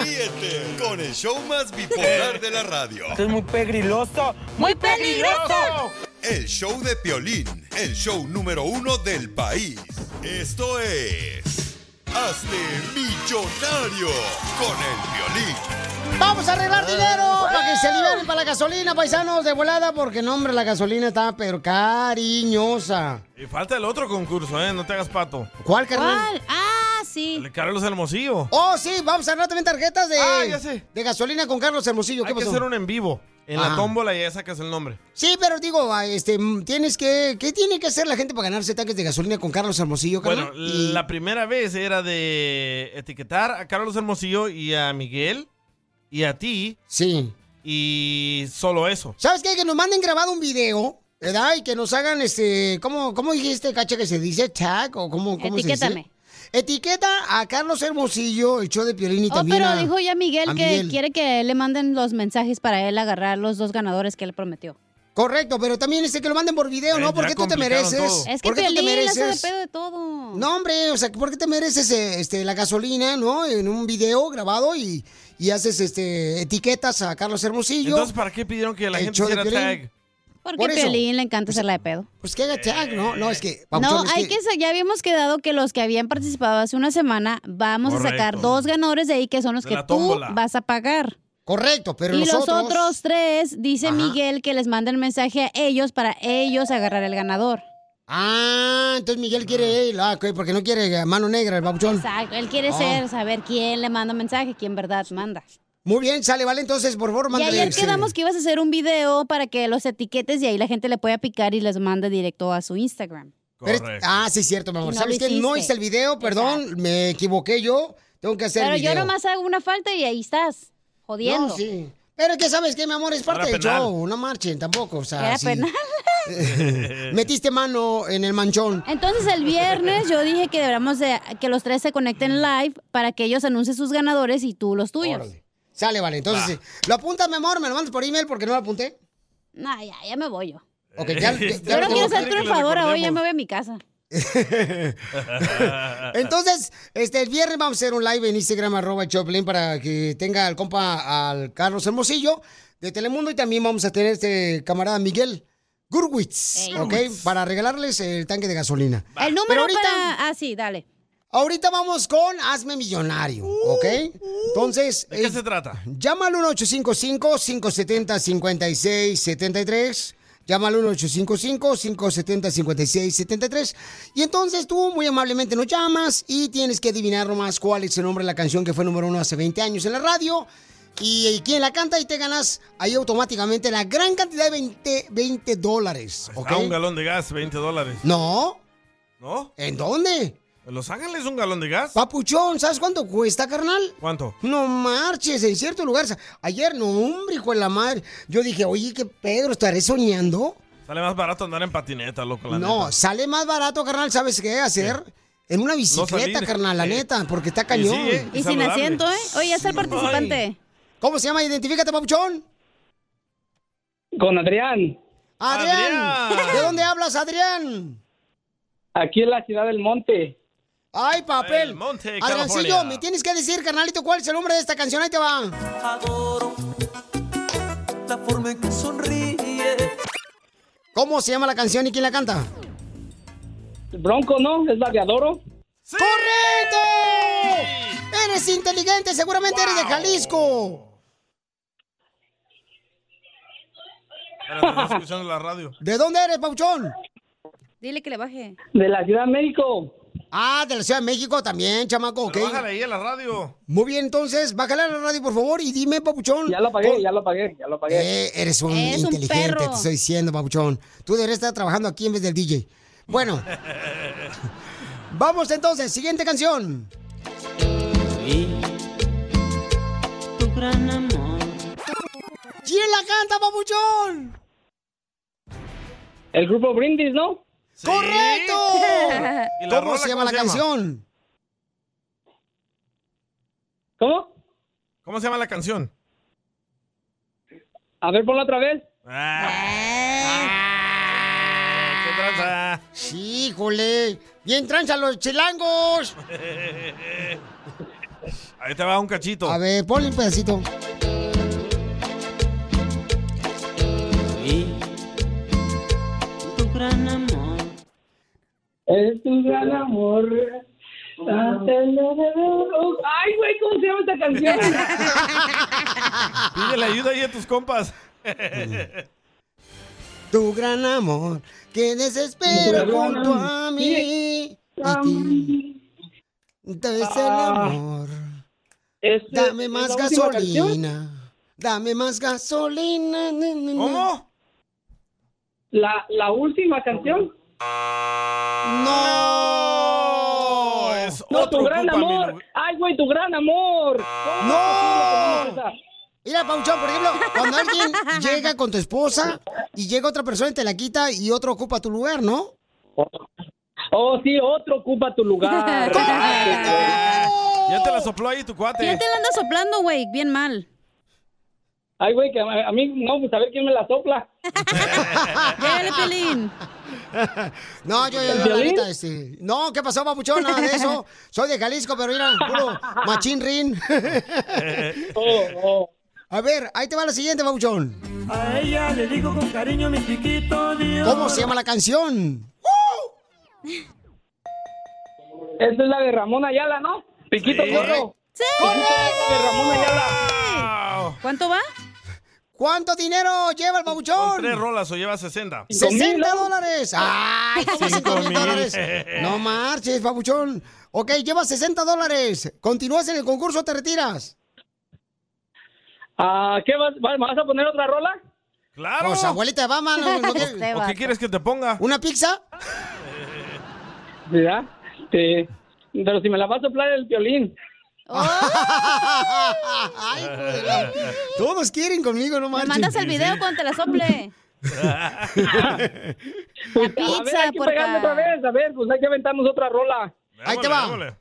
S3: Ríete con el show más bipolar de la
S16: <laughs>
S3: radio.
S16: Esto es muy pegriloso. ¡Muy peligroso!
S3: El show de Piolín, el show número uno del país. Esto es... Hazte millonario con el violín.
S2: Vamos a arreglar dinero para que se liberen para la gasolina, paisanos, de volada, porque no, hombre, la gasolina está pero cariñosa.
S5: Y falta el otro concurso, ¿eh? No te hagas pato.
S2: ¿Cuál, carnal?
S4: Ah, sí.
S5: El de Carlos Hermosillo.
S2: Oh, sí, vamos a arreglar también tarjetas de, de gasolina con Carlos Hermosillo. ¿Qué
S5: Ah, Hay que
S2: pasó?
S5: hacer un en vivo. En
S2: Ah.
S5: la tómbola y esa que es el nombre.
S2: Sí, pero digo, ah, este, mm, tienes que, ¿qué tiene que hacer la gente para ganarse tanques de gasolina con Carlos Hermosillo, carnal?
S5: Bueno, la primera vez era de etiquetar a Carlos Hermosillo y a Miguel y a ti.
S2: Sí.
S5: Y solo eso.
S2: ¿Sabes qué? Que nos manden grabado un video, ¿verdad? Y que nos hagan este. ¿Cómo, cómo dijiste, cacha, que se dice tag? ¿O cómo, cómo se
S4: Etiquétame.
S2: dice? Etiqueta a Carlos Hermosillo, el show de Piolín y
S4: Oh,
S2: también
S4: pero
S2: a-
S4: dijo ya Miguel
S2: a
S4: que
S2: Miguel.
S4: quiere que le manden los mensajes para él agarrar los dos ganadores que él prometió.
S2: Correcto, pero también este que lo manden por video, ¿no? ¿Por qué tú te mereces?
S4: Es que
S2: ¿Por qué tú te
S4: Piolín le hace de
S2: mereces?
S4: pedo de todo.
S2: No, hombre, o sea, ¿por qué te mereces eh, este, la gasolina, no? En un video grabado y, y haces este, etiquetas a Carlos Hermosillo.
S5: Entonces, ¿para qué pidieron que la
S2: El
S5: gente
S2: show de
S5: hiciera
S2: Piolín.
S5: tag?
S4: Porque
S2: por
S4: a
S2: eso.
S4: Piolín le encanta hacerla de pedo.
S2: Pues que haga tag, ¿no? No, es que...
S4: No,
S2: Papuchón, es
S4: hay que, sa- ya habíamos quedado que los que habían participado hace una semana, vamos a sacar
S2: Correcto.
S4: dos ganadores de ahí que son los
S2: De
S4: que
S2: la
S4: tú
S2: tómbola.
S4: vas a pagar.
S2: Correcto, pero
S4: y los
S2: nosotros-
S4: otros, tres, dice
S2: Ajá.
S4: Miguel que les manden mensaje a ellos para ellos agarrar el ganador.
S2: Ah, entonces Miguel quiere él, ah, ok, porque no quiere eh, mano negra el papuchón.
S4: Exacto, él quiere
S2: Ah.
S4: ser, saber quién le manda mensaje, quién verdad manda.
S2: Muy bien, sale, vale, entonces, por favor,
S4: Y
S2: mándale.
S4: ayer
S2: este,
S4: quedamos que ibas a hacer un video para que los etiquetes y ahí la gente le pueda picar y les manda directo a su Instagram.
S2: pero- ah, sí, cierto, mi amor.
S4: Y no
S2: ¿Sabes
S4: lo
S2: qué? No
S4: hiciste.
S2: hice el video, perdón, me equivoqué yo. Tengo que hacer
S4: Pero
S2: el video.
S4: yo nomás hago una falta y ahí estás, jodiendo.
S2: No, sí. Pero que sabes que mi amor es parte
S4: Era
S2: del
S4: penal.
S2: show, no marchen tampoco, o sea,
S4: Era
S2: sí.
S4: penal. <laughs>
S2: Metiste mano en el manchón.
S4: Entonces el viernes yo dije que deberíamos de- que los tres se
S2: Mm.
S4: conecten live para que ellos anuncien sus ganadores y tú los tuyos.
S2: Sale, vale, entonces,
S4: Va.
S2: sí. lo apuntas, mi amor, me lo mandas por email porque no lo apunté.
S4: Nah, ya, ya me voy yo.
S2: <laughs> Ok, ya, ya- ya
S4: Yo
S5: <laughs>
S2: lo
S4: no quiero
S2: tengo.
S4: ser triunfadora hoy, ya me voy a mi casa.
S15: Ah,
S2: Entonces, este, el viernes vamos a hacer un live en Instagram, arroba Choplin, para que tenga al compa, al Carlos Hermosillo de Telemundo y también vamos a tener este camarada Miguel Gurwitz,
S4: Ey.
S2: ¿ok? Para regalarles el tanque de gasolina.
S4: El número para... Ah, sí, dale. Uh,
S2: Ahorita vamos con Hazme Millonario, ¿ok? Entonces... ¿De qué se
S5: trata?
S2: Llama al 1-855-570-5673. Llama al 1-855-570-5673. Y entonces tú muy amablemente nos llamas y tienes que adivinar nomás cuál es el nombre de la canción que fue número uno hace 20 años en la radio. Y, y quién la canta y te ganas ahí automáticamente la gran cantidad de 20, 20 dólares, ¿ok?
S5: Ah, un galón de gas, 20 dólares.
S2: No.
S5: ¿No?
S2: ¿En dónde?
S5: ¿En Los Ángeles un galón de gas?
S2: Papuchón, ¿sabes cuánto cuesta, carnal?
S5: ¿Cuánto?
S2: No marches, en cierto lugar. Ayer, no, hombre, hijo de la madre. Yo dije, oye, que Pedro, ¿estaré soñando?
S5: Sale más barato andar en patineta, loco, la
S2: no,
S5: neta.
S2: sale más barato, carnal, ¿sabes qué hacer? En una bicicleta,
S5: salir.
S2: carnal, la neta, porque está
S5: Y sí,
S2: cañón.
S5: ¿eh? Y Y sin saludable. asiento, ¿eh?
S4: Oye, ya está el participante.
S2: ¿Cómo se llama? Identifícate, papuchón.
S24: Con Adrián,
S2: Adrián.
S24: Adrián.
S2: ¿De dónde hablas, Adrián?
S24: aquí en la ciudad del monte.
S2: Ay, papel.
S24: El Monte,
S2: Adriancillo,
S24: California.
S2: me tienes que decir, carnalito, cuál es el nombre de esta canción. Ahí te va.
S1: Adoro la forma en que sonríe.
S2: ¿Cómo se llama la canción y quién la canta?
S24: El Bronco, ¿no? Es la de Adoro.
S2: ¡Correcto! ¡Eh! Eres inteligente, seguramente eres de Jalisco.
S5: Espérate, estoy escuchando la radio.
S2: ¿De dónde eres, Pauchón?
S4: Dile que le baje.
S2: De la Ciudad de México. Ah, de la Ciudad de México también, chamaco, ok.
S5: Pero Bájale ahí a la radio.
S2: Muy bien, entonces, bájale a la radio, por favor, y dime, Papuchón. Ya
S24: lo apagué, ya lo apagué, ya lo apagué.
S2: Eh, eres un
S24: Eres un
S2: inteligente,
S24: perro.
S2: te estoy diciendo, Papuchón. Tú deberías estar trabajando aquí en vez del DJ. Bueno, vamos entonces, siguiente canción.
S1: Tu gran amor.
S2: ¿Quién la canta, Papuchón?
S24: El grupo Brindis, ¿no?
S2: ¡Correcto!
S24: <laughs> ¿Y la
S2: ¿Cómo
S24: rola
S2: se llama la
S24: cómo se llama?
S2: canción?
S24: ¿Cómo?
S5: ¿Cómo se llama la canción?
S24: A ver, ponlo otra vez. Ah.
S2: ¡Híjole! ¡Bien tranza los chilangos!
S5: Eh, <laughs> Ahí te va Ah, un cachito.
S2: A ver, ponle un pedacito.
S24: Tu gran amor. Es tu gran amor.
S12: Ay, güey, ¿cómo se llama esta canción?
S5: Pídele ayuda ahí a tus
S2: <laughs>
S5: compas.
S2: Tu gran amor, que desespera
S10: Tu gran
S2: junto a
S10: amor.
S2: mí. A ti. Debes el
S10: Ah.
S2: amor.
S12: Este,
S2: Dame
S10: ¿es
S2: más
S10: la última
S2: gasolina. Dame más gasolina. na, na, na.
S12: ¿Cómo? La, la última canción.
S10: Oh,
S2: No.
S5: Es
S12: No,
S2: otro
S12: tu gran
S2: culpa, mi
S12: amor. Ay, güey, tu gran amor.
S2: ¡No! Mira, Pauchón, por ejemplo, cuando
S12: <laughs>
S2: alguien llega con tu esposa y llega otra persona y te la quita y otro ocupa tu lugar, ¿no?
S12: Oh, sí, otro ocupa tu
S2: <laughs>
S12: lugar.
S5: Ya te la sopló ahí tu cuate.
S4: Ya te la anda soplando, güey, bien mal.
S12: Ay, güey, que a, a mí no, pues a ver quién me la sopla.
S4: Llegale, Pelín.
S2: No, yo, yo, yo, la neta, este, No, ¿qué pasó, papuchón? Nada de eso. Soy de Jalisco, pero mira, puro machín rin.
S12: Oh,
S2: A ver, ahí te va la siguiente, papuchón.
S10: A ella le digo con cariño mi chiquito Dios.
S2: ¿Cómo se llama la canción?
S12: Esa es la de Ramón Ayala, ¿no? Piquito
S2: Sí.
S12: Corro.
S4: Sí.
S12: De Ramón Ayala.
S4: ¿Cuánto va?
S2: ¿Cuánto dinero lleva el papuchón?
S5: Tres rolas o lleva 60.
S2: 60 dólares. ¡Ay, ¿cómo 5 mil dólares! No marches, papuchón. Ok, llevas 60 dólares. ¿Continúas en el concurso o te retiras?
S12: Ah, ¿qué vas, vas, vas a poner otra rola?
S5: Claro.
S2: Pues, abuelita de Bama,
S4: <laughs>
S2: no-
S12: <laughs>
S2: no quiere-
S12: Este
S5: ¿O qué
S12: vato.
S5: quieres que te ponga?
S2: ¿Una pizza?
S12: ¿Verdad? Te- pero si me la vas a soplar el
S10: <laughs>
S12: violín.
S2: <laughs> Ay, hijo de
S4: <laughs>
S2: la- Todos quieren Ah, conmigo, no
S4: Me
S2: manches.
S4: mandas el video cuando te la sople.
S12: a ver, hay que
S4: porca.
S12: pegarle otra vez. A ver, pues hay que aventarnos otra rola.
S10: Ahí te va. démosle.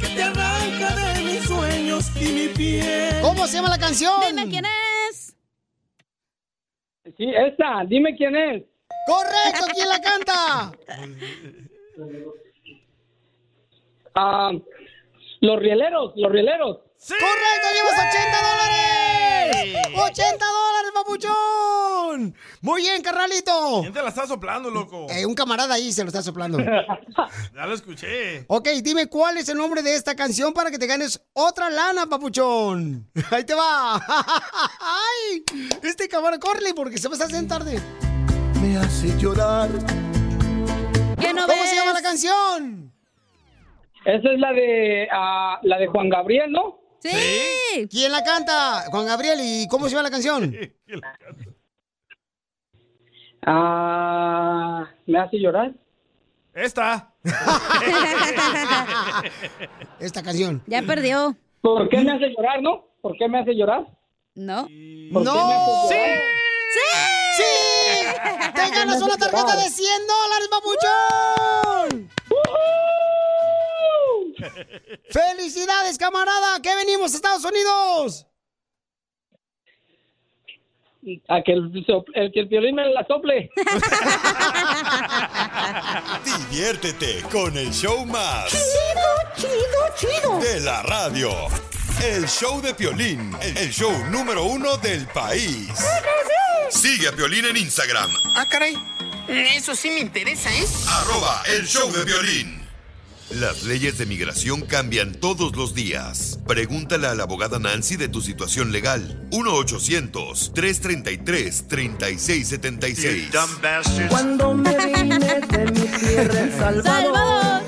S10: Que te arranca de mis sueños y mi piel.
S2: ¿Cómo se llama la canción?
S4: Dime quién es.
S12: Sí, esta. Dime quién es.
S2: ¡Correcto! ¿Quién la canta?
S12: Ah, los rieleros, los rieleros.
S2: ¡Correcto! ¡Llevas 80 dólares! ¡80 dólares, papuchón! Muy bien, carnalito.
S5: ¿Quién te la está soplando, loco?
S2: Eh, un camarada ahí se lo está soplando. <laughs>
S5: Ya lo escuché.
S2: ok, dime cuál es el nombre de esta canción para que te ganes otra lana, papuchón. <laughs> Ahí te va. ¡Ay! Este camarada, corre porque se me está haciendo tarde.
S10: Me hace llorar.
S2: ¿Cómo se llama la canción?
S12: Esa es la de ah, la de Juan Gabriel, ¿no?
S4: Sí.
S2: ¿Quién la canta? Juan Gabriel. ¿Y cómo se llama la canción?
S12: Ah, me hace llorar.
S2: <laughs>
S5: Esta.
S2: Esta canción.
S4: Ya perdió.
S12: ¿Por qué me hace llorar, no? ¿Por qué me hace llorar?
S4: No.
S12: ¿Por qué me hace llorar?
S4: ¡Sí!
S2: ¡Sí! ¡Te ganas una tarjeta de 100 dólares, papuchón! ¡Felicidades, camarada! ¡Que venimos a Estados Unidos!
S12: A que el, sop- el que el violín me la sople.
S3: Diviértete con el show más.
S10: Chido, chido, chido.
S3: De la radio. El show de Piolín, el show número uno del país. Sigue a Piolín en Instagram,
S16: Ah, caray. Eso sí me interesa, ¿eh?
S3: arroba el show de Piolín. Las leyes de migración cambian todos los días. Pregúntale a la abogada Nancy de tu situación legal. 1-800-333-3676.
S10: Cuando me vine de mi tierra El Salvador.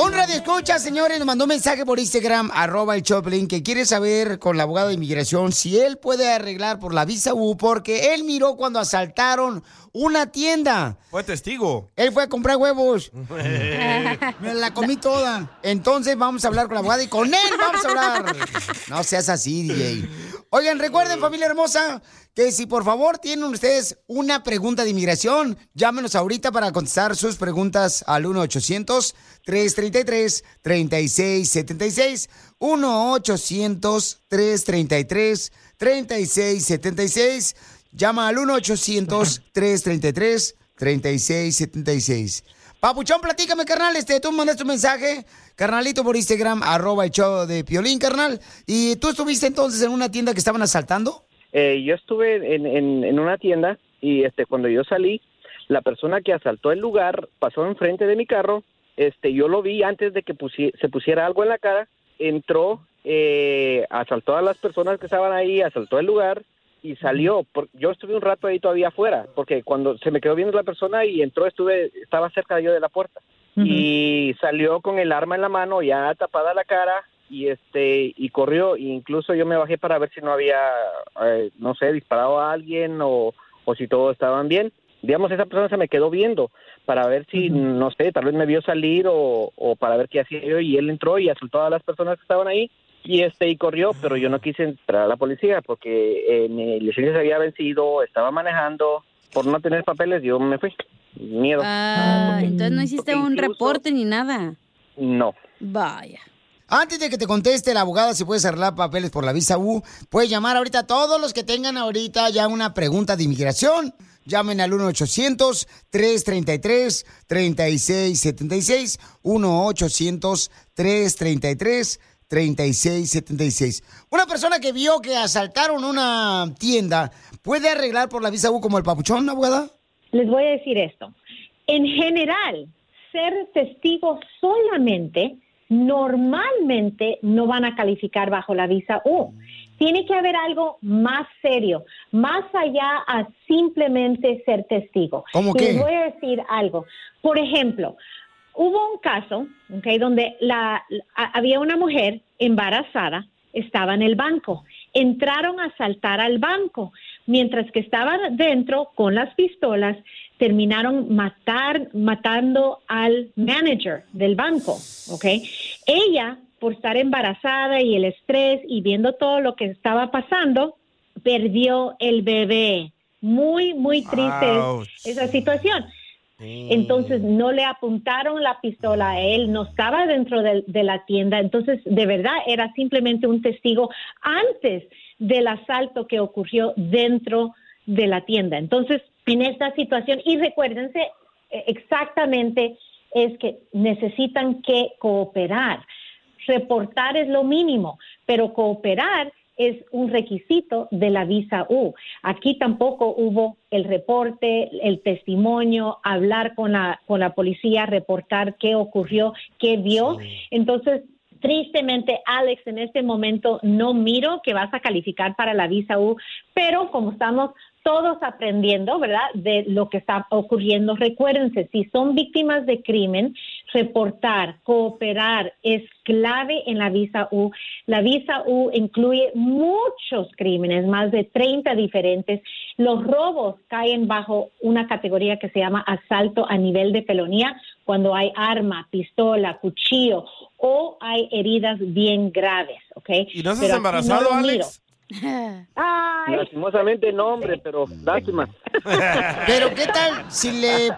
S2: Un radio escucha, señores, nos mandó un mensaje por Instagram, arroba el Choplin, que quiere saber con el abogado de inmigración si él puede arreglar por la visa U, porque él miró cuando asaltaron una tienda.
S5: Fue
S2: <laughs>
S5: testigo.
S2: Él fue a comprar huevos. <laughs> Me la comí toda. Entonces vamos a hablar con la abogada y con él vamos a hablar. No seas así, DJ. Oigan, recuerden, familia hermosa, que si por favor tienen ustedes una pregunta de inmigración, llámenos ahorita para contestar sus preguntas al 1-800-333-3676. 1-800-333-3676. Llama al 1-800-333-3676. Papuchón, platícame, carnal. Este, tú mandaste un mensaje, carnalito, por Instagram, arroba el show de Piolín, carnal. ¿Y tú estuviste entonces en una tienda que estaban asaltando?
S7: Eh, yo estuve en, en- en una tienda y este cuando yo salí, la persona que asaltó el lugar pasó enfrente de mi carro este, yo lo vi antes de que pusi- se pusiera algo en la cara, entró, eh, asaltó a las personas que estaban ahí, asaltó el lugar y salió. Por- yo estuve un rato ahí todavía afuera, porque cuando se me quedó viendo la persona y entró, estuve, estaba cerca yo de la puerta. Y salió con el arma en la mano, ya tapada la cara, y este, y corrió. E incluso yo me bajé para ver si no había, eh, no sé, disparado a alguien o, o si todos estaban bien. Digamos, esa persona se me quedó viendo para ver si, no sé, tal vez me vio salir o, o para ver qué hacía yo. Y él entró y asaltó a las personas que estaban ahí y este y corrió, pero yo no quise entrar a la policía porque eh, mi licencia se había vencido, estaba manejando. Por no tener papeles, yo me fui. Miedo.
S4: Ah, entonces no hiciste un reporte ni nada.
S7: No.
S4: Vaya.
S2: Antes de que te conteste la abogada si puedes arreglar papeles por la visa U, puedes llamar ahorita a todos los que tengan ahorita ya una pregunta de inmigración. Llamen al 1-800-333-3676. 1-800-333-3676. Una persona que vio que asaltaron una tienda, ¿puede arreglar por la visa U como el papuchón, abogada?
S19: Les voy a decir esto. En general, ser testigo solamente normalmente no van a calificar bajo la visa U. Tiene que haber algo más serio, más allá a simplemente ser testigo.
S21: ¿Cómo
S19: Y
S21: qué?
S19: Les voy a decir algo. Por ejemplo, hubo un caso ¿ok? donde la, a- había una mujer embarazada, estaba en el banco. Entraron a asaltar al banco. Mientras que estaban dentro con las pistolas, terminaron matar, matando al manager del banco. ¿ok? Ella, por estar embarazada y el estrés y viendo todo lo que estaba pasando, perdió el bebé. Muy, muy triste es-
S22: Ouch.
S19: esa situación. Entonces no le apuntaron la pistola a él, no estaba dentro del- de, la tienda. Entonces, de verdad, era simplemente un testigo antes del asalto que ocurrió dentro de la tienda. Entonces, en esta situación, y recuérdense eh, exactamente, es que necesitan que cooperar. Reportar es lo mínimo, pero cooperar es un requisito de la visa U. Aquí tampoco hubo el reporte, el testimonio, hablar con la, con la policía, reportar qué ocurrió, qué vio. Entonces, tristemente, Alex, en este momento no miro que vas a calificar para la visa U, pero como estamos todos aprendiendo, ¿verdad?, de lo que está ocurriendo. Recuérdense, si son víctimas de crimen, reportar, cooperar es clave en la visa U. La visa U incluye muchos crímenes, más de 30 diferentes. Los robos caen bajo una categoría que se llama asalto a nivel de felonía, cuando hay arma, pistola, cuchillo o hay heridas bien graves, ¿ok?
S5: ¿Y no estás
S19: Pero aquí
S5: embarazado,
S19: lo Ah,
S5: Alex?
S19: miro. Ay,
S7: Lastimosamente no, hombre, pero
S2: <laughs>
S7: lástima.
S2: Pero ¿qué tal si le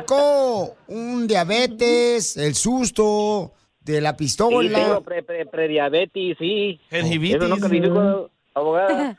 S2: provocó un diabetes, el susto de la
S7: Sí,
S2: pistola?
S7: tengo pre- pre- prediabetes, sí.
S2: Gingivitis.
S7: Eso no califico, abogada.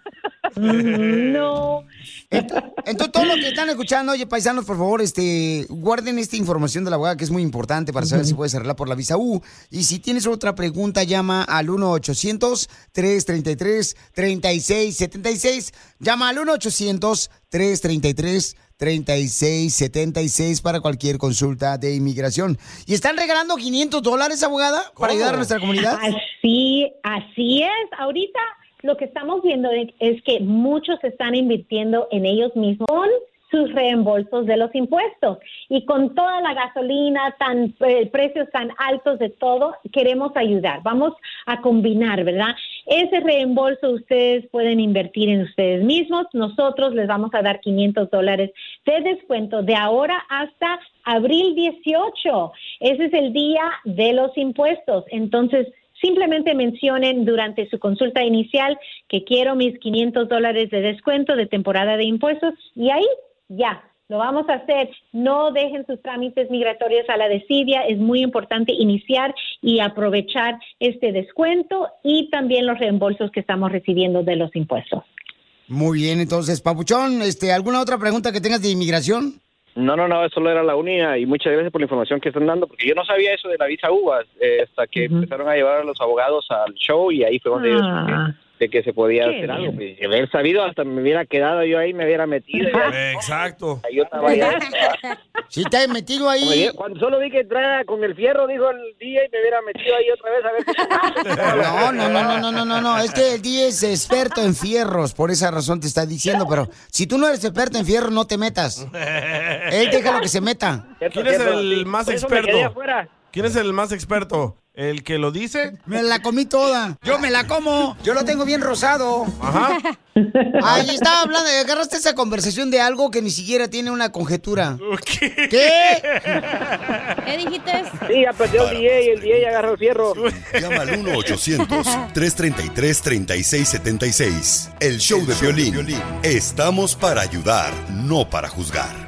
S19: no.
S2: Entonces, todos los que están escuchando, oye, paisanos, por favor, este, guarden esta información de la abogada que es muy importante para saber si puedes cerrarla por la visa U. Y si tienes otra pregunta, llama al 1-800-333-3676. Llama al 1-800-333-3676 para cualquier consulta de inmigración. ¿Y están regalando 500 dólares, abogada, para ayudar a nuestra comunidad?
S19: Así, así es. Ahorita lo que estamos viendo es- es que muchos están invirtiendo en ellos mismos con sus reembolsos de los impuestos. Y con toda la gasolina, tan eh, precios tan altos de todo, queremos ayudar. Vamos a combinar, ¿verdad? Ese reembolso ustedes pueden invertir en ustedes mismos. Nosotros les vamos a dar 500 dólares de descuento de ahora hasta abril 18. Ese es el día de los impuestos. Entonces, simplemente mencionen durante su consulta inicial que quiero mis 500 dólares de descuento de temporada de impuestos y ahí ya. Lo vamos a hacer. No dejen sus trámites migratorios a la desidia. Es muy importante iniciar y aprovechar este descuento y también los reembolsos que estamos recibiendo de los impuestos.
S2: Muy bien, entonces, Papuchón, este, ¿alguna otra pregunta que tengas de inmigración?
S7: No, no, no, eso no era la única y muchas gracias por la información que están dando, porque yo no sabía eso de la visa UVA eh, hasta que empezaron a llevar a los abogados al show y ahí fue donde yo supe
S22: Ah.
S7: de que se podía
S22: Qué
S7: hacer algo. pues, haber sabido, hasta me hubiera quedado yo ahí, me hubiera metido.
S5: Exacto.
S7: Yo estaba ya.
S2: Si te has metido <laughs> ahí.
S7: Oye, cuando solo vi que entraba con el fierro, dijo el DJ, me hubiera metido ahí otra vez a ver
S2: No, no, no, no, no, no, no, no. Es que el DJ es experto en fierros, por esa razón te está diciendo, pero si tú no eres experto en fierros, no te metas. Él déjalo que se meta.
S5: ¿Quién es el más
S2: Por eso me quedé
S5: experto?
S2: afuera.
S5: ¿Quién es el más experto? ¿El que lo dice?
S2: Me la comí toda. Yo me la como. Yo lo tengo bien rosado.
S5: Ajá.
S2: <laughs> Ahí estaba hablando, agarraste esa conversación de algo que ni siquiera tiene una conjetura. ¿Qué?
S26: ¿Qué dijiste?
S7: Sí, ya perdió el DJ, el DJ agarró el fierro.
S3: Llama al
S7: <laughs>
S3: 1-800-333-3676. El show de violín. Estamos para ayudar, no para juzgar.